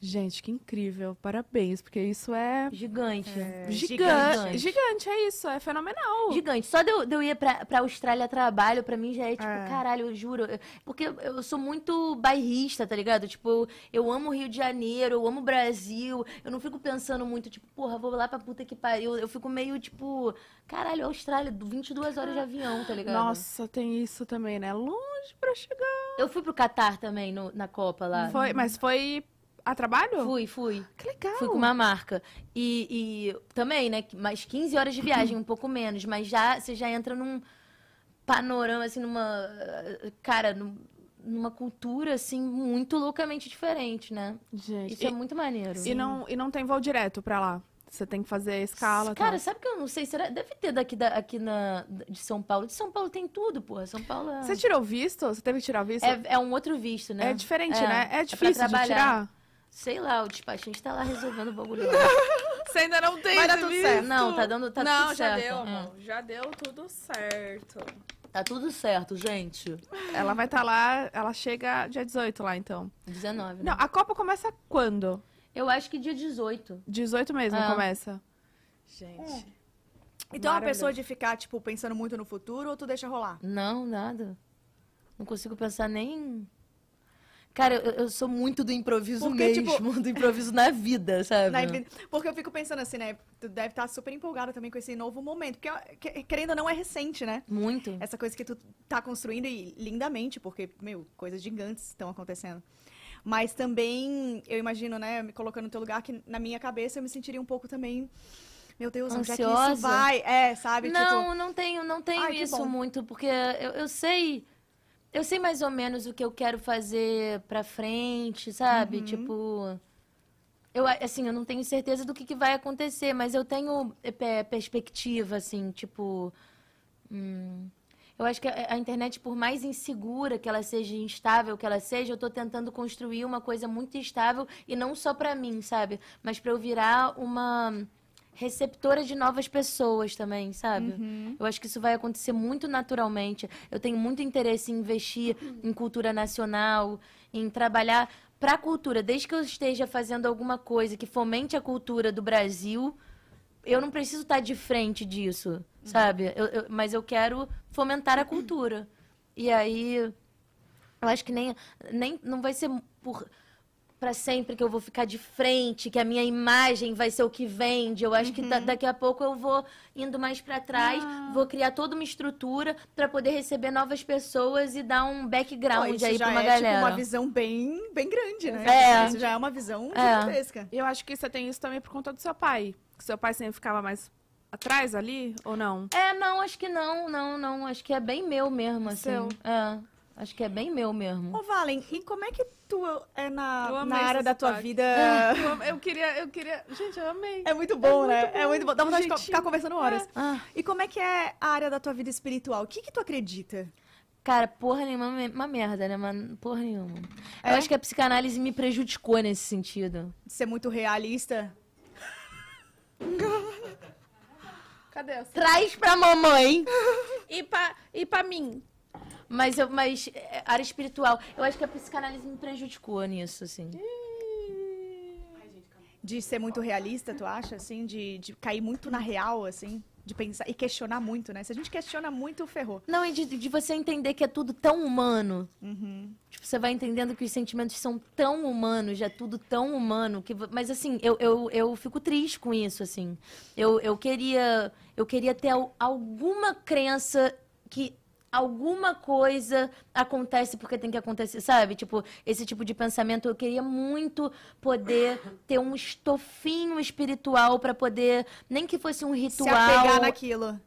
Speaker 2: Gente, que incrível. Parabéns, porque isso é
Speaker 3: Gigante.
Speaker 2: gigante.
Speaker 3: gigante.
Speaker 2: Gigante, é isso. É fenomenal.
Speaker 3: Gigante. Só de eu, de eu ir pra, pra Austrália a trabalho, pra mim já é tipo,
Speaker 1: É.
Speaker 3: caralho, eu juro. eu- Porque eu, eu sou muito bairrista, tá ligado? Tipo, eu amo o Rio de Janeiro, eu amo o Brasil. Eu não fico pensando muito, tipo, porra, vou lá pra puta que pariu. Eu fico meio, tipo, caralho, Austrália, 22 horas de avião, tá ligado?
Speaker 2: Ah. Nossa, tem isso também, né? Longe pra chegar.
Speaker 3: Eu fui pro Catar também no- na Copa lá.
Speaker 2: Foi, mas foi a trabalho?
Speaker 3: Fui, fui.
Speaker 2: Que legal.
Speaker 3: Fui com uma marca. E, e também, né? Mais 15 horas de viagem, um pouco menos. Mas já você já entra num panorama, assim, numa. eh, Cara, num- numa cultura, assim, muito loucamente diferente, né?
Speaker 2: Gente,
Speaker 3: Isso é muito maneiro.
Speaker 2: e, e não, e não tem voo direto pra lá. Você tem que fazer escala.
Speaker 3: Cara,
Speaker 2: tal.
Speaker 3: sabe que eu não sei? Será? Deve ter daqui, da, aqui na, de São Paulo. De São Paulo tem tudo, porra. São Paulo é.
Speaker 2: você tirou visto? Você teve que tirar visto?
Speaker 3: É, é um outro visto, né?
Speaker 2: É diferente,
Speaker 3: É,
Speaker 2: né?
Speaker 3: é
Speaker 2: É
Speaker 3: pra
Speaker 2: difícil de
Speaker 3: trabalhar.
Speaker 2: tirar.
Speaker 3: Sei lá, o despachante tá lá resolvendo o bagulho.
Speaker 2: Você ainda não tem
Speaker 3: Vai dar
Speaker 2: esse
Speaker 3: tudo
Speaker 2: Tá visto.
Speaker 3: certo. Não, tá dando. Tá
Speaker 2: não,
Speaker 3: tudo
Speaker 2: já
Speaker 3: certo.
Speaker 2: deu,
Speaker 3: É.
Speaker 2: amor. Já deu tudo certo.
Speaker 3: Tá tudo certo, gente.
Speaker 2: Ela vai estar lá, ela chega dia 18 lá, então.
Speaker 3: 19.
Speaker 2: Não,
Speaker 3: Né?
Speaker 2: a Copa começa quando?
Speaker 3: Eu acho que dia 18.
Speaker 2: 18 mesmo
Speaker 3: Ah.
Speaker 2: começa.
Speaker 1: Gente. Então
Speaker 2: Então,
Speaker 1: é
Speaker 2: a
Speaker 1: uma
Speaker 2: pessoa
Speaker 1: pessoa de ficar, tipo, pensando muito no futuro ou tu deixa rolar?
Speaker 3: Não, nada. Não consigo pensar nem. Cara, eu, eu sou muito do improviso
Speaker 1: Porque, tipo-
Speaker 3: mesmo, do improviso na vida, sabe?
Speaker 1: Na vida. Porque eu fico pensando assim, né? Tu deve estar super empolgada também com esse novo momento. Porque, que- querendo ou não, é recente, né?
Speaker 3: Muito.
Speaker 1: Essa coisa que tu tá construindo e lindamente, porque, meu, coisas gigantes estão acontecendo. Mas também, eu imagino, né, me colocando no teu lugar, que na minha cabeça eu me sentiria um pouco também. Meu Deus, onde é que isso
Speaker 3: Ansiosa?
Speaker 1: vai? É, sabe?
Speaker 3: não,
Speaker 1: Tipo,
Speaker 3: não tenho, não tenho
Speaker 1: Ai, que
Speaker 3: isso
Speaker 1: bom.
Speaker 3: muito, porque eu, eu sei. Eu sei mais ou menos o que eu quero fazer pra frente,
Speaker 1: Uhum.
Speaker 3: sabe? Tipo. Eu, a- assim, eu não tenho certeza do que, que vai acontecer, mas eu tenho eh, pe- perspectiva, assim, tipo. hum, eu acho que a, a internet, por mais insegura que ela seja, instável que ela seja, eu tô tentando construir uma coisa muito estável e não só pra mim, sabe? Mas pra eu virar uma receptora de novas pessoas também, sabe?
Speaker 1: Uhum.
Speaker 3: Eu acho que isso vai acontecer muito naturalmente. Eu tenho muito interesse em investir em cultura nacional, em trabalhar pra cultura, desde que eu esteja fazendo alguma coisa que fomente a cultura do Brasil, eu não preciso estar de frente
Speaker 1: Uhum.
Speaker 3: disso, sabe? Eu- eu- mas eu quero fomentar a cultura. E aí, eu acho que nem, nem não vai ser por para sempre que eu vou ficar de frente, que a minha imagem vai ser o que vende. Eu acho que
Speaker 1: Uhum.
Speaker 3: da- daqui a pouco eu vou indo mais para trás,
Speaker 1: Ah.
Speaker 3: vou criar toda uma estrutura para poder receber novas pessoas e dar um
Speaker 1: pô,
Speaker 3: background
Speaker 1: isso
Speaker 3: aí
Speaker 1: já
Speaker 3: para uma
Speaker 1: é,
Speaker 3: galera.
Speaker 1: tipo, uma visão bem, bem grande, né?
Speaker 3: É.
Speaker 1: Isso já é uma visão
Speaker 3: É.
Speaker 1: gigantesca.
Speaker 2: Eu acho que você tem isso também por conta do seu pai. Que seu pai sempre ficava mais atrás ali, ou não?
Speaker 3: É, não, acho que não, não, não. Acho que é bem meu mesmo, assim.
Speaker 2: Seu.
Speaker 3: É, acho que é bem meu mesmo.
Speaker 1: Ô, Valen, e como é que tu é
Speaker 2: Eu
Speaker 1: na,
Speaker 2: amei
Speaker 1: na área
Speaker 2: esse
Speaker 1: da tua
Speaker 2: sotaque.
Speaker 1: vida?
Speaker 2: Eu, eu queria, eu queria... Gente, eu amei.
Speaker 1: É muito bom, né? É muito bom. Dá vontade de
Speaker 2: Gente, é.
Speaker 1: ficar conversando horas.
Speaker 3: Ah,
Speaker 1: E como é que é a área da tua vida espiritual? O que que tu acredita?
Speaker 3: cara, porra nenhuma, me- uma merda, né? Mas porra nenhuma.
Speaker 1: É?
Speaker 3: Eu acho que a psicanálise me prejudicou nesse sentido.
Speaker 1: De ser muito realista?
Speaker 2: Cadê essa?
Speaker 3: Traz pra mamãe!
Speaker 2: E pra, e pra mim?
Speaker 3: Mas, eu, mas é, área espiritual, eu acho que a psicanálise me prejudicou nisso, assim.
Speaker 1: De ser muito realista, tu acha? Assim, de, de cair muito na real, assim? De pensar e questionar muito, né? Se a gente questiona muito, ferrou.
Speaker 3: Não, e de, de você entender que é tudo tão humano.
Speaker 1: Uhum.
Speaker 3: Tipo, você vai entendendo que os sentimentos são tão humanos, é tudo tão humano. que vo- Mas assim, eu, eu, eu fico triste com isso, assim. Eu, eu queria eu queria ter al- alguma crença que alguma coisa acontece porque tem que acontecer, sabe? Tipo, esse tipo de pensamento eu queria muito poder ter um estofinho espiritual pra poder, nem que fosse um ritual,
Speaker 1: Se apegar naquilo.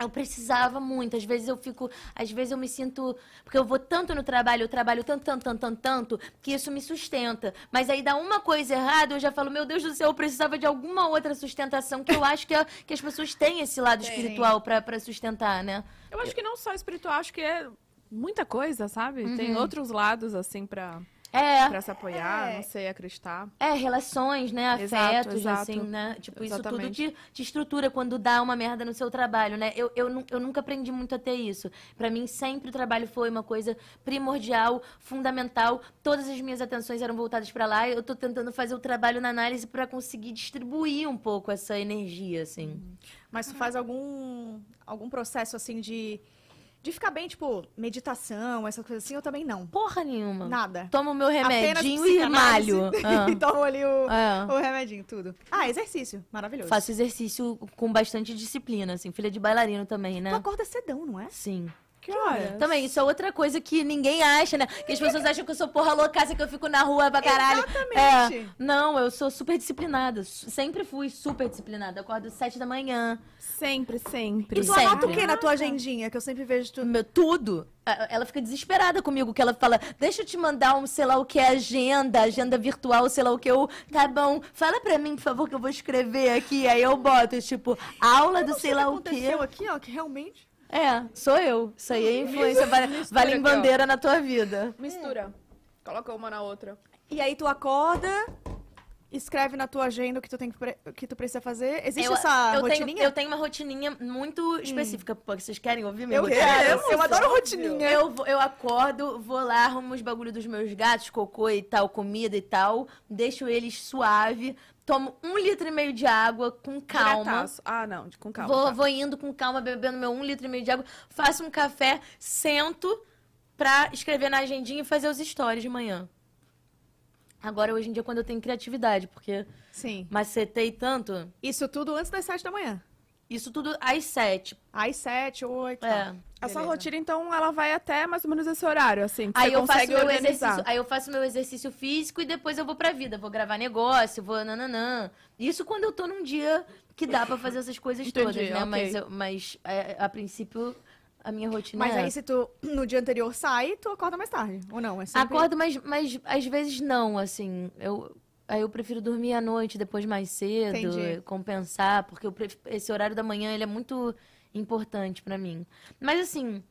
Speaker 3: eu precisava muito. Às vezes eu fico. Às vezes eu me sinto. Porque eu vou tanto no trabalho, eu trabalho tanto, tanto, tanto, tanto, tanto, que isso me sustenta. Mas aí dá uma coisa errada, eu já falo, meu Deus do céu, eu precisava de alguma outra sustentação, que eu acho que, é- que as pessoas têm esse lado espiritual pra pra sustentar, né?
Speaker 2: Eu Uhum. acho que não só espiritual, acho que é muita coisa, sabe? Tem outros lados, assim, pra...
Speaker 3: É,
Speaker 2: Pra se apoiar,
Speaker 1: É.
Speaker 2: não sei, acreditar.
Speaker 3: é, relações, né?
Speaker 2: Exato,
Speaker 3: Afetos,
Speaker 2: exato.
Speaker 3: assim, né? Tipo, isso
Speaker 2: Exatamente.
Speaker 3: tudo te, te estrutura quando dá uma merda no seu trabalho, né? Eu, eu, nu- eu nunca aprendi muito a ter isso. Pra mim, sempre o trabalho foi uma coisa primordial, fundamental. Todas as minhas atenções eram voltadas pra lá. Eu tô tentando fazer o trabalho na análise pra conseguir distribuir um pouco essa energia, assim.
Speaker 1: Mas tu faz algum, algum processo assim de, de ficar bem, tipo, meditação, essas coisas assim? Eu também não.
Speaker 3: Porra nenhuma.
Speaker 1: Nada.
Speaker 3: Tomo o meu
Speaker 1: Apenas
Speaker 3: remedinho e
Speaker 1: psicanálise.
Speaker 3: malho. Ah.
Speaker 1: e tomo ali o,
Speaker 3: É.
Speaker 1: o remedinho, tudo. Ah, exercício. Maravilhoso.
Speaker 3: Faço exercício com bastante disciplina, assim. Filha de bailarino também,
Speaker 1: Tu
Speaker 3: né?
Speaker 1: acorda cedão, não é?
Speaker 3: Sim.
Speaker 2: Que hora?
Speaker 3: Também, isso é outra coisa que ninguém acha, né? Que as pessoas acham que eu sou porra loucaça, que eu fico na rua pra caralho.
Speaker 1: Exatamente.
Speaker 3: É, não, eu sou super disciplinada. Su- Sempre fui super disciplinada. Eu acordo sete da manhã.
Speaker 2: Sempre, sempre.
Speaker 1: E tu
Speaker 3: sempre.
Speaker 1: anota o que na tua agendinha? Que eu sempre vejo tu...
Speaker 3: Meu, tudo. A- Ela fica desesperada comigo, que ela fala, deixa eu te mandar um, sei lá o que, agenda, agenda virtual, sei lá o que. Eu, tá bom, fala pra mim, por favor, que eu vou escrever aqui. Aí eu boto, tipo, aula do sei lá o quê.
Speaker 1: aconteceu aqui, ó, que realmente...
Speaker 3: É, sou eu. Isso aí é influência. vale- Vale em
Speaker 2: aqui, ó.
Speaker 3: bandeira na tua vida.
Speaker 2: Mistura. Coloca uma na outra.
Speaker 1: E aí tu acorda, escreve na tua agenda o que tu, tem que, pre- o que tu precisa fazer. Existe essa rotininha? Hum.
Speaker 3: Tenho, eu tenho uma rotininha muito específica. Pô, vocês querem ouvir minha
Speaker 1: Eu
Speaker 3: rotina?
Speaker 1: quero, eu adoro
Speaker 3: rotininha. Eu, vou- eu acordo, vou lá, arrumo os bagulhos dos meus gatos, cocô e tal, comida e tal. Deixo eles suave. Tomo um litro e meio de água com calma.
Speaker 2: Diretaço. Ah, não, de- com calma.
Speaker 3: vou,
Speaker 2: tá.
Speaker 3: vou indo com calma, bebendo meu um litro e meio de água. Faço um café, sento pra escrever na agendinha e fazer os stories de manhã. Agora, hoje em dia, é quando eu tenho criatividade, porque
Speaker 1: Sim.
Speaker 3: macetei tanto...
Speaker 1: Isso tudo antes das sete da manhã.
Speaker 3: Isso tudo às sete.
Speaker 1: Às sete, oito.
Speaker 3: É.
Speaker 2: A sua
Speaker 1: Beleza.
Speaker 2: rotina, então, ela vai até mais ou menos esse horário, assim. Que
Speaker 3: Aí
Speaker 2: você
Speaker 3: eu, faço
Speaker 2: consegue
Speaker 3: meu
Speaker 2: organizar.
Speaker 3: exercício, aí eu faço meu exercício físico e depois eu vou pra vida. Vou gravar negócio, vou nananã. Isso quando eu tô num dia que dá pra fazer essas coisas
Speaker 2: Entendi,
Speaker 3: todas, né?
Speaker 2: ok.
Speaker 3: Mas, eu- mas é, a princípio, a minha rotina
Speaker 1: Mas
Speaker 3: é
Speaker 1: aí
Speaker 3: essa.
Speaker 1: se tu no dia anterior sai, tu acorda mais tarde. Ou não? É sempre...
Speaker 3: Acordo, mas, mas às vezes não, assim. Eu, aí eu prefiro dormir à noite, depois mais cedo, eh,
Speaker 1: Entendi.
Speaker 3: compensar, porque eu pref- esse horário da manhã ele é muito importante pra mim. Mas assim,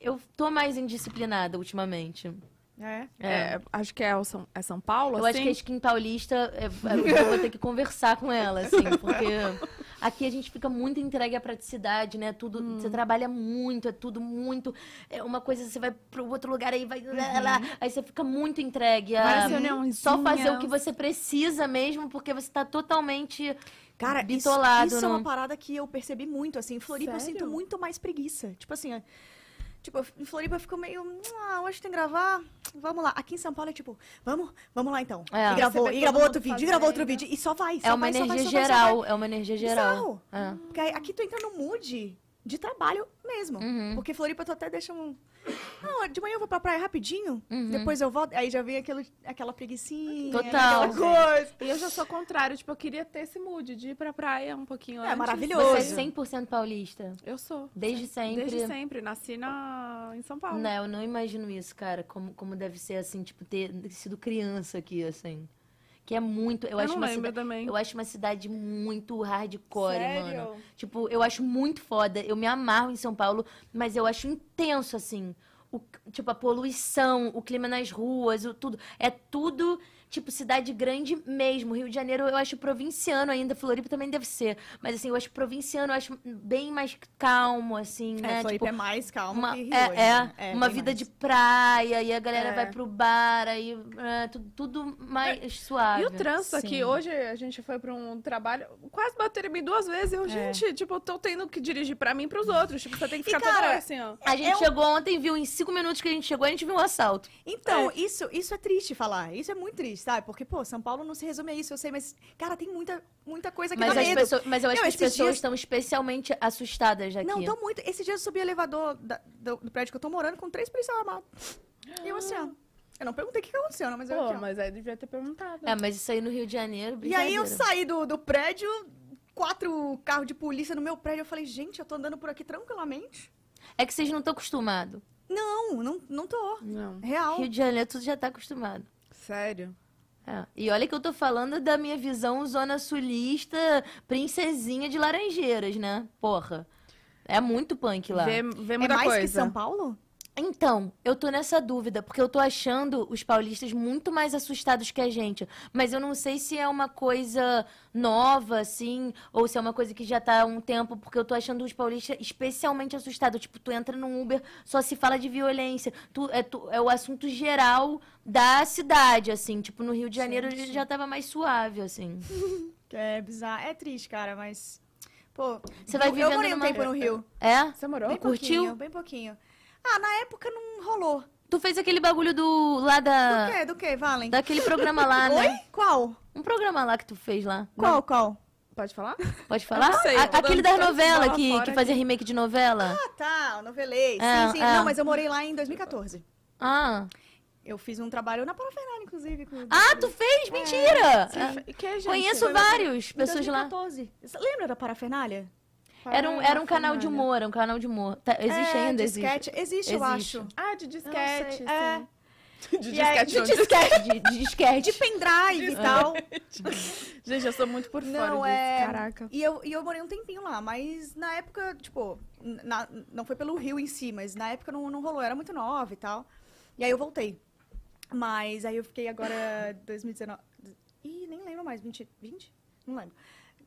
Speaker 3: eu, eu tô mais indisciplinada ultimamente.
Speaker 1: É.
Speaker 3: É.
Speaker 2: É, acho que é, o São, é São Paulo,
Speaker 3: Eu
Speaker 2: assim?
Speaker 3: acho que a skin paulista, é, é- eu vou ter que conversar com ela, assim, porque aqui a gente fica muito entregue à praticidade, né? Tudo,
Speaker 1: Uhum.
Speaker 3: você trabalha muito, é tudo muito. É uma coisa, você vai pro outro lugar aí, vai
Speaker 1: Uhum.
Speaker 3: lá, lá, aí você fica muito entregue a
Speaker 2: Várias reuniãozinhas.
Speaker 3: tá só fazer o que você precisa mesmo, porque você tá totalmente
Speaker 1: Cara, isso,
Speaker 3: bitolado. né?
Speaker 1: isso é
Speaker 3: no-
Speaker 1: uma parada que eu percebi muito, assim. Em Floripa eu
Speaker 2: Sério?
Speaker 1: sinto muito mais preguiça. Tipo assim, é- tipo, em Floripa eu fico meio, ah, hoje tem que gravar, vamos lá. Aqui em São Paulo é tipo, vamos, vamos lá então.
Speaker 3: É.
Speaker 1: E gravou,
Speaker 2: Você vê
Speaker 1: e gravou
Speaker 2: todo
Speaker 1: outro
Speaker 2: mundo
Speaker 1: vídeo, e gravou outro
Speaker 2: fazendo.
Speaker 1: vídeo, e só vai, só
Speaker 3: É uma
Speaker 1: vai, só vai,
Speaker 3: energia
Speaker 1: só vai, só
Speaker 3: geral,
Speaker 1: vai.
Speaker 3: é uma energia geral.
Speaker 1: Bizarro.
Speaker 3: É.
Speaker 1: Porque aí- aqui tu entra no mood de trabalho mesmo.
Speaker 3: Uhum.
Speaker 1: Porque Floripa tu até deixa um. Não, de manhã eu vou pra praia rapidinho,
Speaker 3: Uhum.
Speaker 1: depois eu volto. Aí já vem aquele, aquela preguicinha.
Speaker 3: Total.
Speaker 1: Aquela coisa.
Speaker 2: E eu já sou contrário, tipo, eu queria ter esse mood de ir pra praia um pouquinho
Speaker 1: É,
Speaker 2: antes.
Speaker 1: maravilhoso.
Speaker 3: Você é 100% paulista,
Speaker 2: Eu sou.
Speaker 3: desde sempre. Né,
Speaker 2: Desde sempre. Nasci na... em São Paulo.
Speaker 3: Não, eu não imagino isso, cara. Como, como deve ser, assim, tipo, ter sido criança aqui, assim. Que é muito. Eu,
Speaker 2: Eu,
Speaker 3: acho
Speaker 2: não
Speaker 3: uma
Speaker 2: lembro
Speaker 3: cida-
Speaker 2: também.
Speaker 3: Eu acho uma cidade muito hardcore,
Speaker 2: Sério?
Speaker 3: mano. Tipo, eu acho muito foda. Eu me amarro em São Paulo, mas eu acho intenso, assim. O, tipo, a poluição, o clima nas ruas, o tudo. É tudo, tipo, cidade grande mesmo. Rio de Janeiro eu acho provinciano ainda, Floripa também deve ser. Mas, assim, eu acho provinciano, eu acho bem mais calmo, assim,
Speaker 1: É,
Speaker 3: né?
Speaker 1: Floripa
Speaker 3: Tipo,
Speaker 1: é mais calma
Speaker 3: uma,
Speaker 1: que Rio
Speaker 3: é,
Speaker 1: hoje,
Speaker 3: é,
Speaker 1: né? É,
Speaker 3: uma
Speaker 1: bem
Speaker 3: vida
Speaker 1: mais.
Speaker 3: de praia, e a galera
Speaker 2: É.
Speaker 3: vai pro bar, aí é, tu- tudo
Speaker 1: É.
Speaker 3: mais suave.
Speaker 2: E o trânsito aqui,
Speaker 3: Sim.
Speaker 2: hoje a gente foi pra um trabalho, quase bateram em mim duas vezes.
Speaker 3: É.
Speaker 2: Eu, gente, tipo, eu tô tendo que dirigir pra mim e pros outros. Tipo, você tem que ficar toda
Speaker 1: cara,
Speaker 2: hora assim, ó.
Speaker 3: A gente
Speaker 1: é um-
Speaker 3: chegou ontem, viu? Em cinco minutos que a gente chegou, a gente viu um assalto.
Speaker 1: Então, isso, isso é triste falar. Isso é muito triste, sabe? Porque, pô, São Paulo não se resume a isso, eu sei, mas, cara, tem muita, muita coisa que
Speaker 3: Mas,
Speaker 1: dá
Speaker 3: as
Speaker 1: medo.
Speaker 3: pessoas, mas eu acho
Speaker 1: Não,
Speaker 3: que as
Speaker 1: esses
Speaker 3: pessoas
Speaker 1: dias-
Speaker 3: estão especialmente assustadas aqui.
Speaker 1: Não, tô muito. Esse dia eu subi o elevador da- do, do prédio que eu tô morando com três policiais armados. E eu assim, ó. Eu não perguntei o que, que aconteceu, não, mas eu.
Speaker 2: Pô,
Speaker 1: aqui, ó.
Speaker 2: mas aí devia ter perguntado.
Speaker 3: É, mas isso aí no Rio de Janeiro,
Speaker 1: E aí eu
Speaker 3: brincadeira.
Speaker 1: saí do, do prédio, quatro carros de polícia no meu prédio. Eu falei, gente, eu tô andando por aqui tranquilamente.
Speaker 3: É que vocês não estão acostumados.
Speaker 1: Não, não, não tô.
Speaker 2: Não.
Speaker 1: Real.
Speaker 3: Rio de Janeiro, tudo já tá acostumado.
Speaker 2: Sério?
Speaker 3: É. E olha que eu tô falando da minha visão zona sulista, princesinha de Laranjeiras, né? Porra. É muito punk lá.
Speaker 2: Vê, vê
Speaker 1: É
Speaker 2: muita
Speaker 1: mais
Speaker 2: coisa.
Speaker 1: que São Paulo?
Speaker 3: Então, eu tô nessa dúvida, porque eu tô achando os paulistas muito mais assustados que a gente. Mas eu não sei se é uma coisa nova, assim, ou se é uma coisa que já tá há um tempo, porque eu tô achando os paulistas especialmente assustados. Tipo, tu entra num Uber, só se fala de violência. Tu, é, tu- é o assunto geral da cidade, assim. Tipo, no Rio de Janeiro
Speaker 1: Gente.
Speaker 3: já tava mais suave, assim.
Speaker 1: É bizarro. É triste, cara, mas. Pô,
Speaker 3: Você vai
Speaker 1: eu, eu
Speaker 3: vivendo
Speaker 1: morei um
Speaker 3: numa-
Speaker 1: tempo no Rio.
Speaker 3: É?
Speaker 4: Você morou?
Speaker 1: Bem
Speaker 3: curtiu?
Speaker 1: pouquinho, bem pouquinho. Ah, na época não rolou.
Speaker 3: Tu fez aquele bagulho do. lá
Speaker 1: Do
Speaker 3: Ah. da.
Speaker 1: quê? Do quê, Valen?
Speaker 3: Daquele programa lá, né?
Speaker 1: Oi? Qual?
Speaker 3: Um programa lá que tu fez lá.
Speaker 1: Qual, qual?
Speaker 2: Pode falar?
Speaker 3: Pode falar?
Speaker 2: não sei,
Speaker 3: A-
Speaker 2: eu tô
Speaker 3: aquele
Speaker 2: dando
Speaker 3: da
Speaker 2: tantas
Speaker 3: novela
Speaker 2: bola
Speaker 3: que,
Speaker 2: fora
Speaker 3: que fazia remake de novela.
Speaker 1: Ah, tá, o novelei.
Speaker 3: É,
Speaker 1: sim, sim.
Speaker 3: é.
Speaker 1: Não, mas eu morei lá em 2014.
Speaker 3: Ah.
Speaker 1: Eu fiz um trabalho na Parafernália, inclusive. Com...
Speaker 3: Ah, tu fez? Mentira!
Speaker 2: Você
Speaker 3: Ah,
Speaker 2: fe- que, gente?
Speaker 3: Conheço
Speaker 1: É. foi meu
Speaker 3: vários
Speaker 1: Em
Speaker 3: pessoas lá.
Speaker 1: 2014. Você Lembra da Parafernália?
Speaker 3: Era um, era um canal de
Speaker 2: Parafernália.
Speaker 3: humor, era um canal de humor. Tá, existe
Speaker 1: É,
Speaker 3: ainda,
Speaker 1: de
Speaker 3: existe.
Speaker 1: sketch. Existe, eu
Speaker 3: Existe.
Speaker 1: acho.
Speaker 2: Ah,
Speaker 1: Eu
Speaker 2: de
Speaker 1: não
Speaker 2: disquete,
Speaker 1: sei,
Speaker 2: sim.
Speaker 1: é.
Speaker 2: De
Speaker 1: E aí-
Speaker 2: disquete.
Speaker 1: de
Speaker 2: não,
Speaker 1: disquete.
Speaker 3: De, de disquete.
Speaker 1: De pendrive e tal.
Speaker 2: Gente, eu sou muito por fora
Speaker 1: Não,
Speaker 2: disso.
Speaker 1: é-
Speaker 2: Caraca.
Speaker 1: E eu, e eu morei um tempinho lá, mas na época, tipo, na- não foi pelo Rio em si, mas na época não, não rolou, eu era muito nova e tal. E aí eu voltei. Mas aí eu fiquei agora 2019. Ih, nem lembro mais, 20? 20? Não lembro.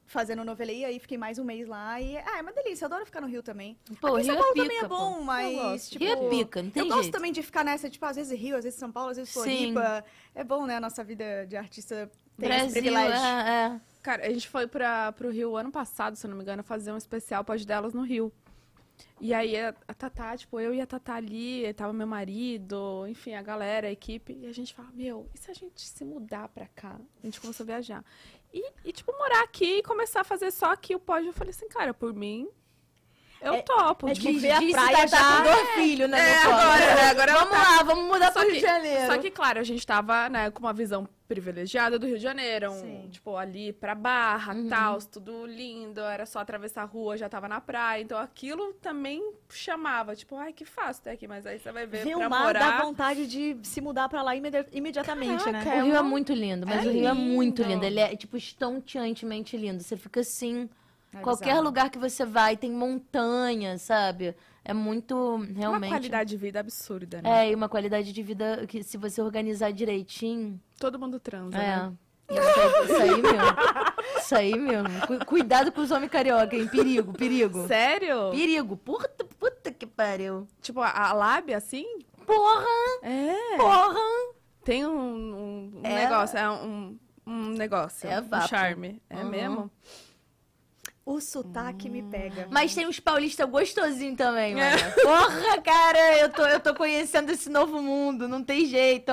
Speaker 1: Fazendo novela e aí fiquei mais um mês lá. E, ah, é uma delícia, eu adoro ficar no Rio também.
Speaker 3: Pô,
Speaker 1: Aqui em São Paulo
Speaker 3: Rio é pica,
Speaker 1: também é
Speaker 3: pô.
Speaker 1: bom, mas.
Speaker 2: gosto.
Speaker 1: tipo,
Speaker 3: Rio é pica, não tem
Speaker 1: eu
Speaker 3: jeito.
Speaker 1: gosto também de ficar nessa, tipo, às vezes Rio, às vezes São Paulo, às vezes
Speaker 3: Sim.
Speaker 1: Floripa. É bom, né? A nossa vida de artista tem esse
Speaker 3: Brasil,
Speaker 1: privilégio.
Speaker 3: é, é.
Speaker 2: Cara, a gente foi pra, pro Rio ano passado, se eu não me engano, fazer um especial pós delas no Rio. E aí a, a Tatá, tipo, eu e a Tatá ali, tava meu marido, enfim, a galera, a equipe. E a gente fala, meu, e se a gente se mudar pra cá? A gente começou a viajar. E, e, tipo, morar aqui e começar a fazer só aqui o pódio. Eu falei assim, cara, por mim, eu topo.
Speaker 1: É
Speaker 2: tipo,
Speaker 1: que ver a
Speaker 3: disse
Speaker 1: praia
Speaker 3: Tatá
Speaker 1: já.
Speaker 3: com
Speaker 1: dois filhos, né?
Speaker 2: É, agora, né? Agora
Speaker 3: tá. Vamos
Speaker 1: tá.
Speaker 3: lá, vamos mudar pro
Speaker 2: Só
Speaker 3: Rio de
Speaker 2: que-
Speaker 3: Janeiro.
Speaker 2: Só que, claro, a gente tava, né, com uma visão privilegiada do Rio de Janeiro. um,
Speaker 1: Sim.
Speaker 2: tipo, ali pra Barra,
Speaker 3: Uhum.
Speaker 2: tal, tudo lindo. Era só atravessar a rua, já tava na praia. Então, aquilo também chamava. Tipo, ai, que fácil ter aqui. Mas aí você vai ver
Speaker 1: Ver
Speaker 2: pra
Speaker 1: o mar dá
Speaker 2: morar...
Speaker 1: vontade de se mudar pra lá imedi- imediatamente, né?
Speaker 2: Caraca,
Speaker 3: O Rio é muito lindo, mas
Speaker 2: É
Speaker 3: o Rio é muito
Speaker 2: lindo.
Speaker 3: lindo. Ele é, tipo, estonteantemente lindo. Você fica assim,
Speaker 1: É
Speaker 3: qualquer
Speaker 1: bizarro.
Speaker 3: lugar que você vai, tem montanha, sabe? É muito,
Speaker 2: Uma
Speaker 3: realmente... né?
Speaker 2: qualidade de vida absurda, né?
Speaker 3: É, e uma qualidade de vida que se você organizar direitinho...
Speaker 2: Todo mundo transa, né?
Speaker 3: É. Isso aí mesmo. Isso aí mesmo. Cu- Cuidado com os homens carioca, hein? Perigo, perigo.
Speaker 2: Sério?
Speaker 3: Perigo. Puta, puta que pariu.
Speaker 2: Tipo, a, a lábia, assim?
Speaker 3: Porra,
Speaker 2: É.
Speaker 3: porra.
Speaker 2: Tem um, um- um
Speaker 3: É.
Speaker 2: negócio, é um, um negócio.
Speaker 3: É
Speaker 2: um
Speaker 3: vapo.
Speaker 2: charme. É
Speaker 3: Uhum.
Speaker 2: mesmo?
Speaker 1: O sotaque me pega.
Speaker 3: Mas tem uns paulistas gostosinhos também,
Speaker 2: É.
Speaker 3: mano. Porra, cara, eu tô, eu tô conhecendo esse novo mundo, não tem jeito.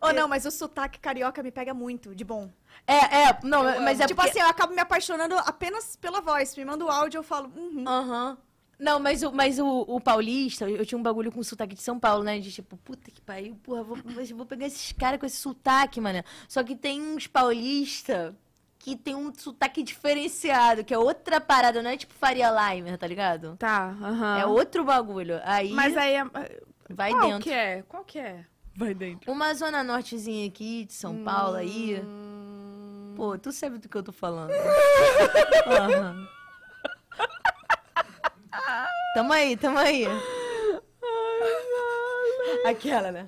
Speaker 1: Ou não, mas o sotaque carioca me pega muito, de bom.
Speaker 3: É, é, não,
Speaker 2: Eu
Speaker 3: mas é
Speaker 1: tipo
Speaker 3: porque...
Speaker 1: assim, eu acabo me apaixonando apenas pela voz. Me manda o áudio, eu falo. Uhum.
Speaker 3: Aham. Não, mas, o, mas o, o paulista, eu tinha um bagulho com o sotaque de São Paulo, né? De tipo, puta que pariu, porra, vou, vou pegar esses caras com esse sotaque, mano. Só que tem uns paulista que tem um sotaque diferenciado, que é outra parada, não é tipo Faria Limer, tá ligado?
Speaker 2: Tá, aham.
Speaker 3: É outro bagulho. Aí
Speaker 2: Mas aí é-
Speaker 3: vai
Speaker 2: Qual
Speaker 3: dentro.
Speaker 2: que é? Qual que é? Vai dentro.
Speaker 3: Uma zona nortezinha aqui de São Paulo aí.
Speaker 2: Hum.
Speaker 3: Pô, tu sabe do que eu tô falando. Aham. Tamo aí, tamo aí. Aquela, né?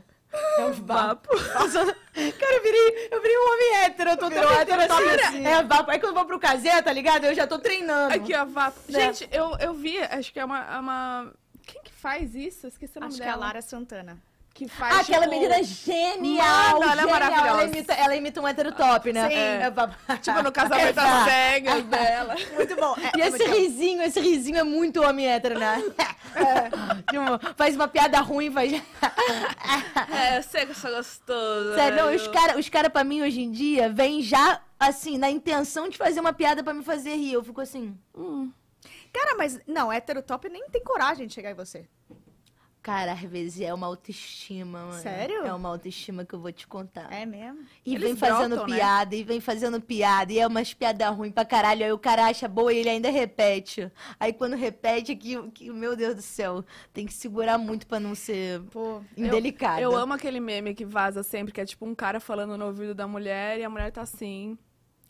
Speaker 3: É um vapo. Cara, eu virei, eu virei um homem hétero, eu tô tão hétero assim. É vapo. Aí quando eu vou pro casé, tá ligado? Eu já tô treinando.
Speaker 2: Aqui, ó, vapo.
Speaker 3: Né?
Speaker 2: Gente, eu, eu vi, acho que é uma, é uma- Quem que faz isso? Esqueci o nome
Speaker 1: Acho que é a
Speaker 2: dela.
Speaker 1: Lara Santana.
Speaker 2: Que faz,
Speaker 3: Aquela
Speaker 2: tipo,
Speaker 3: menina é genial,
Speaker 2: Mano, ela é
Speaker 3: genial.
Speaker 2: maravilhosa.
Speaker 3: imita, ela imita um hétero top, né?
Speaker 1: Sim.
Speaker 3: É, vapo.
Speaker 2: Tipo, no casamento às cegas dela.
Speaker 1: Muito bom. É,
Speaker 3: E
Speaker 1: é
Speaker 3: esse
Speaker 1: muito bom.
Speaker 3: risinho, esse risinho é muito homem hétero, né? Tipo, faz uma piada ruim, faz.
Speaker 2: É, eu sei que eu sou gostosa.
Speaker 3: Sério, não,
Speaker 2: velho.
Speaker 3: os caras os cara, pra mim hoje em dia vêm já, assim, na intenção de fazer uma piada pra me fazer rir. Eu fico assim,
Speaker 1: Cara, mas não, hétero top nem tem coragem de chegar em você.
Speaker 3: cara, às vezes é uma autoestima, mano.
Speaker 1: Sério?
Speaker 3: É uma autoestima que eu vou te contar.
Speaker 1: É mesmo?
Speaker 3: E
Speaker 2: Eles
Speaker 3: vem fazendo
Speaker 2: brotam, né?
Speaker 3: piada, e vem fazendo piada, e é umas piada ruim pra caralho. Aí o cara acha boa e ele ainda repete. Aí quando repete, é que, que meu Deus do céu, tem que segurar muito pra não ser
Speaker 1: Pô.
Speaker 3: indelicado.
Speaker 2: Eu amo aquele meme que vaza sempre, que é tipo um cara falando no ouvido da mulher e a mulher tá assim.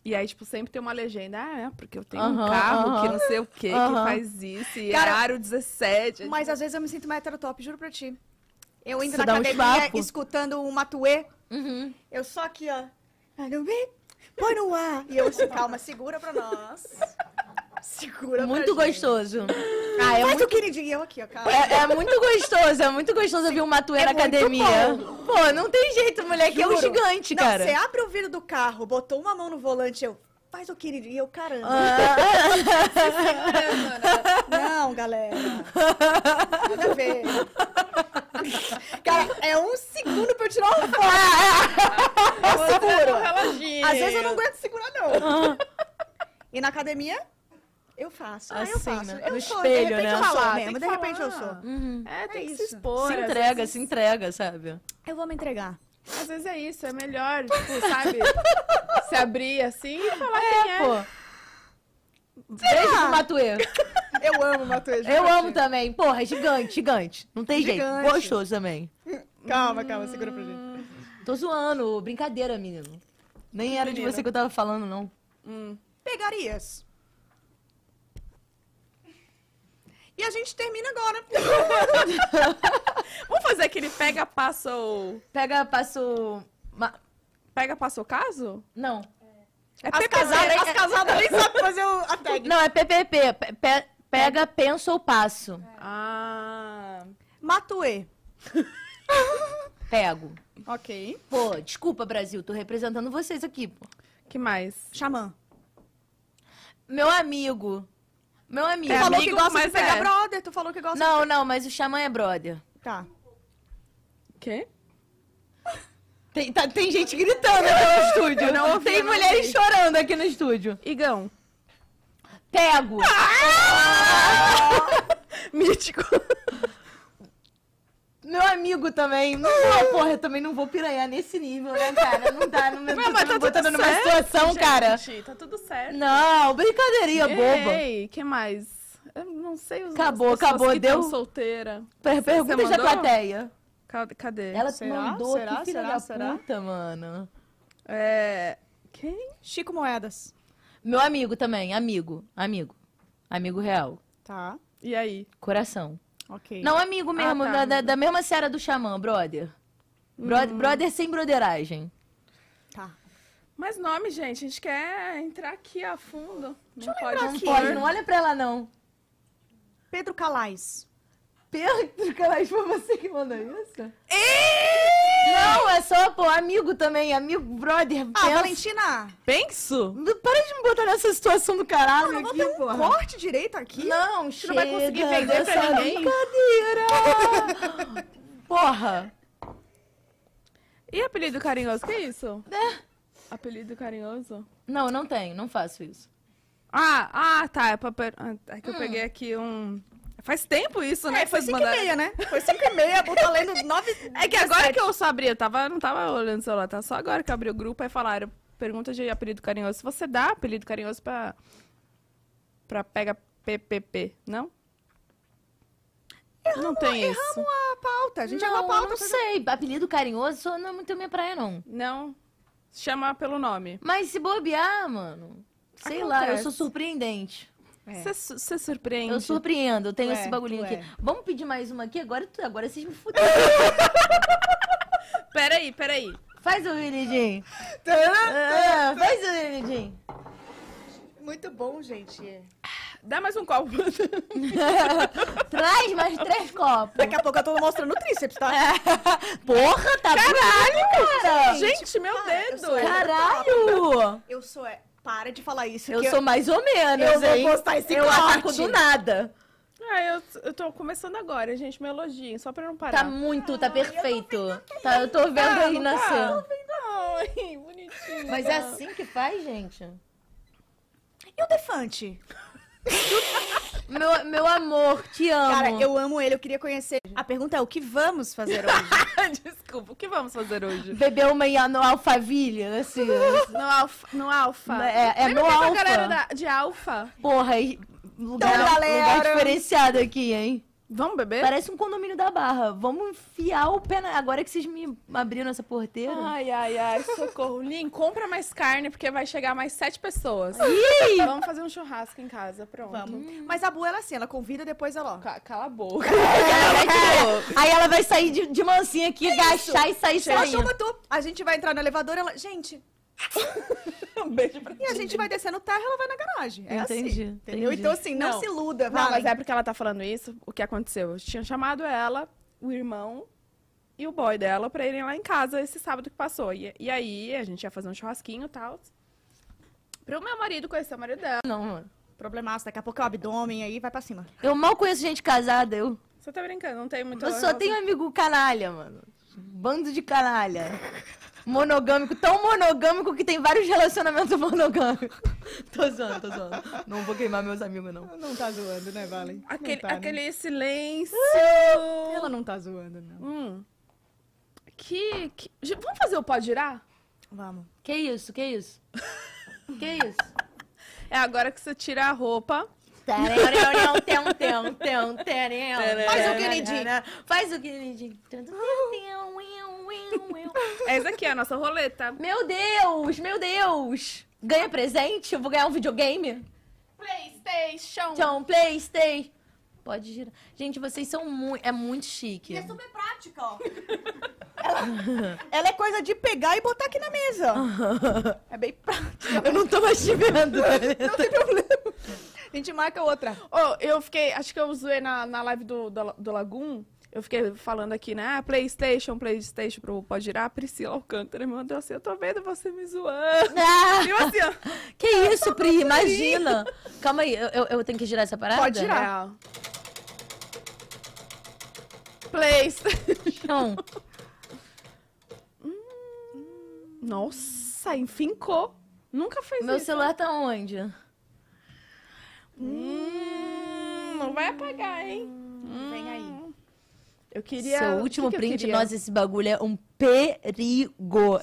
Speaker 2: E aí, tipo, sempre tem uma legenda. Ah, é, porque eu tenho um
Speaker 3: Aham,
Speaker 2: carro que
Speaker 3: aham.
Speaker 2: não sei o quê, que
Speaker 3: Aham.
Speaker 2: faz isso. E
Speaker 1: Cara,
Speaker 2: é aro 17.
Speaker 1: Mas às vezes eu me sinto uma hétero top, juro pra ti. Eu indo
Speaker 4: Isso
Speaker 1: na
Speaker 4: dá uns
Speaker 1: academia
Speaker 4: papo.
Speaker 1: escutando o Matuê.
Speaker 3: Uhum.
Speaker 1: Eu só aqui, ó. Ah, não vê? Põe no ar. E eu assim, calma, segura pra nós. Segura
Speaker 3: Muito
Speaker 1: pra gente.
Speaker 3: gostoso.
Speaker 1: Ah, é Faz o queridinho. E Eu aqui, ó, calma.
Speaker 3: É, é muito gostoso, é muito gostoso ouvir um Matuê
Speaker 1: É
Speaker 3: na
Speaker 1: muito
Speaker 3: academia. Pô, não tem jeito, moleque, é um
Speaker 1: Juro.
Speaker 3: gigante,
Speaker 1: não,
Speaker 3: cara.
Speaker 1: você abre o vidro do carro, botou uma mão no volante, eu... Faz o queridinho. E eu, caramba.
Speaker 3: Ah.
Speaker 1: Não, galera. Nada a ver. Cara, é um segundo pra eu tirar o fone.
Speaker 3: É,
Speaker 1: Eu
Speaker 2: Tipo,
Speaker 1: seguro.
Speaker 2: Reloginho.
Speaker 1: Às vezes eu não aguento segurar, não. E na academia, eu faço. Ah, eu
Speaker 3: Assim,
Speaker 1: faço.
Speaker 3: né?
Speaker 1: Eu
Speaker 3: No
Speaker 1: sou,
Speaker 3: espelho,
Speaker 1: de repente
Speaker 3: né?
Speaker 1: eu
Speaker 2: Tem que
Speaker 1: sou
Speaker 2: falar,
Speaker 1: mesmo.
Speaker 2: tem
Speaker 1: De
Speaker 2: que
Speaker 1: repente eu
Speaker 2: falar.
Speaker 1: sou.
Speaker 3: Uhum.
Speaker 2: É, tem
Speaker 1: É
Speaker 2: que
Speaker 1: isso.
Speaker 2: se expor.
Speaker 3: Se
Speaker 2: às
Speaker 3: entrega,
Speaker 2: vezes- é
Speaker 3: se entrega, sabe?
Speaker 1: Eu vou me entregar.
Speaker 2: Às vezes é isso, é melhor, tipo, sabe? se abrir assim e falar quem é.
Speaker 3: Pô. Beijo pro Matuê.
Speaker 1: Eu amo, Matheus.
Speaker 3: Eu amo também. Porra, gigante, gigante. Não tem
Speaker 1: Gigante.
Speaker 3: jeito. Gostoso também.
Speaker 1: Calma, calma, segura pra gente.
Speaker 3: Tô zoando, brincadeira, menino. Nem era de
Speaker 2: menino?
Speaker 3: você que eu tava falando, não.
Speaker 2: Hum.
Speaker 1: Pegarias. E a gente termina agora.
Speaker 2: Vamos fazer aquele pega, passa ou...
Speaker 3: Pega, passo. ma-
Speaker 2: Pega, passa ou caso?
Speaker 3: Não.
Speaker 2: É
Speaker 1: As
Speaker 2: PPP.
Speaker 1: casadas, as casadas nem sabem fazer o- a tag.
Speaker 3: Não, é PPP. Pe- pe- pega, pensa ou passo.
Speaker 2: Ah...
Speaker 1: Matuê.
Speaker 3: Pego.
Speaker 1: Ok.
Speaker 3: Pô, desculpa, Brasil, tô representando vocês aqui, pô.
Speaker 2: Que mais?
Speaker 1: Xamã.
Speaker 3: Meu amigo. Meu amigo.
Speaker 1: Tu falou
Speaker 2: amigo,
Speaker 1: que gosta de
Speaker 2: mas
Speaker 1: pegar
Speaker 2: é.
Speaker 1: brother, tu falou que gosta
Speaker 3: Não, não, mas o Xamã é brother.
Speaker 1: de... Tá.
Speaker 2: Quê?
Speaker 3: Tem, tá- tem gente gritando aqui no estúdio.
Speaker 2: não ouvi,
Speaker 3: tem
Speaker 2: eu não
Speaker 3: mulheres
Speaker 2: ouvi.
Speaker 3: chorando aqui no estúdio.
Speaker 2: Igão.
Speaker 3: Pego.
Speaker 2: Mítico.
Speaker 3: Meu amigo também. Não, vou, porra, eu também não vou piranhar nesse nível, né, cara? Não dá, não me
Speaker 2: Não, mas tá tudo
Speaker 3: botando numa
Speaker 2: certo,
Speaker 3: situação, cara.
Speaker 2: Gente, tá tudo certo.
Speaker 3: Não, brincadeirinha boba.
Speaker 2: Ei, que mais? Eu não sei os
Speaker 3: Acabou,
Speaker 2: as pessoas
Speaker 3: acabou,
Speaker 2: que
Speaker 3: deu?
Speaker 2: tão solteira.
Speaker 3: Per perguntas da
Speaker 2: mandou?
Speaker 3: plateia.
Speaker 2: Ca- Cadê?
Speaker 3: Ela
Speaker 1: Será?
Speaker 3: mandou
Speaker 1: Será?
Speaker 3: que filha
Speaker 1: Será?
Speaker 3: da
Speaker 1: Será?
Speaker 3: puta, mano.
Speaker 2: É... Quem?
Speaker 1: Chico Moedas.
Speaker 3: Meu amigo também, amigo, amigo. Amigo real.
Speaker 1: Tá.
Speaker 2: E aí?
Speaker 3: Coração.
Speaker 1: Ok.
Speaker 3: Não, amigo mesmo,
Speaker 2: Ah, tá,
Speaker 3: da- da,
Speaker 2: amigo.
Speaker 3: da mesma seara do Xamã, brother. Brother, brother sem broderagem.
Speaker 1: Tá.
Speaker 2: Mas nome, gente, a gente quer entrar aqui a fundo. não pode.
Speaker 1: lembrar
Speaker 2: não
Speaker 1: aqui. é
Speaker 2: pode.
Speaker 3: Pode, não olha pra ela, não.
Speaker 1: Pedro Calais.
Speaker 3: Pedro, caralho, foi você que mandou isso? Não, é só, pô, amigo também, amigo, brother,
Speaker 1: Ah,
Speaker 3: pensa.
Speaker 1: Valentina.
Speaker 2: Penso?
Speaker 3: Para de me botar nessa situação do caralho
Speaker 1: Não vou
Speaker 3: aqui,
Speaker 1: ter um
Speaker 3: porra.
Speaker 1: corte direito aqui?
Speaker 3: Não,
Speaker 2: não
Speaker 3: chega
Speaker 2: vai conseguir vender pra
Speaker 3: dessa
Speaker 2: ninguém?
Speaker 3: brincadeira. porra.
Speaker 2: E apelido carinhoso, que é isso? Apelido carinhoso?
Speaker 3: Né? Não, não tenho, não faço isso.
Speaker 2: Ah, ah, tá. É, pra per- ah, é que eu peguei aqui um. Faz tempo isso, né?
Speaker 1: Hum. É,
Speaker 2: que
Speaker 1: foi
Speaker 2: vocês
Speaker 1: 5 e
Speaker 2: mandaram.
Speaker 1: meia, né? Foi 5 e meia, eu tô lendo 9...
Speaker 2: É que agora que eu só abri, eu tava, não tava olhando o celular, tá? Só agora que eu abri o grupo, aí falaram, pergunta de apelido carinhoso. Se você dá apelido carinhoso pra. pra pega PPP, não? não tem isso.
Speaker 1: a pauta. A gente
Speaker 3: não,
Speaker 1: errou a pauta.
Speaker 3: eu não sei. Apelido carinhoso só não é muito minha praia, não.
Speaker 2: Não. Chama pelo nome.
Speaker 3: Mas se bobear, mano. Sei lá, eu
Speaker 2: Acontece.
Speaker 3: sou surpreendente.
Speaker 1: É.
Speaker 2: Você su- você surpreende.
Speaker 3: Eu surpreendo, eu tenho
Speaker 1: Tu é,
Speaker 3: esse bagulhinho
Speaker 1: tu
Speaker 3: aqui.
Speaker 1: é.
Speaker 3: Vamos pedir mais uma aqui? Agora, tu- agora vocês me fuderam.
Speaker 2: Peraí, peraí.
Speaker 3: Faz o Willy Jean. Ah, faz o Willy Jean.
Speaker 1: Muito bom, gente.
Speaker 2: Dá mais um copo.
Speaker 3: Traz mais três copos.
Speaker 1: Daqui a pouco eu tô mostrando o tríceps, tá?
Speaker 3: Porra, tá Caralho, cara.
Speaker 2: Gente, meu
Speaker 1: cara, eu
Speaker 2: dedo!
Speaker 1: sou hétero.
Speaker 3: Caralho.
Speaker 1: Eu sou... é, Para de falar isso.
Speaker 3: Eu
Speaker 1: que
Speaker 3: sou mais ou menos,
Speaker 1: Eu vou
Speaker 3: hein?
Speaker 1: postar esse
Speaker 2: um
Speaker 3: Eu
Speaker 1: corte.
Speaker 3: ataco do nada.
Speaker 2: Ah, eu, eu tô começando agora, gente. Me elogiem, só pra eu não parar.
Speaker 3: Tá muito, tá perfeito. Tá, eu tô vendo
Speaker 2: Ah,
Speaker 3: aí
Speaker 2: não tá?
Speaker 3: nascer.
Speaker 2: Ai, bonitinho.
Speaker 3: Mas é assim que faz, gente?
Speaker 1: E o Defante?
Speaker 3: Meu, meu amor, te amo.
Speaker 1: Cara, eu amo ele, eu queria conhecer. A pergunta é o que vamos fazer hoje?
Speaker 2: Desculpa, o que vamos fazer hoje?
Speaker 3: Beber uma em- no Alphaville, assim.
Speaker 2: No alfa. No alfa.
Speaker 3: É- é
Speaker 2: Lembra
Speaker 3: no
Speaker 2: que essa
Speaker 3: Alfa.
Speaker 2: galera da- de alfa.
Speaker 3: Porra, aí, lugar,
Speaker 1: Então, galera.
Speaker 3: lugar diferenciado aqui, hein?
Speaker 2: Vamos beber?
Speaker 3: Parece um condomínio da Barra. Vamos enfiar o pé na... Agora que vocês me abriram essa porteira.
Speaker 2: Ai, ai, ai, socorro. Lin, compra mais carne, porque vai chegar mais sete pessoas. Vamos fazer um churrasco em casa, pronto.
Speaker 1: Vamos. Mas a Bu, ela assim, ela convida depois ela, ó.
Speaker 2: Ca- Cala a boca.
Speaker 3: Aí ela vai sair de, de mansinha aqui, agachar e sair
Speaker 1: Ela
Speaker 3: chorando.
Speaker 1: chama tu. A gente vai entrar no elevador, ela. Gente,
Speaker 2: um beijo pra
Speaker 1: e a gente vai descendo terra, ela vai na garagem. É
Speaker 3: Entendi,
Speaker 1: assim. Entendeu?
Speaker 3: entendi.
Speaker 1: Então, assim, não,
Speaker 2: Não.
Speaker 1: se iluda, vai.
Speaker 2: Não, mas é porque ela tá falando isso. O que aconteceu? Eu tinha chamado ela, o irmão e o boy dela pra irem lá em casa esse sábado que passou. E, e aí a gente ia fazer um churrasquinho e tal. Pro meu marido conhecer o marido dela.
Speaker 3: Não, mano.
Speaker 1: Problemaço, daqui a pouco é o abdômen aí, vai pra cima.
Speaker 3: Eu mal conheço gente casada, eu.
Speaker 2: Você tá brincando, não tem muito.
Speaker 3: Eu só tenho amigo canalha, mano. Bando de canalha. Monogâmico, tão monogâmico que tem vários relacionamentos monogâmicos. tô zoando, tô zoando. Não vou queimar meus amigos, não.
Speaker 1: Não tá zoando, né, Valen?
Speaker 2: Aquele, aquele silêncio.
Speaker 3: Uh!
Speaker 1: Ela não tá zoando, não.
Speaker 2: Hum. Que, que- Ju- Vamos fazer o pode girar?
Speaker 1: Vamos.
Speaker 3: Que isso, que isso? Que isso?
Speaker 2: É agora que você tira a roupa.
Speaker 3: Tararão, tem, tem, tem, tem. Faz o
Speaker 1: Kennedy.
Speaker 3: Kennedy. Faz o Kennedy.
Speaker 2: É isso aqui, a nossa roleta.
Speaker 3: Meu Deus, meu Deus. Ganha presente? Eu vou ganhar um videogame?
Speaker 2: PlayStation.
Speaker 3: Então, Playstation. Pode girar. Gente, vocês são muito... É muito chique.
Speaker 1: super prática, ó. ela, ela é coisa de pegar e botar aqui na mesa. é bem prática.
Speaker 3: Eu não tô mais te vendo.
Speaker 1: Não
Speaker 2: assim,
Speaker 1: tem problema. A gente marca outra.
Speaker 2: Ô, eu fiquei, acho que eu zoei na, na live do, do, do Lagoon. Eu fiquei falando aqui, né? Ah, PlayStation, PlayStation pro Pode Girar. A Priscila Alcântara me mandou assim: eu tô vendo você me zoando.
Speaker 3: Ah,
Speaker 2: E eu assim, ó.
Speaker 3: que isso, Pri? Imagina. Calma aí, eu, eu- eu tenho que girar essa parada?
Speaker 1: Pode girar.
Speaker 2: É. PlayStation.
Speaker 3: Então,
Speaker 2: Nossa, enfincou. Nunca fez
Speaker 3: meu
Speaker 2: isso.
Speaker 3: celular tá onde?
Speaker 2: Hum, não vai apagar, hein?
Speaker 1: Vem aí.
Speaker 2: Eu queria.
Speaker 3: Seu
Speaker 2: o que
Speaker 3: último
Speaker 2: que eu
Speaker 3: print,
Speaker 2: queria?
Speaker 3: nossa, esse bagulho é um perigo.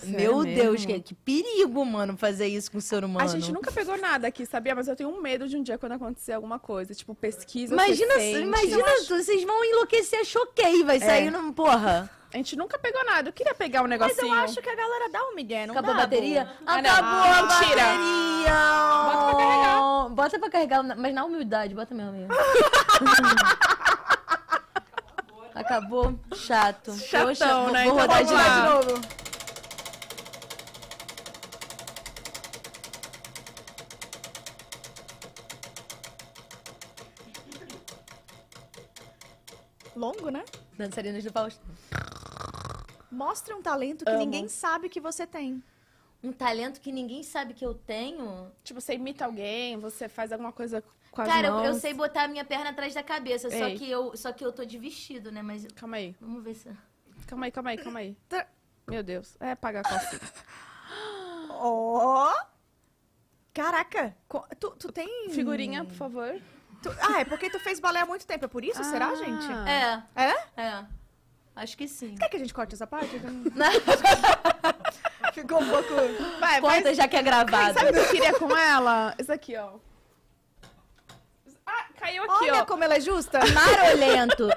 Speaker 3: meu
Speaker 2: mesmo?
Speaker 3: Deus, que, que perigo, mano, fazer isso com o ser humano.
Speaker 2: A gente nunca pegou nada aqui, sabia? Mas eu tenho um medo de um dia quando acontecer alguma coisa, tipo pesquisa.
Speaker 3: Imagina,
Speaker 2: você sente. É.
Speaker 3: imagina, vocês vão enlouquecer, choquei, vai sair num porra.
Speaker 2: A gente nunca pegou nada. Eu queria pegar um
Speaker 1: Mas
Speaker 2: negocinho.
Speaker 1: eu acho que a galera dá um migué, não
Speaker 3: Acabou
Speaker 1: dá,
Speaker 3: a bateria?
Speaker 1: Bu?
Speaker 2: Ah, não.
Speaker 3: Acabou
Speaker 2: Ah,
Speaker 3: a
Speaker 2: mentira.
Speaker 3: bateria! Bota pra carregar. Bota pra carregar, mas na humildade, bota mesmo. mesmo. Acabou. Chato.
Speaker 2: Chatão,
Speaker 3: Poxa, vou,
Speaker 2: né?
Speaker 3: vou
Speaker 2: Então
Speaker 3: rodar
Speaker 2: vamos
Speaker 3: de
Speaker 2: lá.
Speaker 3: novo.
Speaker 1: de novo. Longo, né?
Speaker 3: Dançarinas do Faustão.
Speaker 1: Mostra um talento que
Speaker 2: Amo.
Speaker 1: ninguém sabe que você tem.
Speaker 3: Um talento que ninguém sabe que eu tenho.
Speaker 2: Tipo, você imita alguém, você faz alguma coisa com as
Speaker 3: Cara, eu,
Speaker 2: mãos.
Speaker 3: eu sei botar a minha perna atrás da cabeça, só
Speaker 2: Ei.
Speaker 3: que, eu, só que eu tô de vestido, né? Mas
Speaker 2: Calma aí.
Speaker 3: vamos ver se.
Speaker 2: Calma aí, calma aí, calma aí.
Speaker 1: Tá.
Speaker 2: Meu Deus. É pagar a calcinha.
Speaker 1: Ó! Caraca! co- Tu, tu tem.
Speaker 2: Figurinha, por favor.
Speaker 1: Tu- Ah, é porque tu fez balé há muito tempo. É por isso? Será,
Speaker 2: Ah.
Speaker 1: gente?
Speaker 3: É,
Speaker 1: É?
Speaker 3: é. Acho que sim.
Speaker 1: Quer que a gente corte essa parte? Ficou um pouco.
Speaker 2: Vai, vai.
Speaker 3: Corta já que é gravado.
Speaker 2: Sabe o que eu queria com ela? Isso aqui, ó. Ah, caiu aqui,
Speaker 1: Olha
Speaker 2: ó.
Speaker 1: como ela é justa.
Speaker 3: Marolento.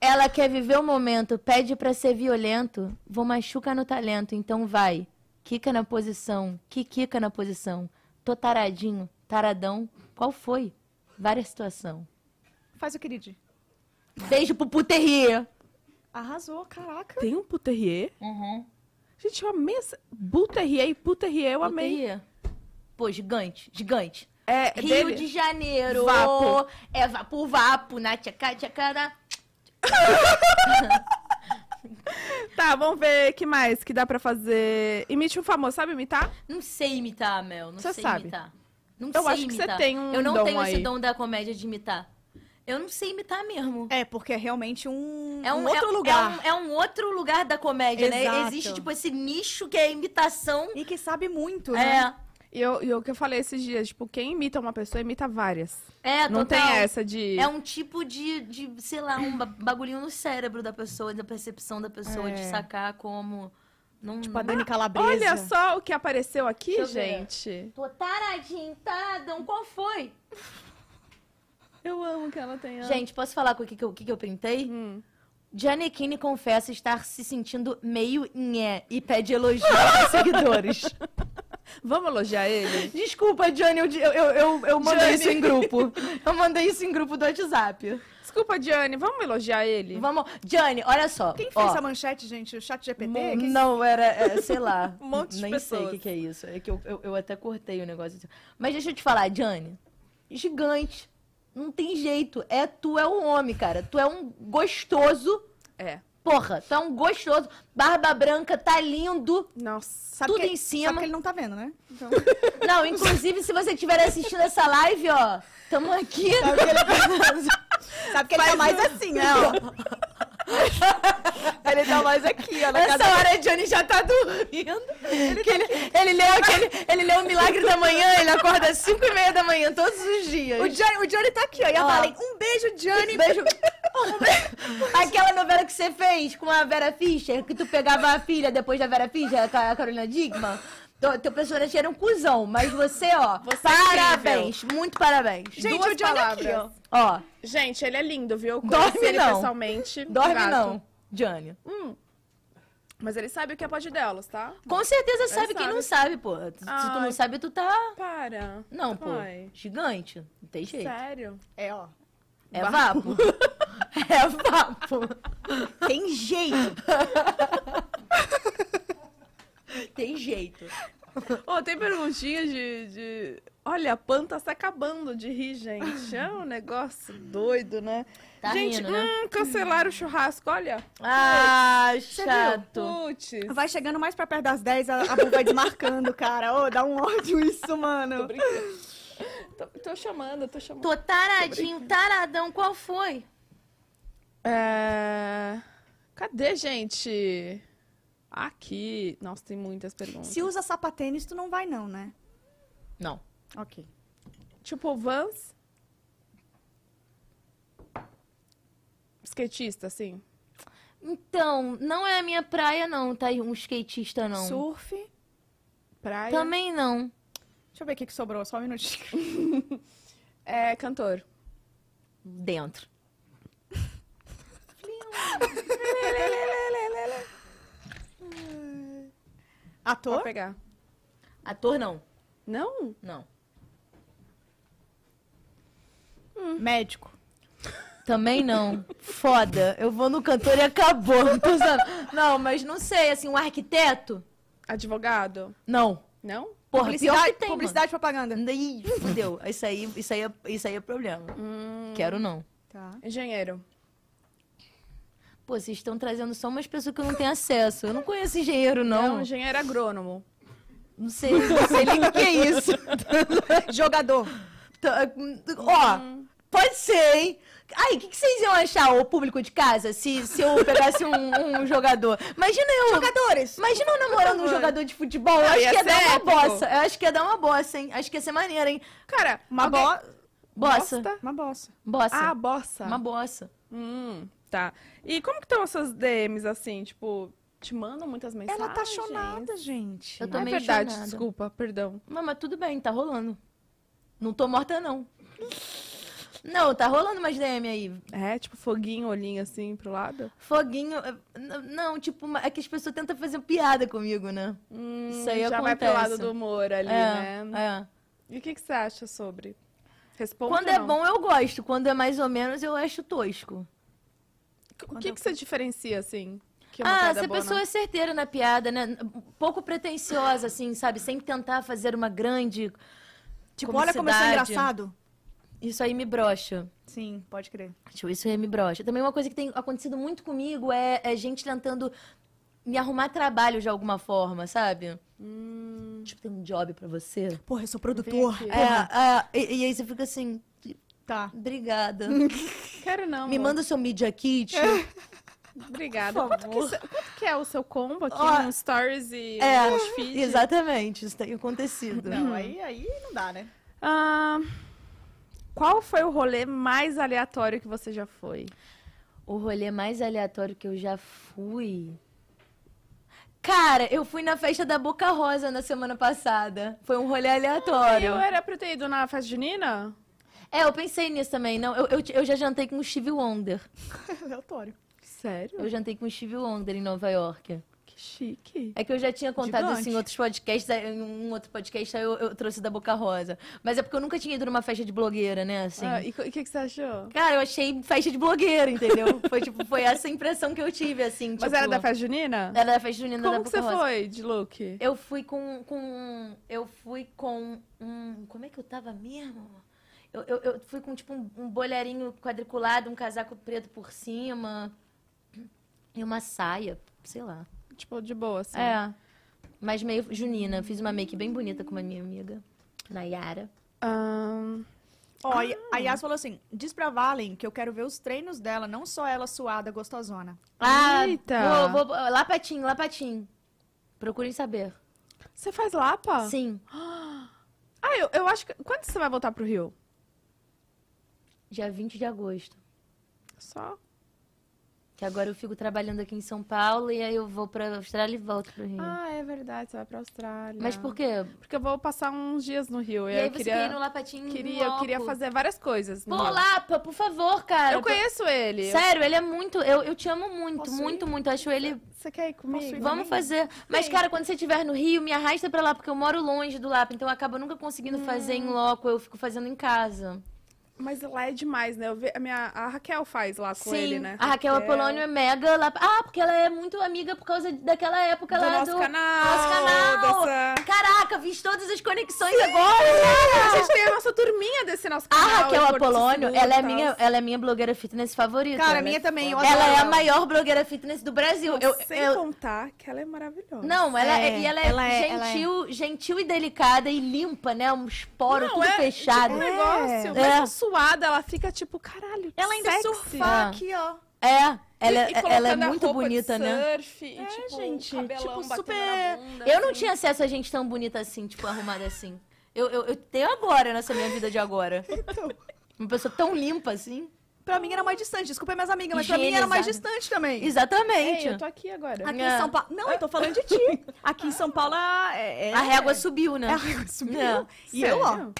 Speaker 3: Ela quer viver o momento, pede pra ser violento. Vou machucar no talento, então vai. Quica na posição, que quica na posição. Tô taradinho, taradão. Qual foi? Várias situação.
Speaker 1: Faz o querido.
Speaker 3: Beijo pro puterrier.
Speaker 1: Arrasou, caraca.
Speaker 2: Tem um puterrier?
Speaker 3: Uhum.
Speaker 2: Gente, eu amei essa... Buterrier e puterrier, eu amei.
Speaker 3: Pô, gigante, gigante.
Speaker 2: É,
Speaker 3: Rio
Speaker 2: dele.
Speaker 3: de Janeiro.
Speaker 2: Vapo.
Speaker 3: É vapo, vapo, na tchaca, tchacada.
Speaker 2: Tá, vamos ver que mais que dá pra fazer. Imite um famoso, sabe imitar?
Speaker 3: Não sei imitar, Mel. Não
Speaker 2: Você
Speaker 3: sei
Speaker 2: sabe.
Speaker 3: imitar. Não
Speaker 2: Eu
Speaker 3: sei
Speaker 2: acho que você
Speaker 3: imitar.
Speaker 2: tem um
Speaker 3: Eu não
Speaker 2: dom
Speaker 3: tenho
Speaker 2: aí.
Speaker 3: esse dom da comédia de imitar. Eu não sei imitar mesmo.
Speaker 1: É, porque é realmente um,
Speaker 3: É um,
Speaker 1: um
Speaker 3: é-
Speaker 1: outro lugar.
Speaker 3: É um, é um outro lugar da comédia, né?
Speaker 1: Exato.
Speaker 3: Existe, tipo, esse nicho que é imitação.
Speaker 1: E que sabe muito, né?
Speaker 3: É.
Speaker 2: E eu- e o que eu falei esses dias, tipo, quem imita uma pessoa, imita várias.
Speaker 3: É,
Speaker 2: não
Speaker 3: total.
Speaker 2: tem essa de.
Speaker 3: É um tipo de, de, sei lá, um ba- bagulhinho no cérebro da pessoa, da percepção da pessoa, de sacar como. Não,
Speaker 1: Tipo a Dani Calabresa.
Speaker 2: Olha só o que apareceu aqui,
Speaker 3: Deixa eu ver.
Speaker 2: gente.
Speaker 3: tá? Tô taradinho, taradão, qual foi?
Speaker 2: Eu amo que ela tenha.
Speaker 3: Gente, posso falar com o que, que, eu, o que, que eu printei?
Speaker 2: Hum.
Speaker 3: Giannichini confessa estar se sentindo meio nhé e pede elogios aos seguidores.
Speaker 2: Vamos elogiar ele?
Speaker 3: Desculpa, Johnny, eu, eu, eu, eu
Speaker 4: Johnny.
Speaker 3: mandei isso em grupo. Eu mandei isso em grupo do WhatsApp.
Speaker 2: Desculpa, Diane, vamos elogiar ele?
Speaker 3: Vamos. Johnny, olha só.
Speaker 1: Quem fez
Speaker 3: ó,
Speaker 1: essa manchete, gente? O chat GPT?
Speaker 3: Mo-
Speaker 1: Quem-
Speaker 3: Não, era, é, sei lá.
Speaker 2: Um monte de
Speaker 3: Nem sei
Speaker 2: pessoas.
Speaker 3: o que, que é isso. É que eu, eu, eu até cortei o negócio. Mas deixa eu te falar, Jane. Gigante. Não tem jeito. É, tu é um homem, cara. Tu é um gostoso.
Speaker 2: É.
Speaker 3: Porra, tu é um gostoso. Barba branca, tá lindo.
Speaker 2: Nossa.
Speaker 1: Sabe
Speaker 3: tudo
Speaker 1: que-
Speaker 3: em
Speaker 1: Sabe
Speaker 3: cima.
Speaker 1: que ele não tá vendo, né? Então,
Speaker 3: Não, inclusive, se você estiver assistindo essa live, ó, tamo aqui.
Speaker 1: sabe que ele tá
Speaker 3: um-
Speaker 1: mais assim, né? ó.
Speaker 4: Ele tá mais aqui, ó, na
Speaker 3: Nessa
Speaker 4: casa.
Speaker 3: hora, a Johnny já tá dormindo. Que Ele, ele, leu aquele, ele leu o Milagre da Manhã, ele acorda às 5 e meia da manhã, todos os
Speaker 1: O
Speaker 3: dias.
Speaker 1: Johnny, o Johnny tá aqui, ó. E a
Speaker 3: Ó.
Speaker 1: Valen, um beijo, Johnny.
Speaker 3: Beijo. Aquela novela que você fez com a Vera Fischer, que tu pegava a filha depois da Vera Fischer, a Ca- a Carolina Digman. Teu, teu personagem era um cuzão, mas você, ó,
Speaker 2: Você é
Speaker 3: parabéns, muito parabéns.
Speaker 1: Gente,
Speaker 3: Duas
Speaker 1: o Johnny
Speaker 3: palavras.
Speaker 1: aqui, ó.
Speaker 3: Ó,
Speaker 2: Gente, ele é lindo, viu? Eu
Speaker 3: Dorme
Speaker 2: conheci ele
Speaker 3: não.
Speaker 2: pessoalmente.
Speaker 3: dorme
Speaker 2: gato. Hum.
Speaker 3: não, Johnny.
Speaker 2: Mas ele sabe o que é pode delas, tá?
Speaker 3: Com certeza sabe
Speaker 2: Ele
Speaker 3: quem não sabe, pô. Se tu não
Speaker 2: Ai.
Speaker 3: sabe, tu tá.
Speaker 2: Para.
Speaker 3: Não, pô.
Speaker 2: Ai.
Speaker 3: Gigante. Não tem jeito.
Speaker 2: Sério?
Speaker 1: É, ó.
Speaker 3: É vapo. é vapo.
Speaker 1: Tem jeito.
Speaker 3: Tem jeito.
Speaker 2: Ó, tem perguntinha de, de- Olha, a Pan tá se acabando de rir, gente. É um negócio doido, né?
Speaker 3: Tá
Speaker 2: gente,
Speaker 3: rindo, né?
Speaker 2: hum, cancelaram o churrasco, olha.
Speaker 3: Ah,
Speaker 1: viu?
Speaker 3: chato.
Speaker 2: Putz.
Speaker 1: Vai chegando mais pra perto das 10, a, a Bu vai desmarcando, cara. Ô, dá um ódio isso, mano.
Speaker 2: Tô, tô chamando, tô chamando.
Speaker 3: Tô taradinho, taradão, qual foi?
Speaker 2: É... Cadê, gente? Aqui. Nossa, tem muitas perguntas.
Speaker 1: Se usa sapatênis, tu não vai não, né?
Speaker 3: Não.
Speaker 1: Ok.
Speaker 2: Tipo, Vans. Skatista, assim.
Speaker 3: Então, não é a minha praia, não, tá aí um skatista, não.
Speaker 1: Surf.
Speaker 2: Praia.
Speaker 3: Também não.
Speaker 1: Deixa eu ver o que, que sobrou, só um minutinho.
Speaker 2: É, cantor.
Speaker 3: Dentro.
Speaker 2: Vou
Speaker 1: Ator?
Speaker 2: pegar.
Speaker 3: Ator, não.
Speaker 2: Não?
Speaker 3: Não.
Speaker 1: Médico.
Speaker 3: Também não. Foda. Eu vou no cantor e acabou. Não, tô usando. não, mas não sei, assim, um arquiteto?
Speaker 2: Advogado?
Speaker 3: Não.
Speaker 2: Não?
Speaker 3: Porra, pior
Speaker 1: Publicidade,
Speaker 3: que tem, mano.
Speaker 1: publicidade e propaganda.
Speaker 3: Ih, fudeu. Isso aí, isso aí, é, isso aí é problema. Quero não.
Speaker 1: Tá.
Speaker 2: Engenheiro.
Speaker 3: Pô, vocês estão trazendo só umas pessoas que eu não tenho acesso. Eu não conheço engenheiro, não.
Speaker 2: Não, engenheiro agrônomo.
Speaker 3: Não sei, não sei nem o que é isso.
Speaker 1: Jogador.
Speaker 3: Tá, hum, Ó, pode ser, hein? Aí, o que, que vocês iam achar, o público de casa, se, se eu pegasse um, um jogador? Imagina eu.
Speaker 1: Jogadores.
Speaker 3: Imagina eu namorando um jogador de futebol. Eu acho
Speaker 2: ia
Speaker 3: que ia
Speaker 2: ser
Speaker 3: dar uma
Speaker 2: épico.
Speaker 3: bossa. Eu acho que ia dar uma bossa, hein? Acho que ia ser maneiro, hein?
Speaker 2: Cara,
Speaker 1: Uma,
Speaker 2: alguém-
Speaker 1: bo...
Speaker 3: Bossa.
Speaker 2: Bosta?
Speaker 1: Uma bossa.
Speaker 3: Bossa.
Speaker 2: Ah, bossa.
Speaker 3: Uma bossa.
Speaker 2: Hum, tá. E como que estão as suas DMs, assim? Tipo, te mandam muitas mensagens?
Speaker 1: Ela tá chonada, gente.
Speaker 3: Eu tô
Speaker 2: é
Speaker 3: meio
Speaker 2: verdade,
Speaker 3: chonada.
Speaker 2: desculpa, perdão.
Speaker 3: Mas, mas tudo bem, tá rolando. Não tô morta, não. Não, tá rolando umas DM aí.
Speaker 2: É, tipo, foguinho, olhinho assim pro lado?
Speaker 3: Foguinho. eh, n- Não, tipo, uma- é que as pessoas tentam fazer piada comigo, né?
Speaker 2: Hum,
Speaker 3: Isso aí
Speaker 2: já vai
Speaker 3: acontece.
Speaker 2: pro lado do humor ali,
Speaker 3: é,
Speaker 2: né?
Speaker 3: é.
Speaker 2: E o que, que você acha sobre? Responde
Speaker 3: Quando
Speaker 2: ou
Speaker 3: é
Speaker 2: não?
Speaker 3: bom, eu gosto. Quando é mais ou menos, eu acho tosco.
Speaker 2: O que, que você diferencia, assim? Que uma
Speaker 3: Ah,
Speaker 2: piada
Speaker 3: se a
Speaker 2: boa,
Speaker 3: pessoa
Speaker 2: não?
Speaker 3: é certeira na piada, né? Pouco pretensiosa, assim, sabe? Sem tentar fazer uma grande.
Speaker 1: Tipo, olha como eu sou
Speaker 3: comicidade.
Speaker 1: engraçado.
Speaker 3: Isso aí me brocha.
Speaker 1: Sim, pode crer.
Speaker 3: Tipo, isso aí me brocha. Também uma coisa que tem acontecido muito comigo é, é gente tentando me arrumar trabalho de alguma forma, sabe?
Speaker 2: Hum,
Speaker 3: Tipo, tem um job pra você.
Speaker 1: Porra, eu sou produtor.
Speaker 2: aqui.
Speaker 3: É, é, e, e aí você fica assim,
Speaker 1: Tá.
Speaker 3: obrigada.
Speaker 2: Quero não,
Speaker 3: me
Speaker 2: amor.
Speaker 3: manda o seu media kit.
Speaker 2: Obrigada. Quanto que, isso- quanto que é o seu combo aqui
Speaker 3: Ó,
Speaker 2: no Stories e
Speaker 3: é,
Speaker 2: no feed?
Speaker 3: Exatamente, isso tem acontecido.
Speaker 1: aí, aí não dá, né?
Speaker 2: Ah, qual foi o rolê mais aleatório que você já foi?
Speaker 3: O rolê mais aleatório que eu já fui. Cara, eu fui na festa da Boca Rosa na semana passada. Foi um rolê aleatório.
Speaker 2: Eu era pra eu ter ido na festa junina?
Speaker 3: É, eu pensei nisso também. Não, eu, eu, eu já jantei com o Steve Wonder.
Speaker 1: Aleatório.
Speaker 2: Sério?
Speaker 3: Eu jantei com o Steve Wonder em Nova York.
Speaker 2: Que chique.
Speaker 3: É que eu já tinha contado
Speaker 1: Gigante.
Speaker 3: isso em outros podcasts, aí em um outro podcast aí eu, eu trouxe da Boca Rosa. Mas é porque eu nunca tinha ido numa festa de blogueira, né? Assim.
Speaker 2: Ah, e o que, que você achou?
Speaker 3: Cara, eu achei festa de blogueira, entendeu? Foi tipo, foi essa impressão que eu tive, assim.
Speaker 2: Mas
Speaker 3: tipo,
Speaker 2: era da festa junina?
Speaker 3: Era da festa junina da
Speaker 2: Como que você
Speaker 3: Boca Rosa.
Speaker 2: foi de look?
Speaker 3: Eu fui com, com. Eu fui com um. Como é que eu tava mesmo? Eu, eu, eu fui com tipo um, um bolerinho quadriculado, um casaco preto por cima. E uma saia, sei lá.
Speaker 2: Tipo, de boa, assim.
Speaker 3: É. Mas meio junina. Fiz uma make bem bonita com uma minha amiga, Nayara.
Speaker 2: Ahn,
Speaker 1: Ó, e a Yas falou assim: diz pra Valen que eu quero ver os treinos dela, não só ela suada, gostosona.
Speaker 2: Eita!
Speaker 3: Ah, Vou, vou, Lapatim, Lapatim. Procurem saber.
Speaker 2: Você faz Lapa?
Speaker 3: Sim.
Speaker 2: Ah, eu, eu acho que... Quando você vai voltar pro Rio?
Speaker 3: Dia 20 de agosto.
Speaker 2: Só?
Speaker 3: Que agora eu fico trabalhando aqui em São Paulo e aí eu vou pra Austrália e volto pro Rio.
Speaker 2: Ah, é verdade. Você vai pra Austrália.
Speaker 3: Mas por quê?
Speaker 2: Porque eu vou passar uns dias no Rio.
Speaker 3: E
Speaker 2: eu
Speaker 3: aí você
Speaker 2: queria...
Speaker 3: queria um ir no Lapatinho
Speaker 2: Queria, eu queria fazer várias coisas. no
Speaker 3: Pô,
Speaker 2: Rio.
Speaker 3: Lapa, por favor, cara.
Speaker 2: Eu conheço ele.
Speaker 3: Sério, ele é muito... Eu, eu te amo muito,
Speaker 1: Posso
Speaker 3: muito, muito. Acho ele...
Speaker 2: Você quer ir comigo?
Speaker 1: ir
Speaker 3: Vamos fazer. Mas, cara, quando você estiver no Rio, me arrasta pra lá, porque eu moro longe do Lapa. Então, eu acabo nunca conseguindo fazer
Speaker 2: Hum.
Speaker 3: em loco. Eu fico fazendo em casa.
Speaker 2: Mas lá é demais, né? Eu ve- a, minha, a Raquel faz lá com
Speaker 3: Sim,
Speaker 2: ele, né?
Speaker 3: a Raquel Apolônio é mega lá. Ah, porque ela é muito amiga por causa daquela época
Speaker 2: do
Speaker 3: lá
Speaker 2: nosso
Speaker 3: do.
Speaker 2: canal.
Speaker 3: nosso canal.
Speaker 2: dessa- É,
Speaker 3: Caraca, fiz todas as conexões agora!
Speaker 2: A gente tem a nossa turminha desse nosso
Speaker 3: A
Speaker 2: canal.
Speaker 3: Raquel
Speaker 2: e Ah, Porto
Speaker 3: Apolônio,
Speaker 2: Seguro
Speaker 3: ela é,
Speaker 2: e tal.
Speaker 3: minha, ela é minha blogueira fitness favorita.
Speaker 1: Cara,
Speaker 3: Ela
Speaker 1: a minha
Speaker 3: é-
Speaker 1: também. Eu
Speaker 3: Ela
Speaker 1: adoro
Speaker 3: é a maior blogueira fitness do Brasil. Eu,
Speaker 2: Sem
Speaker 3: eu-
Speaker 2: contar que ela é maravilhosa.
Speaker 3: Não, ela é,
Speaker 1: É,
Speaker 3: e ela é
Speaker 1: ela é- ela é.
Speaker 3: gentil, gentil e delicada e limpa, né? Um esporo,
Speaker 2: Não,
Speaker 3: tudo
Speaker 2: é Tipo,
Speaker 3: fechado.
Speaker 2: um negócio,
Speaker 3: É.
Speaker 2: mas suada, ela fica tipo, caralho,
Speaker 1: Ela ainda
Speaker 2: sexy. Ah.
Speaker 1: surfar
Speaker 3: É.
Speaker 1: aqui, ó.
Speaker 3: É, ela,
Speaker 2: E- e
Speaker 3: ela é
Speaker 2: colocando a
Speaker 3: muito
Speaker 2: roupa de
Speaker 3: bonita, né?
Speaker 2: Surf, e,
Speaker 1: É,
Speaker 2: tipo,
Speaker 1: gente,
Speaker 2: o cabelão
Speaker 1: tipo,
Speaker 2: batendo
Speaker 1: super-
Speaker 2: na bunda,
Speaker 3: Eu não
Speaker 2: assim.
Speaker 3: tinha acesso a gente tão bonita assim, tipo, arrumada assim. Eu, eu, eu tenho agora nessa minha vida de agora. Uma pessoa tão limpa assim.
Speaker 1: Pra mim era mais distante. Desculpa é minhas amigas, mas pra mim era mais
Speaker 3: Higienizada.
Speaker 1: distante também.
Speaker 3: Exatamente.
Speaker 2: Ei, É, eu tô aqui agora.
Speaker 1: Aqui
Speaker 3: É.
Speaker 1: em São Paulo. Não, eu tô falando de ti. Aqui em São Paulo é. é-
Speaker 3: A régua subiu, né?
Speaker 1: é, a régua subiu.
Speaker 3: É.
Speaker 1: E eu, ó.
Speaker 2: Sério?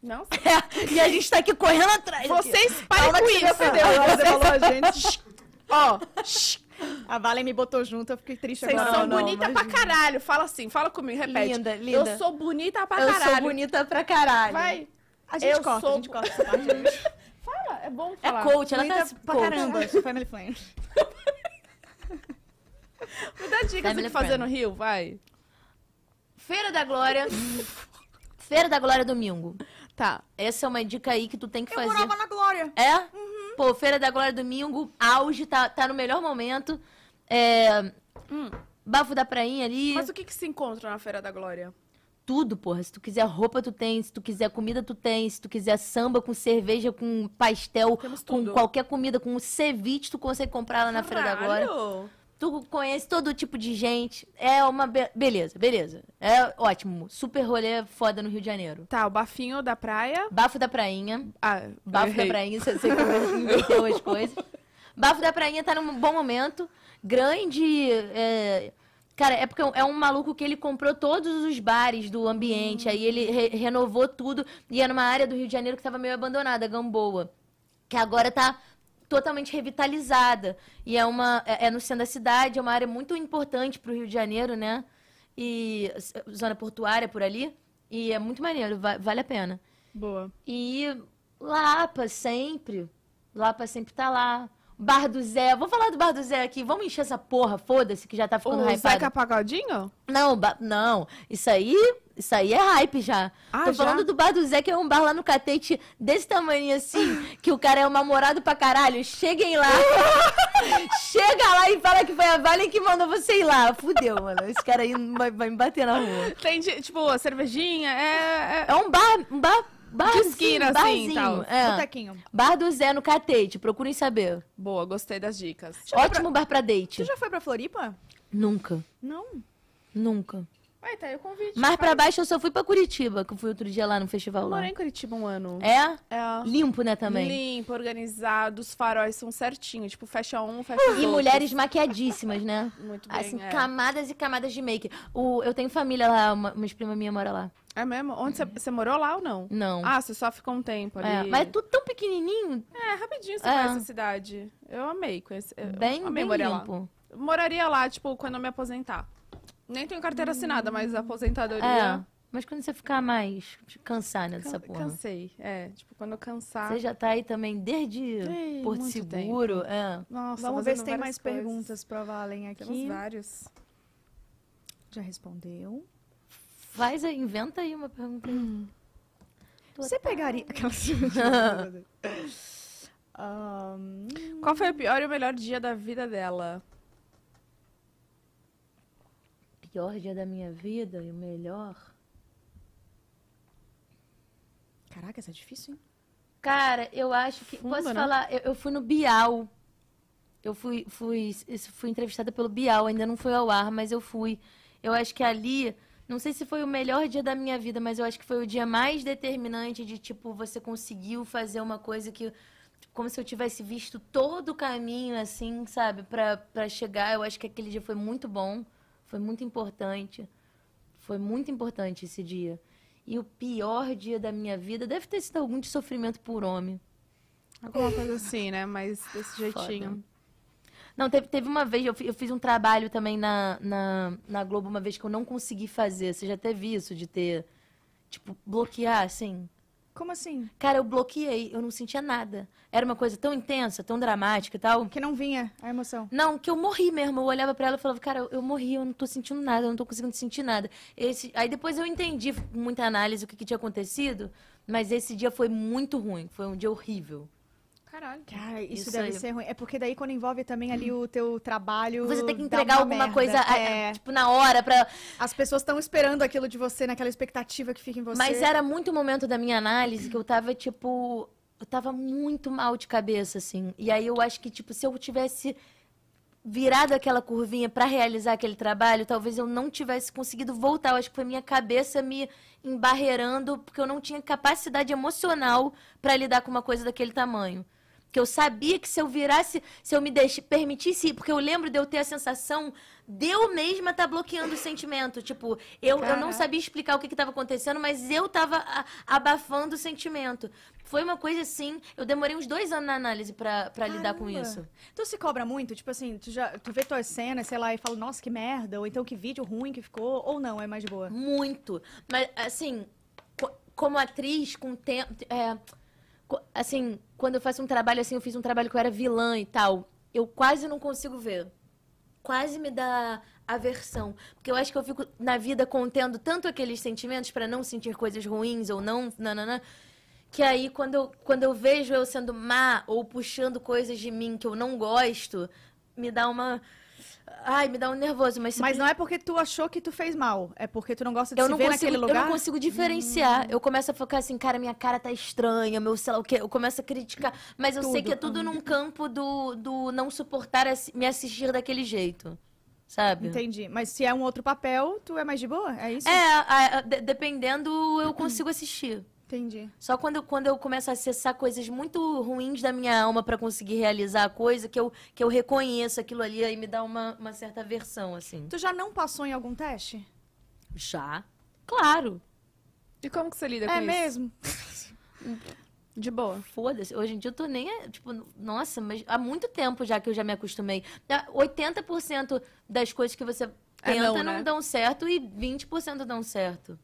Speaker 2: Não,
Speaker 3: e a gente tá aqui correndo atrás. aqui.
Speaker 2: vocês parem com isso.
Speaker 1: Agora você falou a gente. Ó. shh. A Valen me botou junto, eu fiquei triste
Speaker 2: Vocês
Speaker 1: agora.
Speaker 2: são
Speaker 1: Não, não,
Speaker 2: bonita pra caralho. Fala assim, fala comigo, repete.
Speaker 3: Linda, linda.
Speaker 2: Eu sou bonita pra
Speaker 3: Eu
Speaker 2: caralho.
Speaker 3: sou bonita pra caralho.
Speaker 2: Vai.
Speaker 1: A gente
Speaker 2: Eu
Speaker 1: corta, a
Speaker 2: sou-
Speaker 1: gente corta essa parte. gente.
Speaker 2: Fala, é bom
Speaker 3: É
Speaker 2: falar.
Speaker 3: coach, ela
Speaker 1: bonita
Speaker 3: tá
Speaker 1: pra
Speaker 3: coach.
Speaker 1: caramba, sou family friend.
Speaker 2: Me dá dicas do
Speaker 3: Family
Speaker 2: que fazer
Speaker 3: friend.
Speaker 2: no Rio, vai.
Speaker 3: Feira da Glória. Feira da Glória domingo.
Speaker 2: Tá.
Speaker 3: Essa é uma dica aí que tu tem que
Speaker 1: Eu
Speaker 3: fazer.
Speaker 1: morava na Glória.
Speaker 3: É?
Speaker 2: Uhum.
Speaker 3: Pô, Feira da Glória domingo, auge, tá, tá no melhor momento. É... Bafo da prainha ali.
Speaker 2: Hum. Mas o que que se encontra na Feira da Glória?
Speaker 3: tudo, porra. Se tu quiser roupa, tu tem. Se tu quiser comida, tu tem. Se tu quiser samba com cerveja, com pastel,
Speaker 2: Temos
Speaker 3: com
Speaker 2: tudo.
Speaker 3: qualquer comida, com ceviche, tu consegue comprar lá na Feira da Glória.
Speaker 2: Caralho.
Speaker 3: Tu conhece todo tipo de gente. É uma. be- Beleza, beleza. É ótimo. Super rolê foda no Rio de Janeiro.
Speaker 2: Tá, o bafinho da praia.
Speaker 3: Bafo da Prainha.
Speaker 2: Ah,
Speaker 3: Bafo da
Speaker 2: errei.
Speaker 3: Prainha, você sempre inventou as coisas. Bafo da Prainha tá num bom momento. Grande. é, Cara, é porque é um maluco que ele comprou todos os bares do ambiente, aí ele re- renovou tudo. E era uma área do Rio de Janeiro que tava meio abandonada, Gamboa. Que agora tá totalmente revitalizada. E é uma. É, é no centro da cidade, é uma área muito importante pro Rio de Janeiro, né? E. Zona portuária por ali. E é muito maneiro, va- vale a pena.
Speaker 2: Boa.
Speaker 3: E Lapa sempre. Lapa sempre tá lá. Bar do Zé. Vou falar do Bar do Zé aqui. Vamos encher essa porra, foda-se, que já tá ficando
Speaker 2: O
Speaker 3: hypado.
Speaker 2: Zeca Pagodinho?
Speaker 3: Não, ba- não. Isso aí, isso aí é hype já.
Speaker 2: Ah,
Speaker 3: Tô
Speaker 2: já?
Speaker 3: falando do Bar do Zé, que é um bar lá no Catete desse tamanho assim, que o cara é um namorado pra caralho. Cheguem lá. Chega lá e fala que foi a Vale que mandou você ir lá. Fudeu, mano. Esse cara aí vai, vai me bater na rua.
Speaker 2: Tem, de- tipo, a cervejinha, é... é-
Speaker 3: É um bar, um bar, barzinho,
Speaker 2: esquina, assim,
Speaker 3: barzinho.
Speaker 2: tal.
Speaker 3: é.
Speaker 1: Botequinho.
Speaker 3: Bar do Zé no Catete, procurem saber.
Speaker 2: Boa, gostei das dicas.
Speaker 3: Ótimo bar pra date.
Speaker 1: Tu já foi pra Floripa?
Speaker 3: Nunca,
Speaker 1: Não.
Speaker 3: nunca.
Speaker 2: Vai, tá aí o convite.
Speaker 3: Mais pra
Speaker 2: Faz.
Speaker 3: baixo eu só fui pra Curitiba, que eu fui outro dia lá no festival
Speaker 2: Eu
Speaker 3: lá.
Speaker 2: morei em Curitiba um ano.
Speaker 3: É?
Speaker 2: É.
Speaker 3: Limpo, né, também?
Speaker 2: Limpo, organizado, os faróis são certinhos. Tipo, fecha um, fecha outro.
Speaker 3: E mulheres maquiadíssimas, né?
Speaker 2: Muito bem,
Speaker 3: Assim,
Speaker 2: é.
Speaker 3: camadas e camadas de make. O, eu tenho família lá, uma, umas primas minhas moram lá.
Speaker 2: É mesmo? Onde você- você morou lá ou não?
Speaker 3: Não.
Speaker 2: Ah, você só ficou um tempo ali.
Speaker 3: É, mas é tudo tão pequenininho,
Speaker 2: É, rapidinho você
Speaker 3: É.
Speaker 2: conhece a cidade. Eu amei conhecer. eu
Speaker 3: bem,
Speaker 2: amei
Speaker 3: bem
Speaker 2: morar lá.
Speaker 3: limpo.
Speaker 2: Moraria lá, tipo, quando eu me aposentar. Nem tenho carteira assinada, mas
Speaker 3: É,
Speaker 2: aposentadoria.
Speaker 3: mas quando você ficar mais cansada né, dessa
Speaker 2: Can-
Speaker 3: porra.
Speaker 2: Cansei. É, tipo, quando eu cansar.
Speaker 3: Você já tá aí também desde
Speaker 2: Ei,
Speaker 3: Porto
Speaker 2: muito tempo.
Speaker 3: Seguro. É.
Speaker 2: Nossa,
Speaker 1: Vamos ver
Speaker 2: fazendo
Speaker 1: se tem
Speaker 2: várias
Speaker 1: mais
Speaker 2: coisas.
Speaker 1: perguntas pra Valen aqui.
Speaker 2: Temos vários.
Speaker 1: Já respondeu.
Speaker 3: Faz aí, inventa aí uma pergunta. aí. Tô
Speaker 1: Você pegaria. Aquelas- Ahn,
Speaker 2: Qual foi o pior e o melhor dia da vida dela?
Speaker 3: Pior dia da minha vida e o melhor.
Speaker 1: Caraca, essa é difícil, hein?
Speaker 3: Cara, eu acho que.
Speaker 2: Fundo,
Speaker 3: posso
Speaker 2: né?
Speaker 3: falar? Eu, eu fui no Bial. Eu fui, fui, isso- fui entrevistada pelo Bial, ainda não foi ao ar, mas eu fui. Eu acho que ali. Não sei se foi o melhor dia da minha vida, mas eu acho que foi o dia mais determinante de, tipo, você conseguiu fazer uma coisa que. Como se eu tivesse visto todo o caminho, assim, sabe, pra, pra chegar. Eu acho que aquele dia foi muito bom, foi muito importante. Foi muito importante esse dia. E o pior dia da minha vida deve ter sido algum de sofrimento por homem.
Speaker 2: Alguma coisa assim, né? Mas desse jeitinho.
Speaker 3: Não, teve, teve uma vez, eu fi- eu fiz um trabalho também na, na, na Globo, uma vez que eu não consegui fazer. Você já teve isso, de ter, tipo, bloquear, assim?
Speaker 1: Como assim?
Speaker 3: Cara, eu bloqueei, eu não sentia nada. Era uma coisa tão intensa, tão dramática e tal.
Speaker 1: Que não vinha a emoção.
Speaker 3: Não, que eu morri mesmo. Eu olhava pra ela e falava, cara, eu, eu morri, eu não tô sentindo nada, eu não tô conseguindo sentir nada. Esse... Aí depois eu entendi, com muita análise, o que, que tinha acontecido, mas esse dia foi muito ruim, foi um dia horrível.
Speaker 2: Caralho.
Speaker 1: Cara, isso,
Speaker 3: Isso
Speaker 1: deve
Speaker 3: aí.
Speaker 1: ser ruim. É porque daí quando envolve também ali o teu trabalho.
Speaker 3: Você tem que
Speaker 1: dá
Speaker 3: entregar
Speaker 1: uma
Speaker 3: alguma
Speaker 1: merda.
Speaker 3: coisa, a-
Speaker 1: É.
Speaker 3: tipo, na hora, pra,
Speaker 1: As pessoas estão esperando aquilo de você, naquela expectativa que fica em você.
Speaker 3: Mas é- era muito o momento da minha análise que eu tava, tipo. Eu tava muito mal de cabeça, assim. E aí eu acho que, tipo, se eu tivesse virado aquela curvinha pra realizar aquele trabalho, talvez eu não tivesse conseguido voltar. Eu acho que foi minha cabeça me embarreirando, porque eu não tinha capacidade emocional pra lidar com uma coisa daquele tamanho. Porque eu sabia que se eu virasse, se eu me deixe, permitisse ir, porque eu lembro de eu ter a sensação de eu mesma estar bloqueando o sentimento. Tipo, eu, eu não
Speaker 2: Caraca.
Speaker 3: sabia explicar o que estava acontecendo, mas eu estava abafando o sentimento. Foi uma coisa assim, eu demorei uns dois anos na análise pra pra lidar com
Speaker 1: Caramba.
Speaker 3: isso.
Speaker 1: Tu se cobra muito? Tipo assim, tu, já, tu vê tuas cenas, sei lá, e fala, nossa, que merda. Ou então que vídeo ruim que ficou. Ou não, é mais de boa.
Speaker 3: Muito. Mas, assim, co- como atriz, com tempo. é, co- assim, quando eu faço um trabalho assim, eu fiz um trabalho que eu era vilã e tal. Eu quase não consigo ver. Quase me dá aversão. Porque eu acho que eu fico na vida contendo tanto aqueles sentimentos pra não sentir coisas ruins ou não. Nananã, que aí, quando eu, quando eu vejo eu sendo má ou puxando coisas de mim que eu não gosto, me dá uma. Ai, me dá um nervoso. Mas, se
Speaker 1: Mas não é porque tu achou que tu fez mal. É porque tu não gosta de
Speaker 3: eu
Speaker 1: se
Speaker 3: não,
Speaker 1: ver
Speaker 3: consigo,
Speaker 1: naquele
Speaker 3: eu
Speaker 1: lugar.
Speaker 3: não consigo diferenciar. Eu começo a focar assim, cara, minha cara tá estranha, meu sei lá o quê. Eu começo a criticar. Mas eu sei
Speaker 1: Tudo.
Speaker 3: que é tudo num campo do, do não suportar assi- me assistir daquele jeito. Sabe?
Speaker 1: Entendi. Mas se é um outro papel, tu é mais de boa? É isso?
Speaker 3: É, a- a- de- dependendo, eu consigo assistir.
Speaker 1: Entendi.
Speaker 3: Só quando, eu- quando eu começo a acessar coisas muito ruins da minha alma pra conseguir realizar a coisa, que eu, que eu reconheço aquilo ali, aí me dá uma, uma certa aversão, assim.
Speaker 1: Tu já não passou em algum teste?
Speaker 3: Já? Claro.
Speaker 2: E como que você lida com
Speaker 1: é
Speaker 2: isso?
Speaker 1: mesmo?
Speaker 2: De boa.
Speaker 3: Foda-se, hoje em dia eu tô nem, eh, tipo, n- nossa, mas há muito tempo já que eu já me acostumei. Ah, 80% das coisas que você
Speaker 2: É
Speaker 3: tenta
Speaker 2: não,
Speaker 3: não,
Speaker 2: né?
Speaker 3: dão certo e 20% dão certo.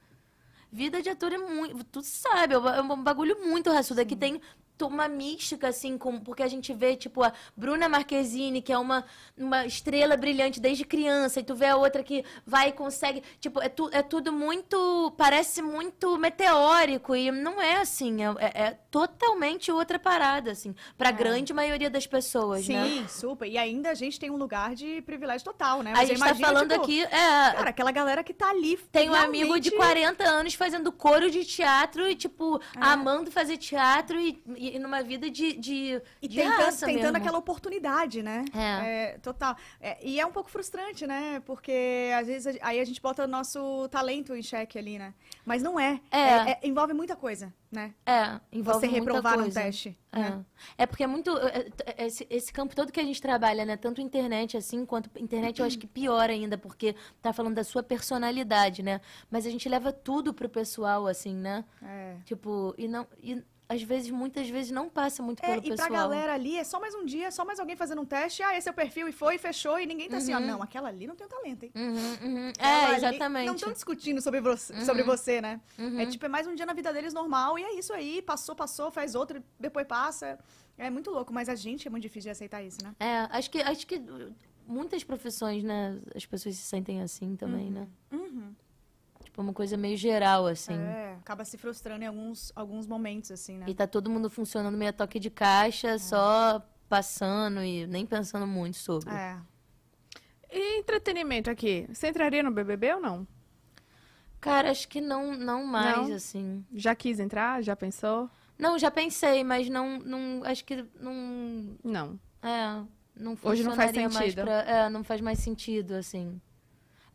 Speaker 3: Vida de ator é muito, tu sabe, é um- é um bagulho muito raçudo. Aqui tem to- uma mística, assim, com, porque a gente vê, tipo, a Bruna Marquezine, que é uma, uma estrela brilhante desde criança, e tu vê a outra que vai e consegue, tipo, é, tu, é tudo muito, parece muito meteórico, e não é assim, é, é- é totalmente outra parada, assim, pra grande maioria das pessoas, né?
Speaker 1: É. Sim, super. E ainda a gente tem um lugar de privilégio total, né?
Speaker 3: A
Speaker 1: Mas eu
Speaker 3: gente tá
Speaker 1: imagino,
Speaker 3: falando
Speaker 1: tipo,
Speaker 3: aqui, é,
Speaker 1: Cara, aquela galera que tá ali.
Speaker 3: Tem um
Speaker 1: realmente- É.
Speaker 3: amigo de 40 anos fazendo coro de teatro e, tipo, amando fazer teatro e, e e, e numa vida de, de,
Speaker 1: E
Speaker 3: de
Speaker 1: tentando,
Speaker 3: raça
Speaker 1: tentando
Speaker 3: mesmo.
Speaker 1: aquela oportunidade, né?
Speaker 3: É.
Speaker 1: É, total. É, e é um pouco frustrante, né? Porque às vezes a- aí a gente bota o nosso talento em xeque ali, né? Mas não é.
Speaker 3: É.
Speaker 1: envolve muita coisa, né?
Speaker 3: É, envolve
Speaker 1: Você
Speaker 3: muita
Speaker 1: reprovar num
Speaker 3: coisa.
Speaker 1: teste. né?
Speaker 3: É. é porque é muito. é, t- Esse, esse campo todo que a gente trabalha, né? Tanto internet assim, quanto internet eu acho que pior ainda, porque tá falando da sua personalidade, né? Mas a gente leva tudo pro pessoal, assim, né?
Speaker 1: É.
Speaker 3: Tipo, e não. E às vezes, muitas vezes, não passa muito
Speaker 1: É,
Speaker 3: pelo
Speaker 1: e pra
Speaker 3: pessoal.
Speaker 1: galera ali, é só mais um dia, é só mais alguém fazendo um teste. Ah, esse é o perfil, e foi, e fechou, e ninguém tá assim, ó, não, aquela ali não tem o talento, hein?
Speaker 3: Uhum, uhum.
Speaker 1: Ela
Speaker 3: É,
Speaker 1: ali-
Speaker 3: exatamente.
Speaker 1: Não estão discutindo sobre você,
Speaker 2: Uhum.
Speaker 1: sobre você né? É tipo, é mais um dia na vida deles normal, e é isso aí, passou, passou, faz outro, depois passa. É muito louco, mas a gente é muito difícil de aceitar isso, né?
Speaker 3: É, acho que, acho que uh, muitas profissões, né? As pessoas se sentem assim
Speaker 1: Uhum,
Speaker 3: também, né? Tipo, uma coisa meio geral, assim.
Speaker 1: É, acaba se frustrando em alguns, alguns momentos, assim, né?
Speaker 3: E tá todo mundo funcionando meio a toque de caixa,
Speaker 2: É.
Speaker 3: só passando e nem pensando muito sobre.
Speaker 1: É.
Speaker 2: E entretenimento aqui? Você entraria no BBB ou não?
Speaker 3: Cara, acho que não, não mais,
Speaker 2: Não?
Speaker 3: assim.
Speaker 2: Já quis entrar? Já pensou?
Speaker 3: Não, já pensei, mas não, não acho que não,
Speaker 2: Não.
Speaker 3: é, não
Speaker 2: Hoje não faz
Speaker 3: funcionaria mais
Speaker 2: sentido.
Speaker 3: pra- é, não faz mais sentido, assim.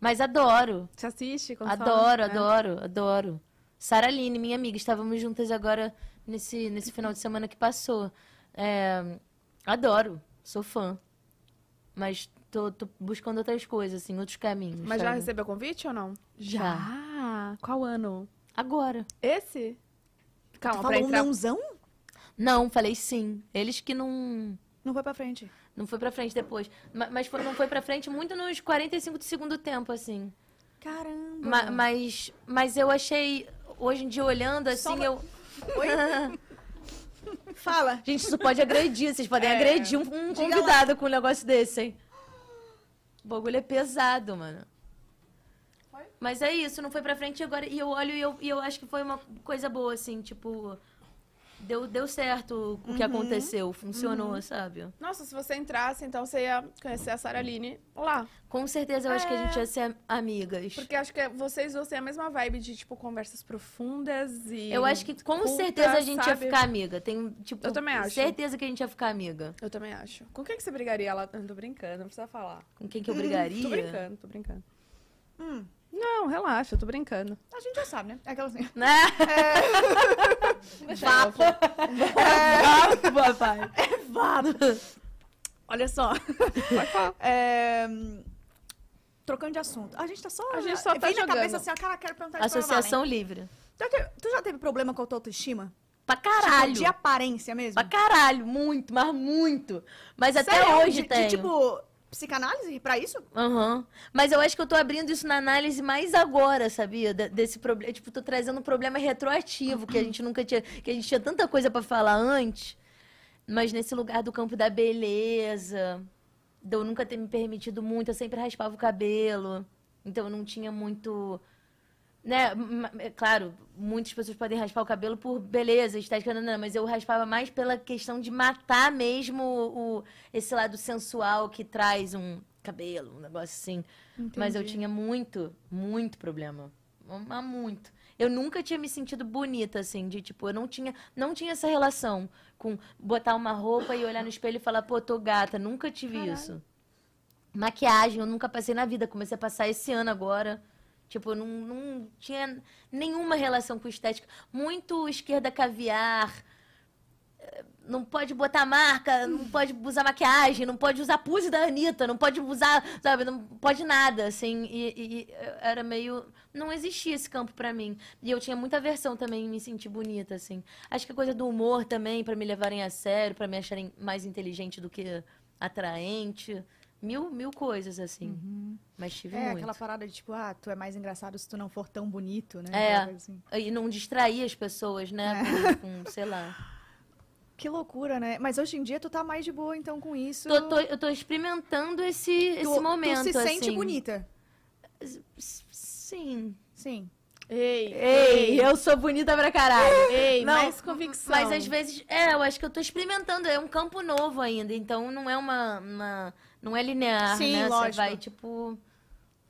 Speaker 3: Mas adoro.
Speaker 2: Você assiste? Consome,
Speaker 3: Adoro,
Speaker 2: né?
Speaker 3: adoro, adoro. Sara Aline, minha amiga, estávamos juntas agora nesse, nesse final de semana que passou. É, adoro, sou fã. Mas tô, tô buscando outras coisas, assim, outros caminhos.
Speaker 2: Mas já
Speaker 3: sabe?
Speaker 2: recebeu convite ou não?
Speaker 3: Já.
Speaker 2: Já. Qual ano?
Speaker 3: Agora.
Speaker 2: Esse?
Speaker 1: Tu
Speaker 2: Calma, pra
Speaker 1: falou um
Speaker 2: entrar.
Speaker 1: nãozão?
Speaker 3: Não, falei sim. Eles que não.
Speaker 1: Não foi pra frente.
Speaker 3: Não foi pra frente depois. Ma- Mas foi- não foi pra frente muito nos 45 do segundo tempo, assim.
Speaker 1: Caramba.
Speaker 3: Ma- mas, mas eu achei. Hoje em dia, olhando assim,
Speaker 1: uma-
Speaker 3: eu.
Speaker 1: Fala.
Speaker 3: Gente, isso pode agredir. Vocês podem
Speaker 1: É.
Speaker 3: agredir um, um convidado com um negócio desse, hein? O bagulho é pesado, mano. Mas é isso, não foi pra frente e agora. E eu olho e eu, e eu acho que foi uma coisa boa, assim, tipo. Deu, deu certo o que
Speaker 1: Uhum.
Speaker 3: aconteceu, funcionou, sabe?
Speaker 2: Nossa, se você entrasse, então você ia conhecer a Sara Aline lá.
Speaker 3: Com certeza eu acho que a
Speaker 1: É.
Speaker 3: gente ia ser amigas.
Speaker 2: Porque acho que é vocês vão ter a mesma vibe de, tipo, conversas profundas e.
Speaker 3: Eu acho que com
Speaker 2: culta,
Speaker 3: certeza a gente
Speaker 2: sabe?
Speaker 3: ia ficar amiga. Tem, tipo,
Speaker 2: Eu também acho.
Speaker 3: certeza que a gente ia ficar amiga.
Speaker 2: Eu também acho. Com quem que você brigaria lá? Não, tô brincando, não precisa falar.
Speaker 3: Com quem que eu brigaria?
Speaker 2: Tô brincando, tô brincando.
Speaker 1: Hum.
Speaker 2: Não, relaxa, eu tô brincando.
Speaker 1: A gente já sabe, né? Aquela assim.
Speaker 3: Né?
Speaker 2: Papo.
Speaker 3: Papai.
Speaker 1: Olha só.
Speaker 2: Pode falar.
Speaker 1: É, hum, Trocando de assunto. A gente tá só.
Speaker 2: A gente só tá
Speaker 1: Vem na
Speaker 2: jogando.
Speaker 1: cabeça assim, ó, cara, quero perguntar de
Speaker 3: Associação livre.
Speaker 1: Pra Marlene. Tu já te- Tu já teve problema com a tua autoestima?
Speaker 3: Pra
Speaker 1: Tipo,
Speaker 2: um
Speaker 3: caralho.
Speaker 1: de aparência mesmo?
Speaker 3: Pra caralho, muito, mas muito. Mas
Speaker 2: é
Speaker 3: até
Speaker 1: Sério?
Speaker 3: hoje
Speaker 1: de,
Speaker 3: tem.
Speaker 1: De, tipo, psicanálise pra isso?
Speaker 3: Aham. Mas eu acho que eu tô abrindo isso na análise mais agora, sabia? De- desse problema. Tipo, tô trazendo um problema retroativo que a gente nunca tinha. Que a gente tinha tanta coisa pra falar antes. Mas nesse lugar do campo da beleza. De eu nunca ter me permitido muito, eu sempre raspava o cabelo. Então eu não tinha muito. Né? ma- é Claro, muitas pessoas podem raspar o cabelo por beleza, estética, não, não, mas eu raspava mais pela questão de matar mesmo o, esse lado sensual que traz um cabelo, um negócio assim. Mas eu tinha muito, muito problema. Mas muito. Eu nunca tinha me sentido bonita, assim, de tipo, eu não tinha, não tinha essa relação com botar uma roupa e olhar no espelho e falar, pô, tô gata. Nunca tive isso. Maquiagem, eu nunca passei na vida. Comecei a passar esse ano agora. Tipo, eu não, não tinha nenhuma relação com estética. Muito esquerda caviar. eh, Não pode botar marca, não pode usar maquiagem, não pode usar pose da Anitta, não pode usar, sabe, não pode nada, assim. E, e- e era meio. Não existia esse campo pra mim. E eu tinha muita aversão também em me sentir bonita, assim. Acho que a coisa do humor também, pra me levarem a sério, pra me acharem mais inteligente do que atraente. Mil, mil coisas, assim. Mas tive
Speaker 1: É,
Speaker 3: muito.
Speaker 1: aquela parada de tipo, ah, tu é mais engraçado se tu não for tão bonito, né?
Speaker 3: É.
Speaker 1: Aquela coisa assim.
Speaker 3: E não distrair as pessoas, né?
Speaker 1: É.
Speaker 3: Com, com, sei lá.
Speaker 1: Que loucura, né? Mas hoje em dia tu tá mais de boa, então, com isso.
Speaker 3: Tô- tô- eu tô experimentando esse,
Speaker 1: tu,
Speaker 3: esse momento.
Speaker 1: Tu se sente
Speaker 3: assim.
Speaker 1: bonita.
Speaker 3: S- Sim.
Speaker 1: Sim.
Speaker 2: Ei,
Speaker 3: Ei, eu sou bonita pra caralho.
Speaker 2: ei,
Speaker 3: Não,
Speaker 2: mais convicção.
Speaker 3: Mas às vezes, é, eu acho que eu tô experimentando, é um campo novo ainda, então não é uma. uma- não é linear,
Speaker 1: Sim,
Speaker 3: né? Você
Speaker 1: lógico.
Speaker 3: vai, tipo.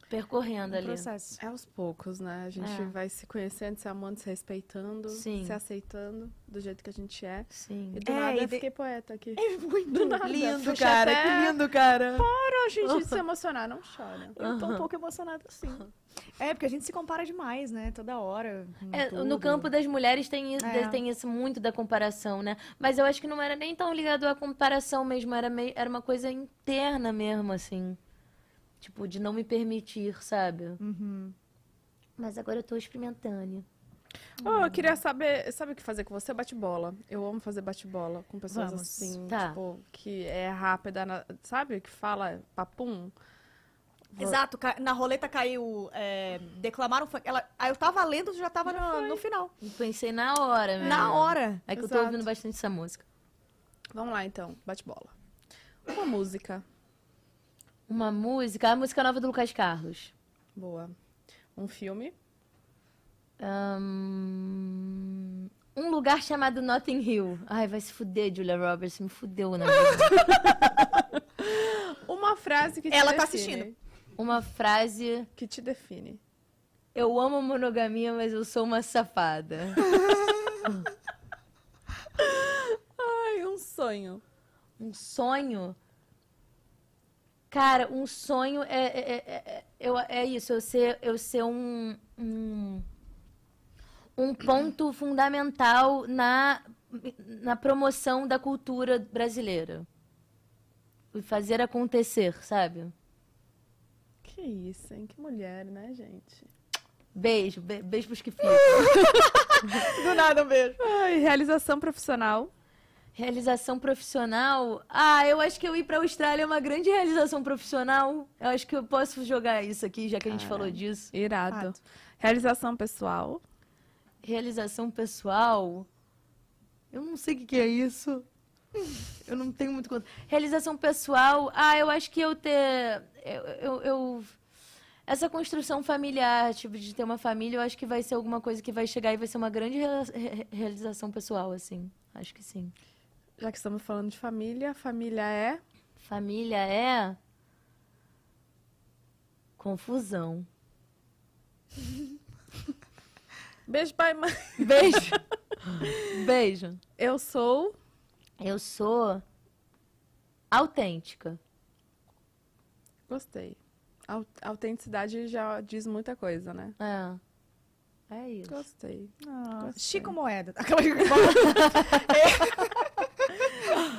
Speaker 3: percorrendo
Speaker 1: um
Speaker 3: ali.
Speaker 1: processo.
Speaker 2: É aos poucos, né? A gente
Speaker 3: É.
Speaker 2: vai se conhecendo, se amando, se respeitando,
Speaker 3: Sim.
Speaker 2: se aceitando do jeito que a gente é.
Speaker 3: Sim.
Speaker 2: E do
Speaker 1: É,
Speaker 2: nada
Speaker 1: e
Speaker 2: eu
Speaker 1: de- É,
Speaker 2: fiquei poeta aqui.
Speaker 3: É
Speaker 1: Muito
Speaker 2: nada.
Speaker 4: Lindo,
Speaker 2: Fecha
Speaker 4: cara.
Speaker 2: até-
Speaker 4: Que lindo, cara.
Speaker 2: Não, gente, se emocionar, não chora. Eu tô um
Speaker 3: Aham.
Speaker 2: pouco emocionada sim.
Speaker 1: É, porque a gente se compara demais, né? Toda hora. com
Speaker 3: É,
Speaker 1: tudo.
Speaker 3: no campo das mulheres tem isso,
Speaker 1: É.
Speaker 3: tem isso muito da comparação, né? Mas eu acho que não era nem tão ligado à comparação mesmo, era, mei- era uma coisa interna mesmo, assim. Tipo, de não me permitir, sabe?
Speaker 1: Uhum.
Speaker 3: Mas agora eu tô experimentando.
Speaker 2: Oh, eu queria saber, sabe o que fazer com você? Bate-bola. Eu amo fazer bate-bola com pessoas
Speaker 1: Vamos.
Speaker 2: assim,
Speaker 3: Tá.
Speaker 2: tipo, que é rápida, na- sabe? Que fala papum.
Speaker 1: Exato, ca- na roleta caiu. é, declamaram. funk. Ela, aí eu tava lendo, já tava no, no final.
Speaker 3: Pensei na hora, mesmo.
Speaker 1: Na hora.
Speaker 3: É que eu tô
Speaker 2: Exato.
Speaker 3: ouvindo bastante essa música.
Speaker 2: Vamos lá então, bate-bola. Uma música
Speaker 3: Uma música, a música nova do Lucas Carlos.
Speaker 2: boa. Um filme.
Speaker 3: Ahn, Um lugar chamado Notting Hill. Ai, vai se fuder, Julia Roberts. Me fudeu na vida.
Speaker 2: Uma frase que te
Speaker 1: Ela tá
Speaker 2: define.
Speaker 1: assistindo.
Speaker 3: Uma frase.
Speaker 2: Que te define.
Speaker 3: Eu amo monogamia, mas eu sou uma safada.
Speaker 2: Ai, um sonho.
Speaker 3: Um sonho. Cara, um sonho é, é, é- é- eu, é isso, eu ser, eu ser um, um, um ponto fundamental na, na promoção da cultura brasileira. E fazer acontecer, sabe?
Speaker 2: Que isso, hein? Que mulher, né, gente?
Speaker 3: Beijo, be, beijo pros que ficam.
Speaker 1: Do nada, um beijo.
Speaker 2: Ai, realização profissional.
Speaker 3: Realização profissional? Ah, eu acho que eu ir pra Austrália é uma grande realização profissional. Eu acho que eu posso jogar isso aqui, já que a gente falou disso.
Speaker 2: Irado. Realização pessoal.
Speaker 3: Realização pessoal? Eu não sei o que, que é isso. Eu não tenho muito conta. Realização pessoal? Ah, eu acho que eu ter. Eu, eu, eu- Essa construção familiar, tipo, de ter uma família, eu acho que vai ser alguma coisa que vai chegar e vai ser uma grande rela- re- realização pessoal, assim. Acho que sim.
Speaker 2: Já que estamos falando de família, família é.
Speaker 3: Família é. Confusão.
Speaker 2: Beijo, pai, e mãe.
Speaker 3: Beijo. Beijo.
Speaker 2: Eu sou.
Speaker 3: Eu sou autêntica.
Speaker 2: Gostei. Au- Autenticidade já diz muita coisa, né?
Speaker 3: É. É isso.
Speaker 2: Gostei. Gostei.
Speaker 1: Chico Moeda. tá, Aquela que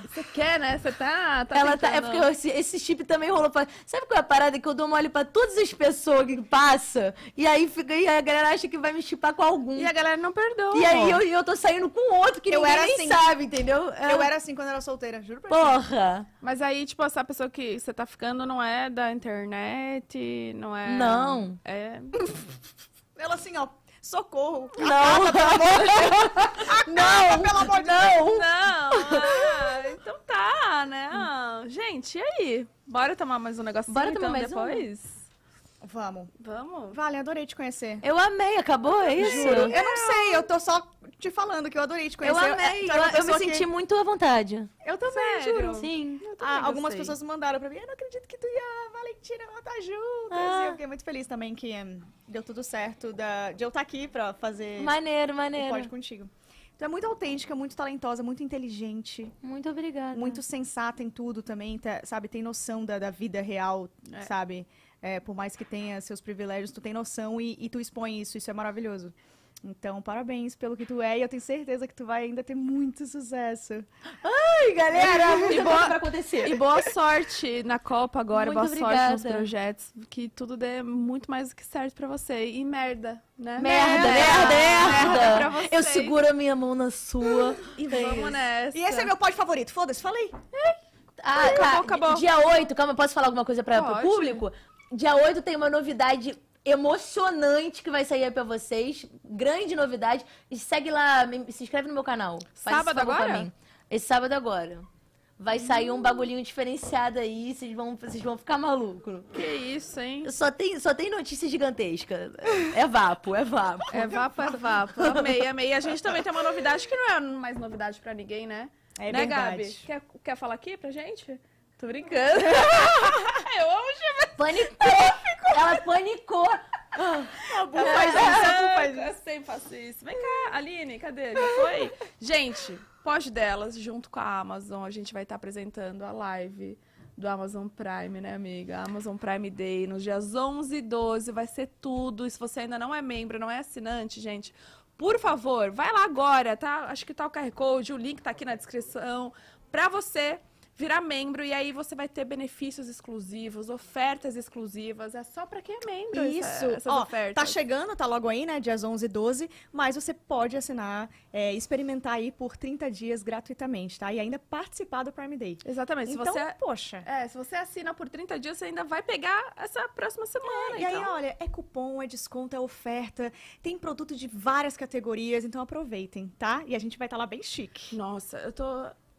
Speaker 2: Você quer, né? Você tá. tá
Speaker 3: Ela tá, é
Speaker 2: tentando.
Speaker 3: porque esse, esse chip também rolou pra... Sabe qual é a parada? Que eu dou mole pra todas as pessoas que passa e aí fica, e a galera acha que vai me chipar com algum.
Speaker 2: E a galera não perdoa.
Speaker 3: E aí eu, eu tô saindo com outro que
Speaker 1: Eu
Speaker 3: ninguém
Speaker 1: era
Speaker 3: nem
Speaker 1: assim.
Speaker 3: sabe, entendeu? É.
Speaker 1: Eu era assim quando era solteira, juro pra
Speaker 3: Porra!
Speaker 2: Mas aí, tipo, essa pessoa que você tá ficando não é da internet, não é.
Speaker 3: Não.
Speaker 2: É.
Speaker 1: você. Ela assim, ó, socorro.
Speaker 3: Não! Ah, não!
Speaker 1: Pelo amor de
Speaker 3: não!
Speaker 2: Não! ah, então tá, né? Ah, Gente, e aí? Bora tomar mais um negocinho
Speaker 3: Bora
Speaker 2: então
Speaker 3: tomar mais um?
Speaker 2: depois?
Speaker 1: Vamos.
Speaker 2: Vamos.
Speaker 1: Vale, adorei te conhecer.
Speaker 3: Eu amei, acabou, é isso?
Speaker 1: Juro. Eu não sei, eu tô só te falando que eu adorei te
Speaker 3: Eu
Speaker 1: conhecer. É, então,
Speaker 3: amei,
Speaker 1: tu
Speaker 3: eu,
Speaker 1: era uma
Speaker 3: eu me
Speaker 1: pessoa que-
Speaker 3: senti muito à vontade.
Speaker 1: Eu também,
Speaker 2: Sério?
Speaker 1: juro.
Speaker 3: Sim.
Speaker 2: Eu também
Speaker 1: Ah, algumas
Speaker 2: gostei.
Speaker 1: pessoas mandaram pra mim, eu não acredito que tu e a Valentina vão estar juntas.
Speaker 3: Ah.
Speaker 1: E eu fiquei muito feliz também que hum, deu tudo certo da- de eu estar aqui pra fazer
Speaker 3: Maneiro,
Speaker 1: o
Speaker 3: maneiro.
Speaker 1: pod contigo. Tu é muito autêntica, muito talentosa, muito inteligente,
Speaker 3: Muito obrigada.
Speaker 1: muito sensata em tudo também, tá- sabe? Tem noção da, da vida real, sabe? É, por mais que tenha seus privilégios, tu tem noção e, e tu expõe isso, isso é maravilhoso. Então, parabéns pelo que tu é e eu tenho certeza que tu vai ainda ter muito sucesso.
Speaker 3: Ai, galera,
Speaker 2: E
Speaker 3: muita
Speaker 2: boa-
Speaker 3: coisa pra acontecer.
Speaker 2: E boa sorte na Copa agora,
Speaker 3: Muito
Speaker 2: boa sorte nos
Speaker 3: obrigada.
Speaker 2: projetos. Que tudo dê muito mais do que certo pra você. E merda, né?
Speaker 3: Merda, merda, É. merda.
Speaker 2: pra vocês.
Speaker 3: Eu seguro a minha mão na sua.
Speaker 2: E vamos nessa.
Speaker 1: E esse é meu pod favorito, foda-se, falei.
Speaker 3: Ah, tá.
Speaker 2: acabou, acabou.
Speaker 3: Dia 8, calma, posso falar alguma coisa para o
Speaker 2: Pode.
Speaker 3: público? Dia 8 tem uma novidade emocionante que vai sair aí pra vocês. Grande novidade. E segue lá, me- se inscreve no meu canal. Faz
Speaker 2: Sábado
Speaker 3: esse favor pra
Speaker 2: agora?
Speaker 3: mim. Esse sábado agora. Vai sair um bagulhinho diferenciado aí, vocês vão, vocês vão ficar malucos.
Speaker 2: Que isso, hein?
Speaker 3: Só tem, só tem notícia gigantesca. É vapo, é vapo.
Speaker 2: É vapo, é vapo. Amei, amei. A gente também tem uma novidade que não é mais novidade pra ninguém, né?
Speaker 1: É
Speaker 2: né,
Speaker 1: verdade.
Speaker 2: Gabi? Quer, quer falar aqui pra gente? Tô brincando. Eu amo
Speaker 3: Pânico! Ela panicou.
Speaker 1: A Bu faz isso, a Bu faz isso.
Speaker 2: Eu é sempre faço isso. Vem cá, Aline, cadê? Já foi? gente, pós delas, junto com a Amazon, a gente vai estar apresentando a live do Amazon Prime, né, amiga? Amazon Prime Day, nos dias 11 e 12, vai ser tudo. E se você ainda não é membro, não é assinante, gente, por favor, vai lá agora, tá? Acho que tá o QR Code, o link tá aqui na descrição, pra você virar membro e aí você vai ter benefícios exclusivos, ofertas exclusivas, é só pra quem é membro
Speaker 1: Isso.
Speaker 2: essa- essas
Speaker 1: Ó,
Speaker 2: ofertas.
Speaker 1: tá chegando, tá logo aí, né? Dias 11 e 12. Mas você pode assinar, é, experimentar aí por 30 dias gratuitamente, tá? E ainda participar do Prime Day.
Speaker 2: Exatamente.
Speaker 1: então,
Speaker 2: se você
Speaker 1: poxa.
Speaker 2: é, se você assina por 30 dias, você ainda vai pegar essa próxima semana.
Speaker 1: E aí,
Speaker 2: então.
Speaker 1: olha, é cupom, é desconto, é oferta. Tem produto de várias categorias, então aproveitem, tá? E a gente vai estar lá bem chique.
Speaker 2: Nossa, eu tô.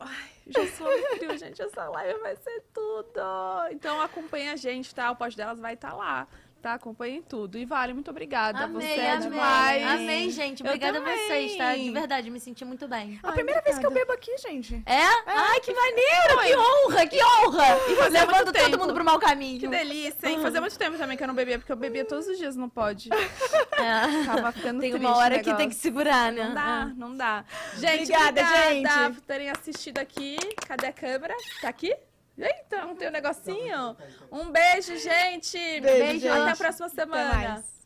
Speaker 2: Ai, já sou frio, gente. Essa live vai ser tudo. Então acompanha a gente, tá? O pós delas vai estar lá. Tá, acompanhem tudo. E vale, muito obrigada.
Speaker 3: Amei,
Speaker 2: Você é
Speaker 3: amei.
Speaker 2: demais.
Speaker 3: Amei, gente.
Speaker 2: Eu
Speaker 3: Obrigada a
Speaker 2: também.
Speaker 3: vocês, tá? De verdade, me senti muito bem.
Speaker 1: a primeira vez que eu bebo aqui, gente.
Speaker 3: É? Ai, que maneiro! Que honra, que honra!
Speaker 2: fazia
Speaker 3: Levando
Speaker 2: muito tempo.
Speaker 3: todo mundo pro mau
Speaker 2: Que
Speaker 3: caminho. É.
Speaker 2: delícia, hein? Fazia muito tempo também que eu não bebia, porque eu bebia todos os dias, não pode.
Speaker 3: É.
Speaker 2: Tava ficando
Speaker 3: Tem
Speaker 2: triste
Speaker 3: uma hora
Speaker 2: o
Speaker 3: que tem
Speaker 2: negócio.
Speaker 3: que segurar, né?
Speaker 2: Não dá, não dá. ah. Gente,
Speaker 1: Obrigada,
Speaker 2: obrigada,
Speaker 1: gente.
Speaker 2: por terem assistido aqui. Cadê a câmera? Tá aqui? Eita, não tem um negocinho? Um beijo, gente.
Speaker 3: Beijo.
Speaker 2: Até a próxima semana.
Speaker 1: mais.